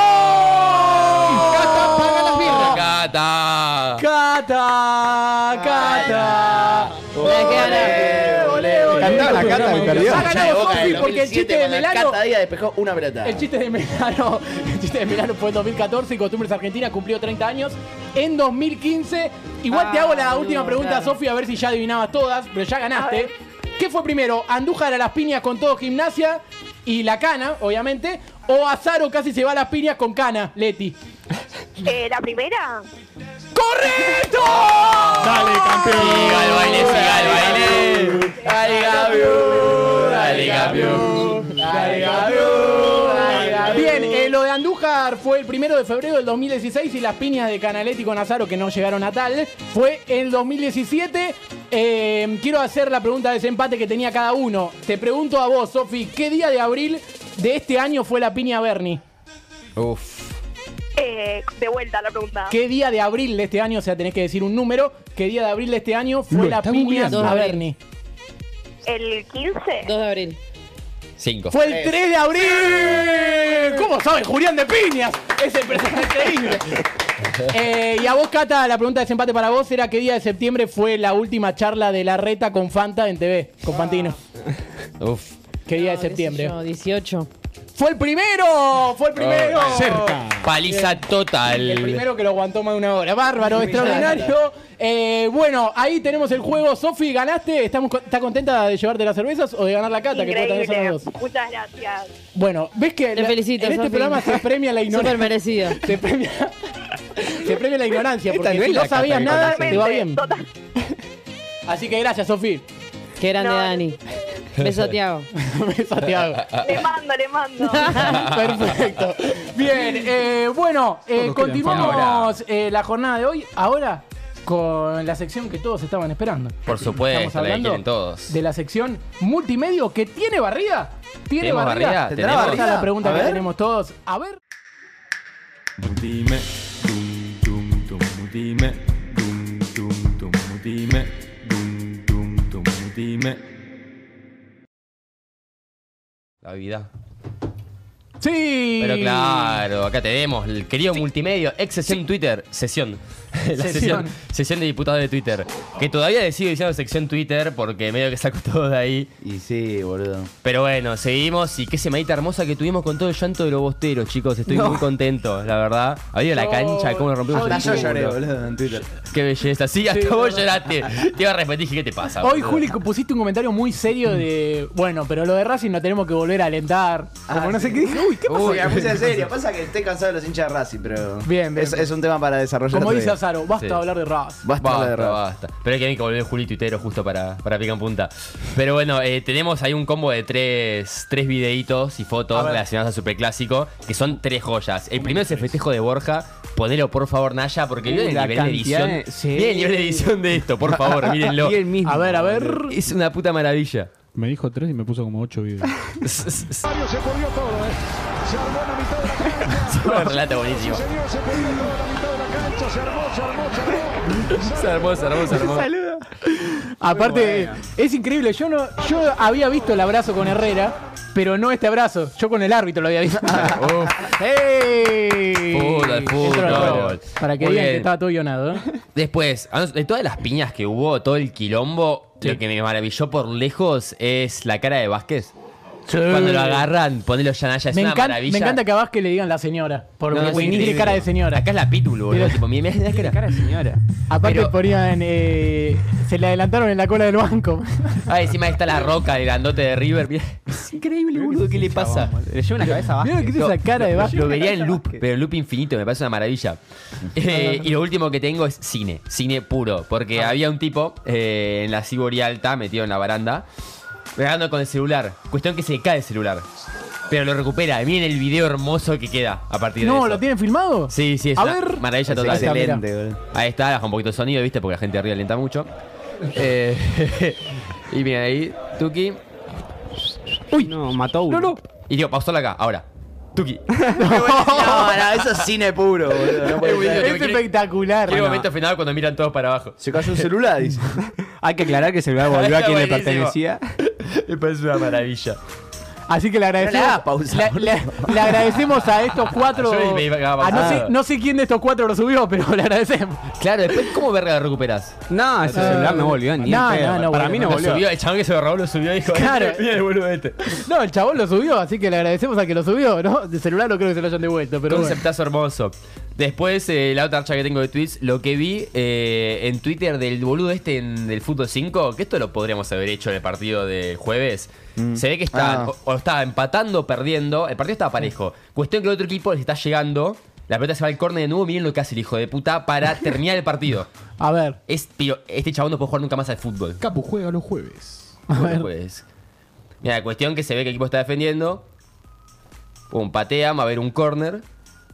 C: Cata, paga las birras. Cata.
E: Cata, Cata. Ole, ole, ole.
D: Cantaba la Cata,
E: Ha
D: me perdió.
E: ganado Sofi porque el chiste de Melano.
D: Cada día despejó una pelota.
E: El chiste de Melano, el chiste de Melano fue en 2014 y Costumbres Argentinas cumplió 30 años. En 2015, igual te
F: Ah,
E: hago la
F: boludo,
E: última pregunta,
F: claro.
E: Sofi, a ver si ya adivinabas todas, pero ya ganaste. ¿Qué fue primero? ¿Andújar a las piñas con todo gimnasia y la cana, obviamente? ¿O Azaro casi se va a las piñas con cana, Leti?
Y: Eh, ¿La primera?
E: ¡Correcto!
G: Dale, campeón.
C: Siga el baile, siga el baile. Dale, Gabriel. Dale, Gabriel. Dale,
E: Bien, eh, lo de Andújar fue el primero de febrero del 2016 y las piñas de Canaletti con Azaro que no llegaron a tal fue el 2017. Eh, quiero hacer la pregunta de desempate que tenía cada uno. Te pregunto a vos, Sofi, ¿qué día de abril de este año fue la piña Bernie?
C: Uf.
Y: Eh, de vuelta la pregunta.
E: ¿Qué día de abril de este año? O sea, tenés que decir un número. ¿Qué día de abril de este año fue
C: Lo
E: la
C: está
E: piña
C: googleando.
E: a Bernie?
Y: ¿El 15?
F: 2 de abril.
C: Cinco.
E: Fue el 3 de abril. ¿Cómo sabe Julián de Piñas? Ese personaje increíble. Eh, y a vos, Cata, la pregunta de desempate para vos era qué día de septiembre fue la última charla de la reta con Fanta en TV, con Fantino.
F: Ah.
C: Uf.
E: ¿Qué día de septiembre?
F: yo, 18.
E: ¡Fue el primero! ¡Fue el primero!
C: Ah, Paliza total.
E: El primero que lo aguantó más de una hora. Bárbaro, extraordinario. Eh, bueno, ahí tenemos el juego. Sofi, ganaste. ¿Estamos, co- ¿Estás contenta de llevarte las cervezas o de ganar la cata? Que puede tener
Y: Increíble.
E: esas dos.
Y: Muchas gracias.
E: Bueno, ves que
F: Te
E: la-
F: felicito,
E: en este
F: Sofi.
E: programa se premia la ignorancia.
F: Súper merecido.
E: Se premia, se premia la ignorancia,
F: Esta
E: porque
F: no es
E: si
F: la
E: no
F: cata
E: sabías
F: que
E: nada,
F: contaste.
E: te va bien. Así que gracias, Sofi.
F: Qué grande,
E: No.
F: Dani. Beso a Tiago.
E: Beso a Tiago.
Y: Le mando, le mando.
E: Perfecto. Bien, eh, bueno, eh,
F: Todos quedan
E: continuamos eh, la jornada de hoy. Ahora con la sección que todos estaban esperando.
C: Por supuesto, la que
E: hablando
C: quieren todos.
E: De la sección multimedio que tiene barrida. Tiene
C: ¿Tenemos
E: barrida.
C: barrida?
E: Esa
C: ¿Tenemos?
E: es la pregunta
C: A
E: que
C: ver.
E: tenemos todos. A ver.
U: Dime, dum, dum, dum, dime, dum, dum, dum, dime, dum, dum, dum, dime.
C: La vida.
E: Sí.
C: Pero claro, acá tenemos el querido multimedia, ex sesión Twitter, sesión. La
E: Sesión.
C: sesión. sesión de diputados de Twitter. Que todavía le sigo diciendo sección Twitter porque medio que saco todo de ahí.
D: Y sí, boludo.
C: Pero bueno, seguimos y qué semanita hermosa que tuvimos con todo el llanto de los bosteros, chicos. Estoy
D: No.
C: muy contento, la verdad. Ha habido la cancha, cómo nos rompimos
D: Hasta
C: el
D: yo
C: culo.
D: lloré, boludo, en Twitter.
C: Qué belleza. Sí, hasta
E: Sí,
C: vos
E: la
C: lloraste. Te iba a repetir, dije, ¿qué te pasa?
E: Hoy,
C: boludo?
E: Juli, pusiste un comentario muy serio de. Bueno, pero lo de Racing no tenemos que volver a alentar.
D: Ah,
E: Como no sé qué dije. Uy, ¿qué pasó?
D: Uy, me puse en serio. Pasa que estoy cansado de los hinchas de Racing, pero.
E: Bien, bien,
D: Es,
E: bien.
D: es un tema para desarrollar.
E: Como
D: otro
E: dice
D: día.
E: Azaro, basta
C: Sí.
E: hablar de Racing.
D: Basta, hablar de
C: Basta,
D: Racing.
C: basta. Pero hay que hay que volver Juli Tuitero justo para, para Pica en Punta. Pero bueno, eh, tenemos ahí un combo de tres, tres videitos y fotos relacionados al Superclásico, que son tres joyas. El primero es el festejo de Borja. Ponelo, por favor, Naya, porque
R: Uh,
C: miren
R: la
C: el nivel de
R: cantidad
C: edición.
R: de- sí.
C: Miren el nivel de edición de esto, por favor, mírenlo.
R: Y el mismo,
C: a ver, a ver. Es una puta maravilla.
G: Me dijo tres y me puso como ocho videos.
J: Mario se corrió todo, ¿eh? Se armó en la mitad de la cancha.
C: Es un relato buenísimo.
J: Señor, se corrió todo en la mitad de la cancha. Se armó, se armó, se armó.
C: Se armó, se armó, se armó.
E: Saluda. Aparte, es increíble. Yo no, yo había visto el abrazo con Herrera, pero no este abrazo. Yo con el árbitro lo había visto. ¡Ey!
C: Fútbol,
E: Entró
C: fútbol.
E: al juego. Para que
C: Muy
E: vean que
C: bien.
E: estaba todo guionado. ¿eh?
C: Después, a nos- de todas las piñas que hubo, todo el quilombo, lo que me maravilló por lejos es la cara de Vázquez. Cuando lo agarran, ponelo ya Naya, es
E: Me
C: una
E: encanta,
C: maravilla.
E: me encanta que a Vázquez le digan la señora. Porque
C: No, es
E: tiene
C: increíble.
E: cara de señora.
C: Acá es la pítulo, boludo.
E: Pero-
C: Tipo, mi- mirá la cara.
E: señora. Aparte
C: Pero-
E: ponían. eh, se le adelantaron en la cola del banco.
C: Ah, encima ahí está la roca, el grandote de River. Mirá, Es increíble, boludo, ¿qué le pasa? Le lleva una cabeza
E: Mirá lo que tiene esa cara de Vázquez.
C: Lo vería en loop, pero en loop infinito, me parece una maravilla. Eh, Y lo último que tengo es cine, cine puro. Porque
E: Ah.
C: había un tipo eh, en la Cibori Alta, metido en la baranda, pegando con el celular. Cuestión que se le cae el celular. Pero lo recupera. Miren el video hermoso que queda a partir de
E: No,
C: eso.
E: ¿lo tienen filmado?
C: Sí, sí, es
E: A
C: una
E: ver.
C: maravilla total.
E: Excelente,
C: Ahí está, baja un poquito de sonido, ¿viste? Porque la gente arriba lenta mucho. Eh, y miren ahí, Tuki.
E: Uy,
C: no, mató uno. Y digo, pausala acá, ahora. Tuki.
D: No, no, eso es cine puro, boludo. No puede ser.
B: Ah,
E: espectacular.
C: Quiero momento final cuando miran todos para abajo.
D: Se cayó un celular, dice.
B: Hay que aclarar que el celular volvió a quien le
C: Buenísimo.
B: pertenecía.
C: Me parece una maravilla.
E: Así que le agradecemos.
C: No le hagas pausa,
E: le- le- le agradecemos a estos cuatro.
C: Yo ni me iba a acabar
E: a no, sé,
C: pausado.
E: no sé quién de estos cuatro lo subió, pero le agradecemos.
C: Claro, después, ¿cómo verga la recuperás?
B: No, Ah, ese celular no volvió ni
E: No,
B: en pedo.
E: no, no
B: Para
E: volvió.
B: mí no
E: Lo
B: volvió.
C: Subió, el chabón que se lo robó lo subió y dijo:
E: Claro.
C: Mira el boludo este.
E: No, el chabón lo subió, así que le agradecemos a que lo subió, ¿no? De celular no creo que se lo hayan devuelto, pero. bueno.
C: Conceptazo hermoso. Después, eh, la otra archa que tengo de tweets, lo que vi eh, en Twitter del boludo este en- del Fútbol 5, que esto lo podríamos haber hecho en el partido del jueves.
E: Mm.
C: Se ve que está,
I: Ah.
C: o, o estaba empatando o perdiendo. El partido estaba parejo. Cuestión que el otro equipo les está llegando. La pelota se va al córner de nuevo. Miren lo que hace el hijo de puta para terminar el partido.
E: A ver.
C: Es, tío, este chabón no puede jugar nunca más al fútbol.
G: Capu juega los jueves.
C: Bueno, pues. Mira, cuestión que se ve que el equipo está defendiendo. Pum, patea, va a haber un córner.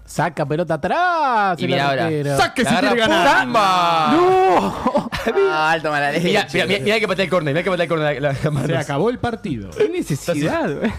E: Saca pelota atrás.
C: Y
E: el
C: mira ahora.
E: arquero. ¡Oh!
C: La agarra, ¡pum!
D: Ah, alto mala leche.
C: Mira, mira, mira, mira que patea el córner, mira que patea el córner. la- la- la mano.
G: Se acabó el partido.
B: ¿Qué necesidad, güey?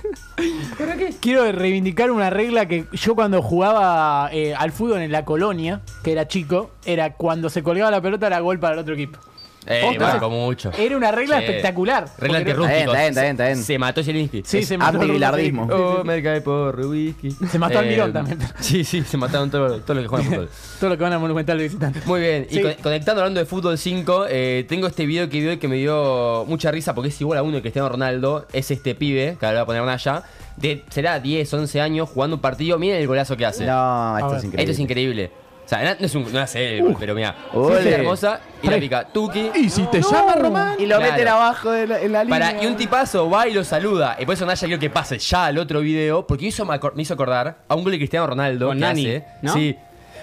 E: Quiero reivindicar una regla que yo cuando jugaba eh, al fútbol en la colonia, que era chico, era cuando se colgaba la pelota era gol para el otro equipo.
C: Eh,
E: Posta.
C: banco mucho.
E: Era una regla
C: Sí.
E: espectacular.
C: Regla
E: Porque
C: antirrústica.
E: era-
C: Se, se mató Zielinski.
E: Sí, se mató
D: antibilardismo.
E: Rubén. Sí,
C: Oh,
E: sí,
C: me cae por Rubiki.
E: Se mató Almirón también.
C: Eh, Sí, sí, se mataron todos todos los que juegan al fútbol.
E: sí. Todo lo que van a monumental de visitante.
C: Muy bien,
E: Sí.
C: y con- conectando hablando de fútbol 5, eh, tengo este video que vi hoy que me dio mucha risa porque es igual a uno de Cristiano Ronaldo, es este pibe, que ahora le voy a poner Naya, de será 10, 11 años jugando un partido, miren el golazo que hace.
D: No, esto es
C: Esto es
D: increíble.
C: increíble. O sea, na- no es un, no hace el gol, pero mira,
D: Ole.
C: es hermosa y la pica Tuki.
G: Y si te llama Román.
D: Y lo
C: Claro.
D: meten abajo de la, en la línea.
C: Para, y un tipazo va y lo saluda. Y por eso Naya quiero que pase ya al otro video, porque hizo, me acor- me hizo acordar a un gol de Cristiano Ronaldo.
B: Con
C: que
B: Nani,
C: hace.
B: ¿no?
C: Sí.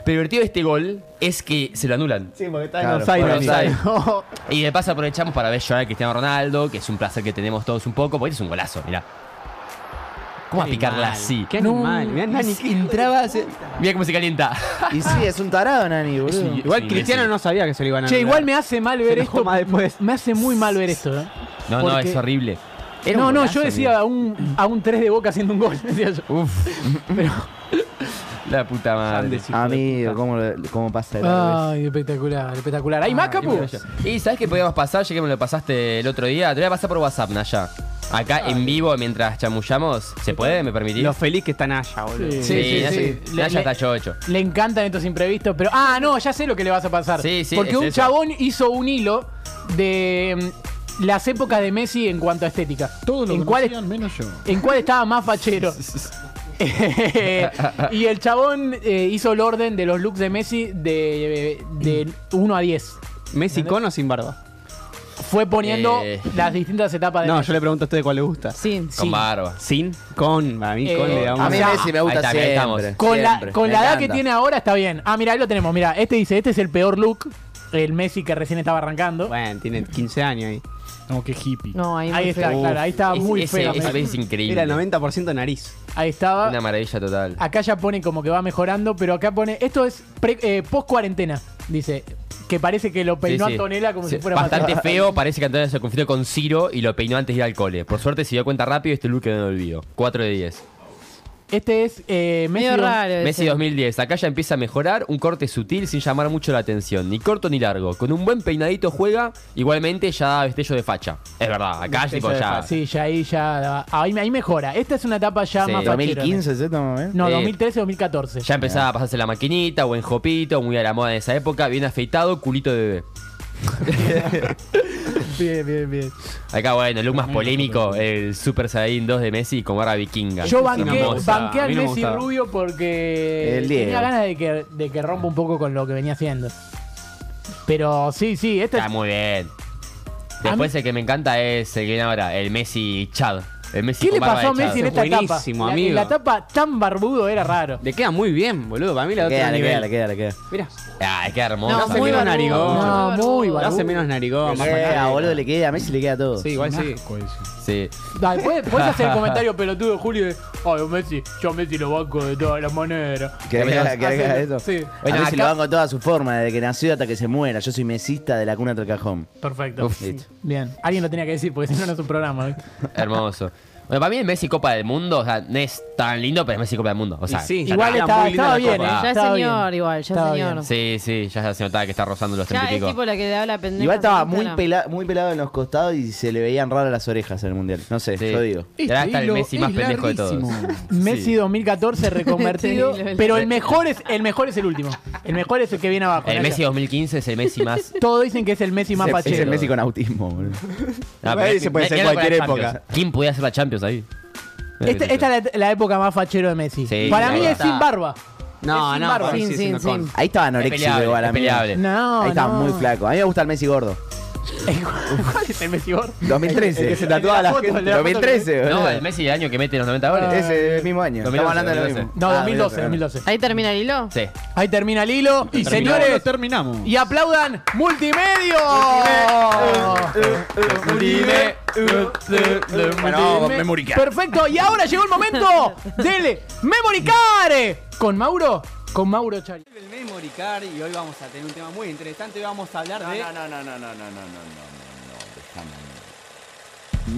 C: Pero el divertido de este gol es que se lo anulan.
B: Sí, porque está
C: en
B: en
C: Claro,
B: offside.
C: offside, por offside.
E: No.
C: Y de paso aprovechamos para ver llorar a Cristiano Ronaldo, que es un placer que tenemos todos un poco, porque es un golazo, mirá. ¿Cómo a
B: Qué
C: picarla
B: animal,
C: así?
B: qué
C: No,
B: animal, mirá, Nani, qué
C: entraba, se- mirá cómo se calienta.
D: Y sí, es un tarado, Nani, boludo.
B: Igual Cristiano no sabía que se lo iban a
E: Che,
B: anular.
E: igual me hace mal ver
B: Se
E: esto.
B: enojó más después.
E: Me hace muy mal ver esto. ¿eh?
C: No, no,
E: Porque-
C: es horrible. Era un
E: No, no,
C: golazo,
E: yo decía a un, a un 3 de boca haciendo un gol. decía yo. Pero-
C: mirá. La puta madre.
D: Amigo, ¿cómo, lo- cómo pasa el árbol?
E: Ay, espectacular, espectacular. ¿Hay más,
C: Ah, qué
E: Capu?
C: maravilla. Y sabes que podíamos pasar, ya que me lo pasaste el otro día. Te voy a pasar por WhatsApp, Naya. Acá en vivo, mientras chamullamos. ¿Se puede? ¿Me permitís?
B: Lo feliz que está Naya, boludo.
E: Sí.
C: Sí,
E: sí,
C: Naya,
E: sí.
C: Naya
E: Le-
C: está chocho.
E: Le encantan estos imprevistos, pero. Ah, no, ya sé lo que le vas a pasar.
C: Sí, sí,
E: Porque
C: es
E: un
C: eso.
E: chabón hizo un hilo de mm, las épocas de Messi en cuanto a estética.
G: Todos lo
E: en cuál,
G: conocían, menos yo.
E: en cuál estaba más fachero. y el chabón eh, hizo el orden de los looks de Messi de, de 1 a 10.
B: ¿Messi con o sin barba?
E: Fue poniendo
C: Eh.
E: las distintas etapas de
B: No,
E: Messi.
B: yo le pregunto a usted cuál le gusta.
E: Sin,
C: Con
E: sin.
C: barba.
B: ¿Sin? Con, a mí
E: Eh,
B: con le da un...
D: A mí
E: O sea,
D: Messi me gusta
C: ahí está, ahí estamos.
D: siempre.
E: Con la,
D: siempre.
E: con
D: Me
E: la edad
D: encanta.
E: que tiene ahora está bien. Ah, mira, ahí lo tenemos. Mira, este dice, este es el peor look. El Messi que recién estaba arrancando.
B: Bueno, tiene 15 años ahí.
G: No, qué hippie.
F: No, ahí,
E: Ahí
F: muy
E: está,
F: feo.
E: claro, ahí está
C: Es-
E: muy
C: ese-
E: feo.
C: ese es increíble.
B: Era 90% nariz.
E: Ahí estaba.
C: Una maravilla total.
E: Acá ya pone como que va mejorando, pero acá pone. Esto es pre- eh, post-cuarentena, dice. Que parece que lo peinó
C: Sí, sí.
E: Antonella como
C: Sí,
E: si fuera
C: Bastante
E: Maradona.
C: feo, parece que Antonio se confundió con Ciro y lo peinó antes de ir al cole. Por suerte se dio cuenta rápido y este look quedó en el olvido. 4 de 10.
E: Este es eh, Messi.
F: Medio raro. ese.
C: Messi 2010, acá ya empieza a mejorar, un corte sutil sin llamar mucho la atención, ni corto ni largo. Con un buen peinadito juega, igualmente ya da destello de facha. Es verdad, acá tipo, ya.
E: Sí, ya ahí ya. Ahí, ahí mejora. Esta es una etapa ya
C: Sí.
E: más fachera,
D: 2015, ¿sí? Toma, ¿eh?
E: No,
C: Sí.
E: 2013, 2014.
C: Ya empezaba a pasarse la maquinita, buen jopito, muy a la moda en esa época, bien afeitado, culito de bebé.
E: Bien, bien, bien.
C: Acá, bueno, el look más polémico, el Super Saiyan 2 de Messi con barba vikinga.
E: Yo banqué,
C: Hermosa.
E: banqué
B: a
E: al
B: mí no me
E: Messi
B: gustaba.
E: rubio porque
D: El
E: tenía
D: Diego.
E: ganas de que, de que rompa un poco con lo que venía haciendo. Pero sí, sí, este es-
C: Está muy bien. Después el que me encanta es el que viene ahora, el Messi Chad. El Messi
E: ¿Qué
C: con
E: le
C: barba de
E: pasó a
C: Chad.
E: Messi en esta etapa?
B: Buenísimo,
E: La-
B: amigo.
E: En la etapa tan barbudo era raro.
B: Le queda muy bien, boludo. Para mí la
D: Le
B: otra
D: queda, le queda, le
B: nivel.
D: queda, le queda.
B: Mira,
C: Ah, qué hermoso.
B: No, muy
F: barbudo,
B: narigón.
E: No, Ah, muy
B: lo
E: barbudo.
B: hace menos narigón. más
D: Le queda,
B: panadero.
D: boludo, le queda, a Messi le queda todo.
B: Sí, igual sí.
C: Sí.
E: Dale, ¿puedes, puedes hacer el comentario pelotudo, Julio, de Ay, Messi, yo a Messi lo banco de todas las maneras.
D: ¿Querés que haga- querés que haga
E: Hacelo,
D: eso?
E: Sí.
D: a
E: Acá-
D: Messi lo banco en toda su forma, desde que nació hasta que se muera. Yo soy mesista de la cuna hasta el cajón.
E: Perfecto.
D: Listo.
E: Bien. Alguien lo tenía que decir porque si no, no es un programa. ¿eh?
C: Hermoso. Bueno, para mí el Messi Copa del Mundo, o sea, no es tan lindo, pero es Messi Copa del Mundo. O sea,
F: Y sí,
C: ya
F: igual
C: está.
F: estaba- Muy linda estaba la bien, Copa. eh,
C: Ah.
F: ya estaba señor, bien. igual, ya Estaba señor. bien.
C: Sí, sí, ya se notaba que está rozando los
F: Ya
C: 30 y
F: es
C: pico.
F: tipo la que le da la pendeja.
D: Igual estaba muy,
F: pelado
D: pela- muy pelado en los costados y se le veían raras las orejas en el mundial. No sé, yo digo.
E: Este Era hasta el hilo Messi más es pendejo de todos. Messi 2014 reconvertido,
C: Sí, lo-
E: pero el mejor es el mejor es el último. El mejor es el que viene abajo.
C: El
E: Nacho.
C: Eh, Messi 2015 es el Messi más.
E: Todos dicen que es el Messi más
D: Es-
E: pachero.
D: Es el Messi con autismo, boludo.
C: No, pero-
D: Ese puede
C: me-
D: ser
C: era para
D: cualquier
C: la Champions.
D: época.
C: ¿Quién podía hacer la Champions ahí?
E: Esta, Este,
D: Este,
E: esta es la, la época más fachero de Messi.
C: Sí,
E: Para mí
C: ahí
E: es
C: está.
E: sin barba. Es
D: No,
E: sin
D: no,
E: barba.
D: para mí sí,
E: sin,
D: es sin- Ahí estaba anorexia
C: peleable,
D: igual a
C: es
D: mí.
C: peleable.
E: No,
D: Ahí estaba
E: no.
D: muy flaco. A mí me gusta el Messi gordo.
E: ¿Cuál es el Messi gordo?
D: 2013.
E: El que se tatuaba
D: El de
E: la
D: la foto,
E: gente.
D: el de la foto que- 2013, boludo.
C: No, el Messi del año que mete los 90 goles.
D: Ese es el mismo año. Estamos
C: 2011,
D: hablando de lo
C: 2012.
D: mismo.
E: No,
C: Ah,
E: 2012,
C: 2012.
E: 2012.
F: Ahí termina el hilo.
C: Sí.
E: Ahí termina el hilo. Y
C: Terminamos.
E: señores,
G: terminamos.
E: y aplaudan Multimedio.
I: Bueno,
E: Me-
I: Memory Card.
E: Perfecto, y ahora llegó el momento del Memory Card con Mauro, con Mauro Chari.
R: El Memory Card y hoy vamos a tener un tema muy interesante. Hoy vamos a hablar de.
D: no, no, no, no, no, no, no,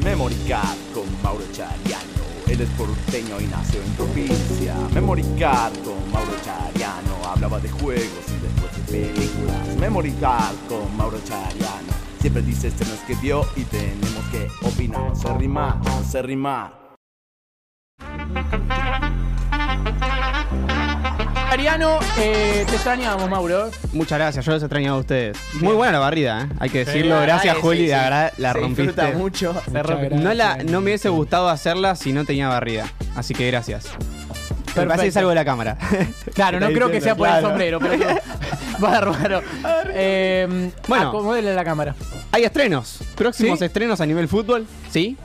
L: Memory Card con Mauro Chariano. Él es porteño y nació en provincia. Memory Card con Mauro Chariano. Hablaba de juegos y después de películas. Memory Card con Mauro Chariano. Siempre dice escenas que vio y tenemos que opinar. No sé rimar, no sé rimar.
E: Ariano, eh, te extrañamos, Mauro.
B: Muchas gracias, yo los extrañaba a ustedes. Muy buena la barrida, ¿eh? hay que
E: Sí,
B: decirlo.
E: la
B: gracias,
E: verdad,
B: Juli,
E: sí,
B: la
E: sí.
B: verdad la
E: Se
B: rompiste.
E: disfruta mucho.
B: Se
E: Muchas
B: rompe-
E: gracias.
B: No, la, no me hubiese gustado hacerla si no tenía barrida. Así que gracias. Me parece que
E: Perfecto.
B: salgo de la cámara.
E: Claro, no
B: Está
E: creo
B: diciendo,
E: que sea por el
B: claro.
E: sombrero, pero bárbaro. Eh,
B: Bueno.
E: acomódele la cámara.
B: Hay estrenos, próximos
E: ¿Sí?
B: estrenos a nivel fútbol, ¿sí?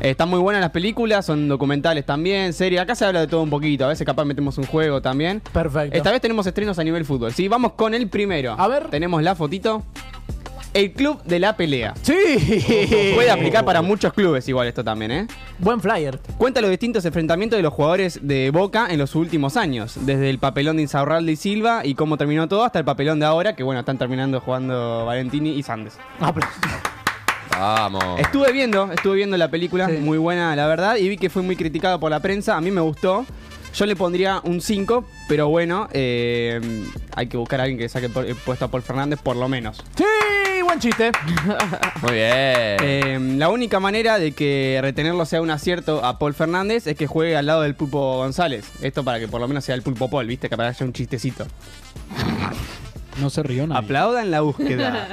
B: Eh, están muy buenas las películas, son documentales también, series. Acá se habla de todo un poquito, a veces capaz metemos un juego también.
E: Perfecto.
B: Esta vez tenemos estrenos a nivel fútbol, sí. Vamos con el primero. A ver. Tenemos la fotito. El club de la pelea.
E: Sí.
B: Puede aplicar para muchos clubes igual esto también, ¿eh?
E: Buen flyer.
B: Cuenta los distintos enfrentamientos de los jugadores de Boca en los últimos años. Desde el papelón de Insaurralde y Silva y cómo terminó todo hasta el papelón de ahora, que bueno, están terminando jugando Valentini y Sandes.
C: Vamos.
B: Estuve viendo, estuve viendo la película, muy buena la verdad, y vi que fue muy criticada por la prensa, a mí me gustó. Yo le pondría un 5, pero bueno, eh, hay que buscar a alguien que saque el pu- el puesto a Paul Fernández, por lo menos.
E: Sí, buen chiste.
C: Muy bien.
B: Eh, la única manera de que retenerlo sea un acierto a Paul Fernández es que juegue al lado del Pulpo González. Esto para que por lo menos sea el Pulpo Paul, ¿viste? Que para que haya un chistecito.
G: No se rió nadie.
B: Aplaudan la búsqueda.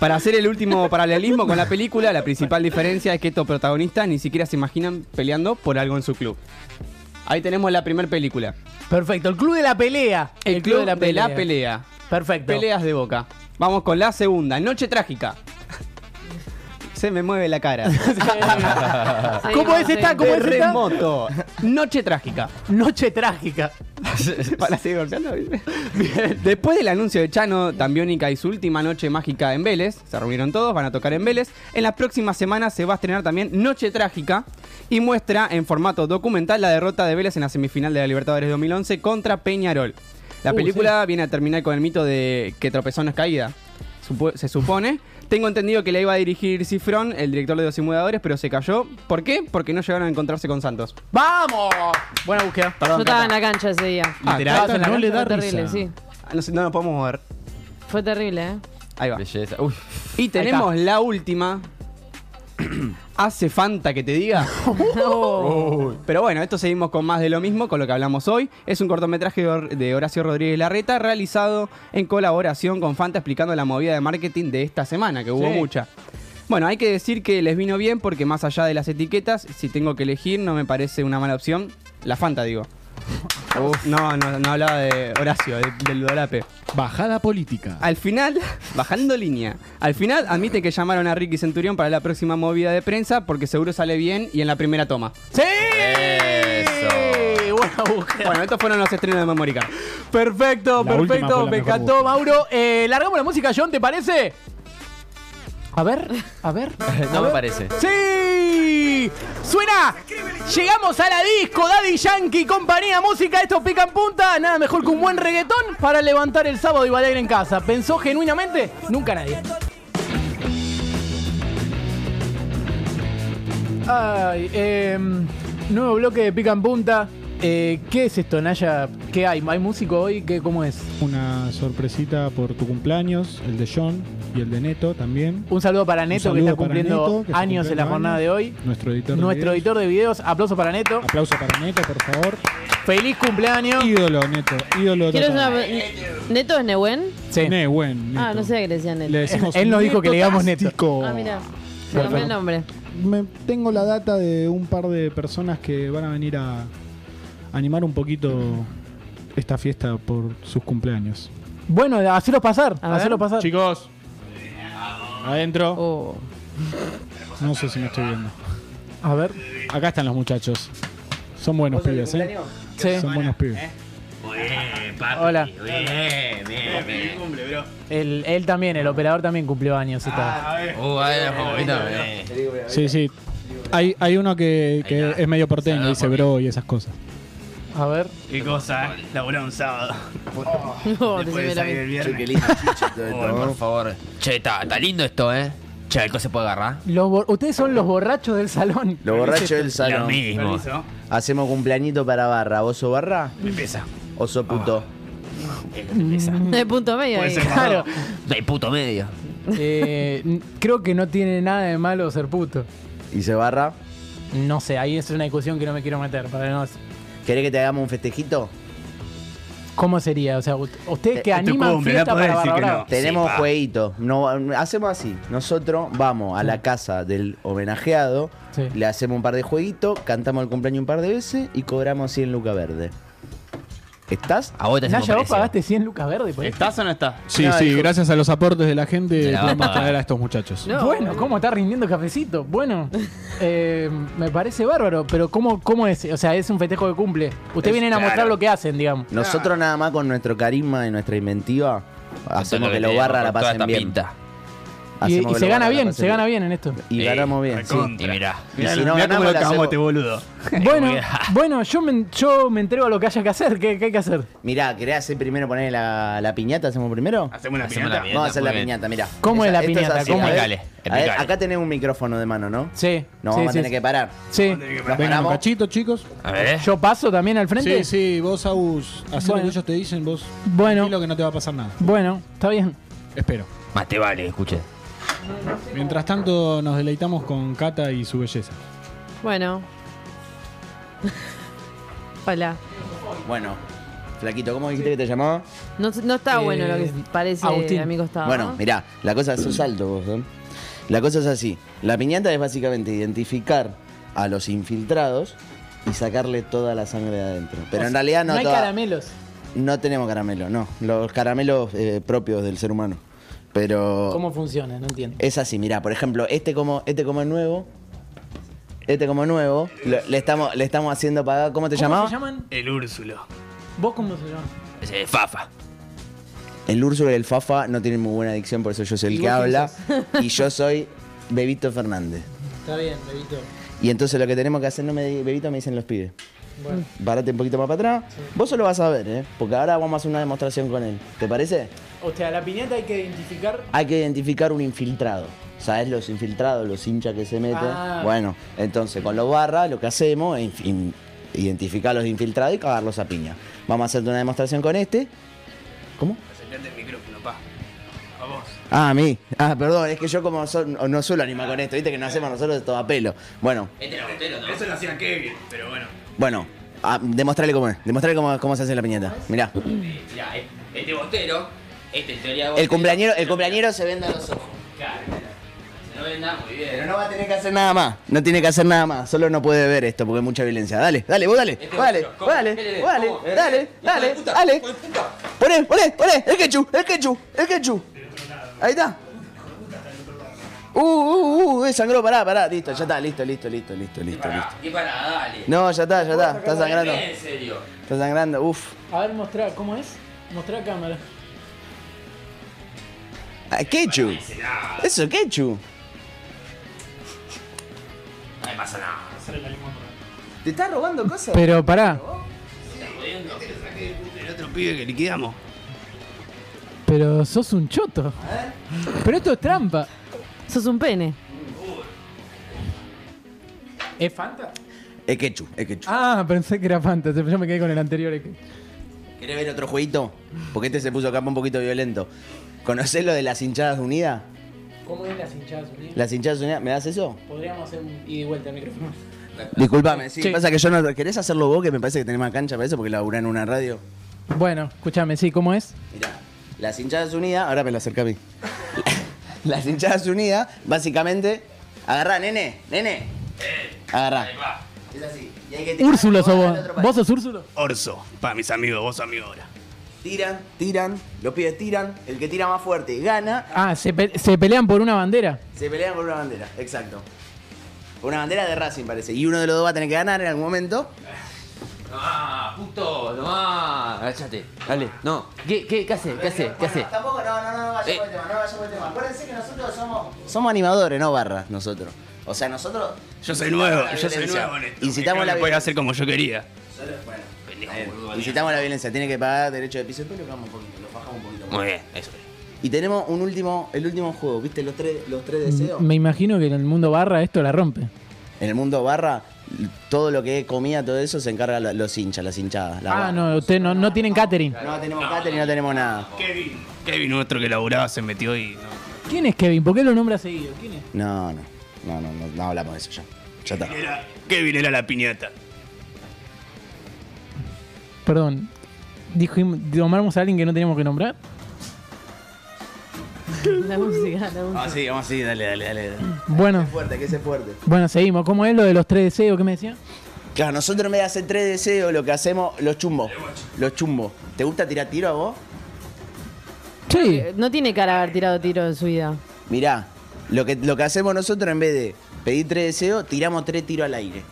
B: Para hacer el último paralelismo con la película, la principal diferencia es que estos protagonistas ni siquiera se imaginan peleando por algo en su club. Ahí tenemos la primera película.
E: Perfecto, el club de la pelea.
B: El, club, de, la pelea.
E: Perfecto.
B: Peleas de boca. Vamos con la segunda, Noche Trágica. Se me mueve la cara.
E: ¿Cómo es esta? ¿Cómo es esta?
B: Terremoto. Noche trágica.
E: Noche trágica.
B: Para seguir golpeando. Después del anuncio de Chano, Tambiónica y su última noche mágica en Vélez, se reunieron todos, van a tocar en Vélez. En las próximas semanas se va a estrenar también Noche Trágica y muestra en formato documental la derrota de Vélez en la semifinal de la Libertadores 2011 contra Peñarol. La
R: Uh,
B: película viene a terminar con el mito de que tropezón no es caída. supo- se supone. Tengo entendido que la iba a dirigir Cifrón, el director de Los Simuladores, pero se cayó. ¿Por qué? Porque no llegaron a encontrarse con Santos.
E: ¡Vamos! Buena búsqueda.
F: Yo estaba en la cancha ese día.
B: Ah, Literal.
F: Estabas en la
B: No
F: cancha.
B: le da
F: Fue terrible,
B: risa. Ah,
F: sí.
B: No, sé, no nos podemos mover.
F: Fue terrible, ¿eh?
B: Ahí va.
C: Uy.
B: Y tenemos la última. ¿Hace falta que te diga? Uy. Pero bueno, esto seguimos con más de lo mismo, con lo que hablamos hoy. Es un cortometraje de Hor- de Horacio Rodríguez Larreta realizado en colaboración con Fanta explicando la movida de marketing de esta semana, que hubo
R: Sí.
B: mucha. Bueno, hay que decir que les vino bien porque más allá de las etiquetas, si tengo que elegir, no me parece una mala opción. La Fanta, digo. Uf, no, no, no hablaba de Horacio, de- del Dolape.
G: Bajada política.
B: Al final, bajando línea, al final admite que llamaron a Ricky Centurión para la próxima movida de prensa porque seguro sale bien y en la primera toma.
E: ¡Sí!
C: Eso.
E: Buena búsqueda.
B: Bueno, estos fueron los estrenos de Memory Card.
E: Perfecto,
B: La última fue
E: perfecto.
B: la
E: Me
B: mejor
E: encantó,
B: búsqueda.
E: Mauro. Eh, largamos la música, John, ¿te parece? A ver, a ver.
D: Este-
C: No me parece.
E: ¡Sí! ¡Suena! Llegamos a la disco, Daddy Yankee, compañía, música, esto pica en punta. Nada mejor que un buen reggaetón para levantar el sábado y bailar en casa. ¿Pensó genuinamente? Nunca nadie. Ay, em, nuevo bloque de Pica en Punta. Eh, ¿Qué es esto, Naya? ¿Qué hay? ¿Hay músico hoy? ¿Qué, ¿Cómo es?
O: Una sorpresita por tu cumpleaños, el de John y el de Neto también.
E: Un saludo para Neto,
O: saludo
E: que está
O: para
E: cumpliendo
O: Neto, que está
E: años en la
O: cumpliendo
E: jornada de
O: años.
E: hoy.
O: Nuestro editor. de
E: Nuestro
O: videos.
E: editor de videos, aplauso para Neto.
O: Aplauso para Neto, por favor.
E: Feliz cumpleaños.
O: Ídolo, Neto. Ídolo.
F: ¿Quieres
O: total.
F: una... ¿Neto es Nehuen?
E: Sí.
O: Ne, buen, Neto.
F: Ah, no sé qué le decían Neto.
O: Le decimos
E: Él nos dijo que le digamos Neto.
O: Netotástico.
F: Ah, mira. Se
O: Perfecto.
F: cambió el nombre.
O: Me- tengo la data de un par de personas que van a venir a animar un poquito esta fiesta por sus cumpleaños.
E: Bueno, haceros pasar. Haceros pasar.
O: Chicos. Adentro. No sé si me estoy viendo.
E: Oh. A ver.
O: Acá están los muchachos. Son buenos
E: ¿Vos sos
O: pibes,
E: de
O: ¿eh?
E: Sí.
O: Son buenos pibes.
C: ¿eh?
E: Hola.
C: Bien, bien, bien.
E: cumple, bro. Él, él también, el operador también cumplió años. esta vez.
C: Uh, ahí la
D: Oh,
C: favorita,
D: eh.
C: bien.
O: Sí, sí. Hay, hay uno que, que es medio porteño, dice bro y esas cosas.
E: A ver.
M: Qué cosa, eh. Laburé un sábado. Después de
F: decime la
M: salir el
F: misma.
M: viernes.
F: Che, qué
C: Uy, por favor. Che, está, está lindo esto, eh. Che, algo se puede agarrar.
E: Los bor- ustedes son los borrachos del salón.
D: Los borrachos del
C: Lo
D: salón.
C: mismo.
D: Hacemos cumpleañito para barra. ¿Vos sos barra?
M: Empieza.
D: ¿O sos puto?
F: No hay punto medio ahí.
E: Claro.
C: No hay puto medio.
E: Eh, n- creo que no tiene nada de malo ser puto.
D: ¿Y se barra?
E: No sé, ahí es una discusión que no me quiero meter. Para no...
D: ¿Querés que te hagamos un festejito?
E: ¿Cómo sería? O sea, u- ustedes que
D: Es tu
E: animan
D: Eh, cumple,
E: fiesta
D: no podés
E: para
D: decir que
E: Barra
D: no.
E: Brava.
D: Tenemos
E: Sí, pa.
D: jueguito. No, hacemos así. Nosotros vamos a la casa del homenajeado, le hacemos un par de jueguitos, cantamos el cumpleaños un par de veces y cobramos 100 lucas verde. ¿Estás?
C: A vos
E: Naya, vos pagaste 100 lucas verde por esto?
B: ¿Estás o no estás?
O: Sí,
D: No,
O: sí,
D: dijo-
O: gracias a los aportes de la gente
E: la
O: podemos
E: vamos a-
O: traer a estos muchachos.
E: bueno, ¿cómo está rindiendo cafecito? Bueno, eh, me parece bárbaro, pero ¿cómo, ¿cómo es? O sea, es un festejo de cumple. Ustedes
D: Es-
E: vienen a mostrar
D: claro.
E: lo que hacen, digamos.
D: Nosotros nada más con nuestro carisma y nuestra inventiva hacemos que los
C: tenemos
D: barra la
C: con toda
D: pasen
C: esta
D: bien.
C: pinta.
E: Y,
D: Hacemos
E: y
D: que
E: se
D: los
E: gana
D: barra la
E: bien,
D: pasen
E: se gana bien en esto.
D: Y ganamos bien, sí.
C: Y mirá.
D: Y si no
M: Mirá cómo
D: ganamos,
M: lo
D: la
M: cagamos
D: hacemos-
M: este boludo.
E: Bueno, bueno, yo me, yo me entrego a lo que haya que hacer. ¿Qué, qué hay que hacer?
D: Mirá, ¿querés hacer primero poner la, la piñata? ¿Hacemos primero? ¿Hacemos
M: una Hacemos piñata. la piñata,
D: Vamos a hacer
M: muy
D: la
M: bien.
D: piñata, mirá.
E: ¿Cómo es la
D: esto
E: piñata?
D: así,
E: ¿Cómo
D: a
E: es?
D: ver,
E: Explicale,
D: a ver,
E: explicale.
D: acá tenés un micrófono de mano, ¿no?
E: Sí.
D: Nos
E: sí,
D: vamos a
E: sí,
D: tener
E: sí.
D: que parar.
E: Sí.
D: Nos
O: Vengan un
D: paramos.
O: cachito, chicos.
C: A ver. eh.
E: ¿Yo paso también al frente?
O: Sí, sí, vos, Agus, hacé
E: Bueno.
O: lo que ellos te dicen, vos.
E: Bueno.
O: Tranquilo que no te va a pasar nada.
E: Bueno, está bien.
O: Espero.
C: Más te vale, escuche.
O: Mientras tanto, nos deleitamos con Cata y su belleza.
F: Bueno. Hola.
D: Bueno, Flaquito, ¿cómo dijiste que te llamaba?
F: No, no está
D: Eh,
F: bueno lo que parece
D: Agustín.
F: a mi costado.
D: Bueno,
F: ¿no?
D: mirá, la cosa es un salto vos, ¿eh? La cosa es así. La piñata es básicamente identificar a los infiltrados y sacarle toda la sangre de adentro. Pero en realidad no,
E: No hay
D: toda-
E: caramelos.
D: no tenemos caramelo, no. Los caramelos eh, propios del ser humano. Pero
E: ¿Cómo funciona? No entiendo.
D: es así, mirá, por ejemplo, este como, este como es nuevo. Este como es nuevo, lo- le, estamos, le estamos haciendo pagar. ¿Cómo te
E: ¿Cómo
D: llamaba?
E: se llaman?
M: El Úrsulo.
E: ¿Vos cómo se llaman?
C: Ese es Fafa.
D: El Úrsula y el Fafa no tienen muy buena adicción, por eso yo soy
E: ¿Y
D: el que
E: vos quién
D: habla.
E: sos?
D: Y yo soy Bebito Fernández.
E: Está bien, bebito.
D: Y entonces lo que tenemos que hacer, no me di- Bebito, me dicen los pibes.
E: Bueno.
D: Parate un poquito más para atrás. Vos solo vas a ver, ¿eh? Porque ahora vamos a hacer una demostración con él. ¿Te parece?
E: O sea, la piñata hay que identificar.
D: Hay que identificar un infiltrado. ¿Sabes los infiltrados, los hinchas que se meten?
E: Ah.
D: Bueno, entonces con los barras lo que hacemos es inf- in- identificar a los infiltrados y cagarlos a piña. Vamos a hacerte una demostración con este. ¿Cómo?
M: Acercate el micrófono, pa. A vos.
D: Ah, a mí. Ah, perdón, es que yo como so- no suelo animar con esto, viste que no hacemos nosotros de todo a pelo. Bueno,
M: Eso lo hacía Kevin, pero bueno.
D: bueno, ah, demostrale cómo es, demostrale cómo, cómo se hace la piñata. Mirá.
C: Mirá, eh, este bostero, este en teoría
D: El cumpleañero, el cumpleañero se venda los ojos.
C: No venda, muy bien.
D: Pero no va a tener que hacer nada más, no tiene que hacer nada más, solo no puede ver esto porque hay mucha violencia. Dale, dale, vos dale,
H: este
D: vos dale, vos dale, vos dale, dale, dale, dale. Poné, poné, poné, Eh, el ketchup, el ketchup, el ketchup. Ahí está. Uh, uh, uh, eh, sangró, pará, pará, listo, ya está, listo, listo, listo, listo, listo, listo.
C: Y para, dale.
D: No, ya está, ya está, está sangrando,
C: En serio.
D: está sangrando, uff.
E: A ver, mostrá, ¿cómo es? Mostrá a cámara.
D: Ah, ketchup. Eso es ketchup.
C: No me pasa nada.
D: ¿Te estás robando cosas?
E: Pero pará,
M: El otro pibe que liquidamos.
E: pero sos un choto. Pero esto es trampa.
F: Sos un pene.
E: ¿Es Fanta?
D: Es quechu, es quechu.
E: Ah, pensé que era Fanta. Yo me quedé con el anterior. es que-
D: ¿Querés ver otro jueguito? Porque este se puso acá un poquito violento. ¿Conocés lo de las hinchadas unidas?
E: ¿Cómo es las hinchadas unidas?
D: ¿Las hinchadas unidas? ¿Me das eso?
E: Podríamos hacer un ida y vuelta al micrófono.
D: Disculpame, sí,
E: Sí.
D: pasa que yo no. ¿Querés hacerlo vos? Que me parece que tenés más cancha para eso porque laburás en una radio.
E: Bueno, escúchame, sí, ¿cómo es?
D: Las hinchadas unidas, ahora me lo acerca a mí. Las hinchadas unidas, básicamente, agarrá, nene, nene. Agarrá. Es así. Y hay que tirar
E: Úrsulo
D: la
E: sos
D: bola
E: vos.
D: al otro palo.
E: ¿Vos sos Úrsulo?
M: Orso, para mis amigos, vos amigo ahora.
D: Tiran, tiran, los pibes tiran, el que tira más fuerte gana,
E: Ah, se, pe- se pelean por una bandera.
D: se pelean por una bandera, exacto. Por Una bandera de Racing parece, y uno de los dos va a tener que ganar en algún momento.
C: Ah, puto, nomás. Agachate, dale, no. ¿Qué, qué, qué hace? ¿Qué hace? ¿Qué hace?
D: Tampoco, no, no, no, no vaya por el tema, no vaya por el tema. Acuérdense que nosotros somos... Somos animadores, no barras, nosotros. O sea, nosotros...
M: Yo soy nuevo,
D: La
M: yo soy
D: violencia.
M: nuevo en esto.
D: Incitamos
M: Creo
D: la Eh,
M: que podía hacer como yo quería.
D: Incitamos la violencia, tiene que pagar derecho de piso, después lo bajamos un poquito, lo bajamos un poquito. más.
M: Muy bien, eso.
D: Y tenemos un último, el último juego, ¿viste? Los tres, los tres deseos.
E: Mm, Me imagino que en el mundo barra esto la rompe.
D: En el mundo barra, todo lo que es comida, todo eso, se encarga la- los hinchas, las hinchadas. la
E: ah, no, ustedes no, no tienen catering.
D: barra. No tenemos catering, no tenemos nada.
M: Kevin. Kevin, nuestro que laburaba, se metió y.
E: ¿Quién es Kevin? ¿Por qué lo nombra seguido? ¿Quién es?
D: No, no, no, no, no, no hablamos de eso ya. Ya está.
M: Era- Kevin era la piñata.
E: Perdón. Dijo, nombramos a alguien que no teníamos que nombrar.
F: La música, la música.
M: Ah,
D: Vamos así, vamos así, dale, dale, dale.
E: Bueno,
D: Que fuerte, que se fuerte.
E: bueno, seguimos. ¿Cómo es lo de los tres deseos que me decía?
D: Claro, nosotros en vez de hacer tres deseos, lo que hacemos, los chumbos. Los chumbos. ¿Te gusta tirar tiro a vos?
E: Sí.
F: No tiene cara de haber tirado tiro en su vida.
D: Mirá, lo que, lo que hacemos nosotros en vez de pedir tres deseos, tiramos tres tiros al aire.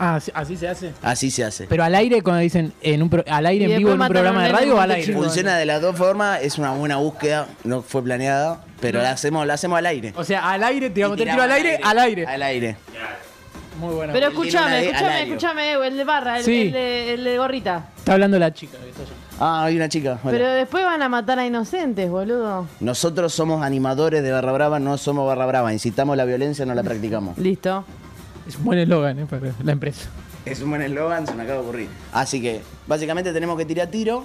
E: Ah, así, así se hace.
D: Así se hace.
E: Pero al aire, cuando dicen en un pro- al aire
D: Y
E: en vivo en
D: después
E: un
D: matan
E: programa
D: a
E: de
D: un nene
E: radio o
D: con
E: al
D: un
E: aire.
D: cuchillo. Funciona de las dos formas, es una buena búsqueda, no fue planeada, pero la hacemos, la hacemos al aire.
E: O sea, al aire, tiramos
D: Y
E: tres tiros
D: tiramos
E: al aire, al aire.
D: Al aire.
E: Muy bueno.
F: Pero
D: una
F: escúchame,
D: de
F: escúchame,
D: alario.
F: escúchame, eh, el de barra, el,
E: Sí.
F: el de, el de gorrita.
E: Está hablando la chica.
D: Ah, hay una chica. hola.
F: Pero después van a matar a inocentes, boludo.
D: Nosotros somos animadores de Barra Brava, no somos Barra Brava. Incitamos la violencia, no la practicamos.
F: Listo.
E: Es un buen eslogan, ¿eh? Para la empresa.
D: Es un buen eslogan, se me acaba de ocurrir. Así que, básicamente tenemos que tirar tiro.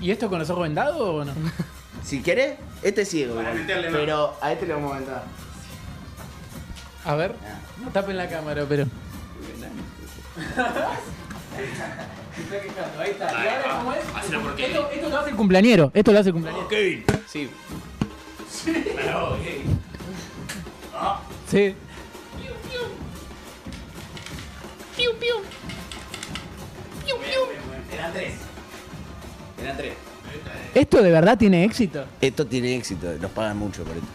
E: ¿Y esto con los ojos vendados o no?
D: Si querés, este es ciego. igual. Pero a este le vamos a aventar.
E: A ver.
D: Ah.
E: No tapen la cámara, pero. Ahí está. ¿Y
M: Ah,
E: ahora cómo es? Esto, esto lo hace el cumpleañero. Esto lo hace el cumpleañero.
M: Kevin. Sí. Bravo, Kevin.
E: Sí.
J: Piu, piu. Piu, piu.
D: Eran tres. Eran tres.
E: ¿Esto de verdad tiene éxito?
D: Esto tiene éxito, nos pagan mucho por esto.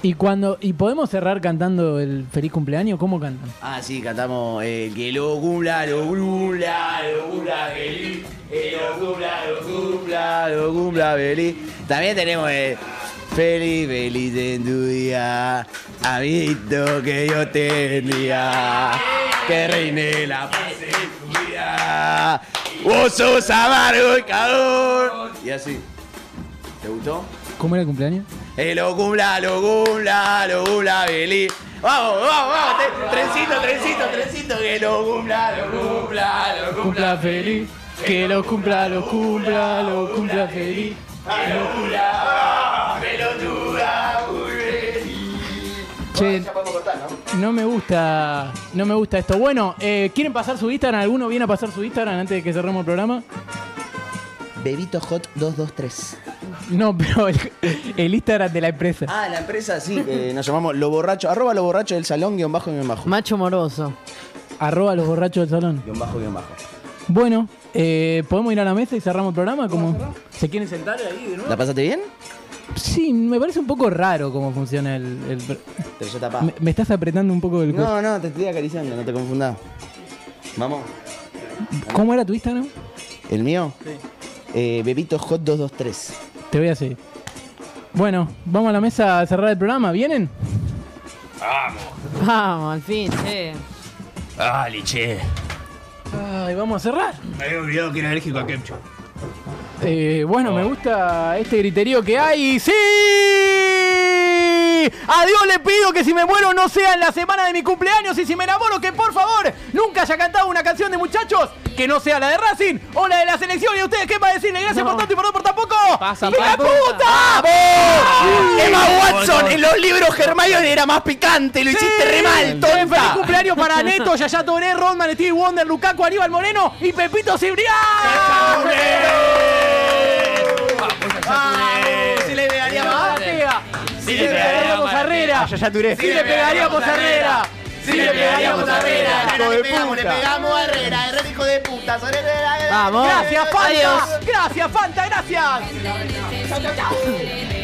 E: ¿Y cuando y podemos cerrar cantando el feliz cumpleaños? ¿Cómo cantan?
D: Ah, sí, cantamos el que lo cumpla, lo cumpla, lo cumpla, feliz. Que lo cumpla, lo cumpla, lo cumpla, feliz. También tenemos eh, el feliz, feliz en tu día. Amiguito que yo tenía. Que reine la paz
M: eh,
D: en tu vida. Vos sos amargo y cabrón. Y así. ¿Te gustó?
E: ¿Cómo era el cumpleaños?
D: Eh, lo cumpla, lo cumpla, lo cumpla, Beli. Vamos, vamos, vamos, tre- trencito, trencito, trencito, que lo cumpla, lo cumpla, lo
E: Cumpla feliz, que lo cumpla, lo cumpla, lo cumpla feliz.
D: cumpla. Pelotuda, muy feliz.
E: Che,
D: Ya podemos cortar, ¿no?
E: no me gusta, no me gusta esto. Bueno, eh, ¿quieren pasar su Instagram? ¿Alguno viene a pasar su Instagram antes de que cerremos el programa?
D: Bebito Hot 223.
E: No, pero el, el Instagram de la empresa.
D: Ah, la empresa sí, eh, nos llamamos Lo Borracho, arroba Lo Borracho del Salón, guión bajo, guión bajo.
F: Macho moroso.
E: Arroba los borrachos del salón.
D: Guión bajo, guión bajo.
E: Bueno, eh, ¿podemos ir a la mesa y cerramos el programa? Como ¿Se quieren sentar ahí de nuevo?
D: ¿La pasaste bien?
E: Sí, me parece un poco raro cómo funciona el... el-
D: Pero yo tapá.
E: Me, me estás apretando un poco el cuello.
D: No, no, te estoy acariciando, no te confundas. Vamos.
E: ¿Cómo era tu Instagram?
D: ¿El mío? Eh, Bebito Hot 223.
E: Te voy a seguir. Bueno, vamos a la mesa a cerrar el programa. ¿Vienen?
M: Vamos.
F: Vamos, al fin, che.
M: Dale, che.
E: Ay, vamos a cerrar.
M: Me había olvidado que era alérgico a ketchup.
E: Oh. Eh, bueno, me gusta este griterío que hay. ¡Sí! A Dios le pido que si me muero no sea en la semana de mi cumpleaños y si me enamoro que por favor nunca haya cantado una canción de muchachos que no sea la de Racing o la de la selección. ¿Y a ustedes qué va a decirle? Gracias por tanto y perdón por tampoco. ¡Pasa, ¡Hija
H: Paco.
E: puta!
H: ¡Vamos!
E: Sí.
H: Emma
E: Por
H: Watson,
E: favor.
H: en los libros Hermione era más picante, lo hiciste re
E: Feliz
H: mal, tonta.
E: cumpleaños para Neto, Yaya Touré, Rodman, Steve Wonder, Lukaku, Aníbal Moreno y Pepito Cibrián.
H: Si le pegaríamos a Herrera.
E: Si le pegaríamos a Herrera.
H: Yaya Touré.
E: Si le pegaríamos a Herrera.
H: Si le pegaríamos a Herrera.
E: Hijo
H: Herrera,
E: de
H: Le pegamos, le
E: puta.
H: pegamos a Herrera. Herrera, hijo de puta. Sobre Herrera.
E: Vamos. Gracias, Fanta.
H: Adiós.
E: Gracias, Fanta. Gracias.
H: Chau, chau, chau.
Y: Eh,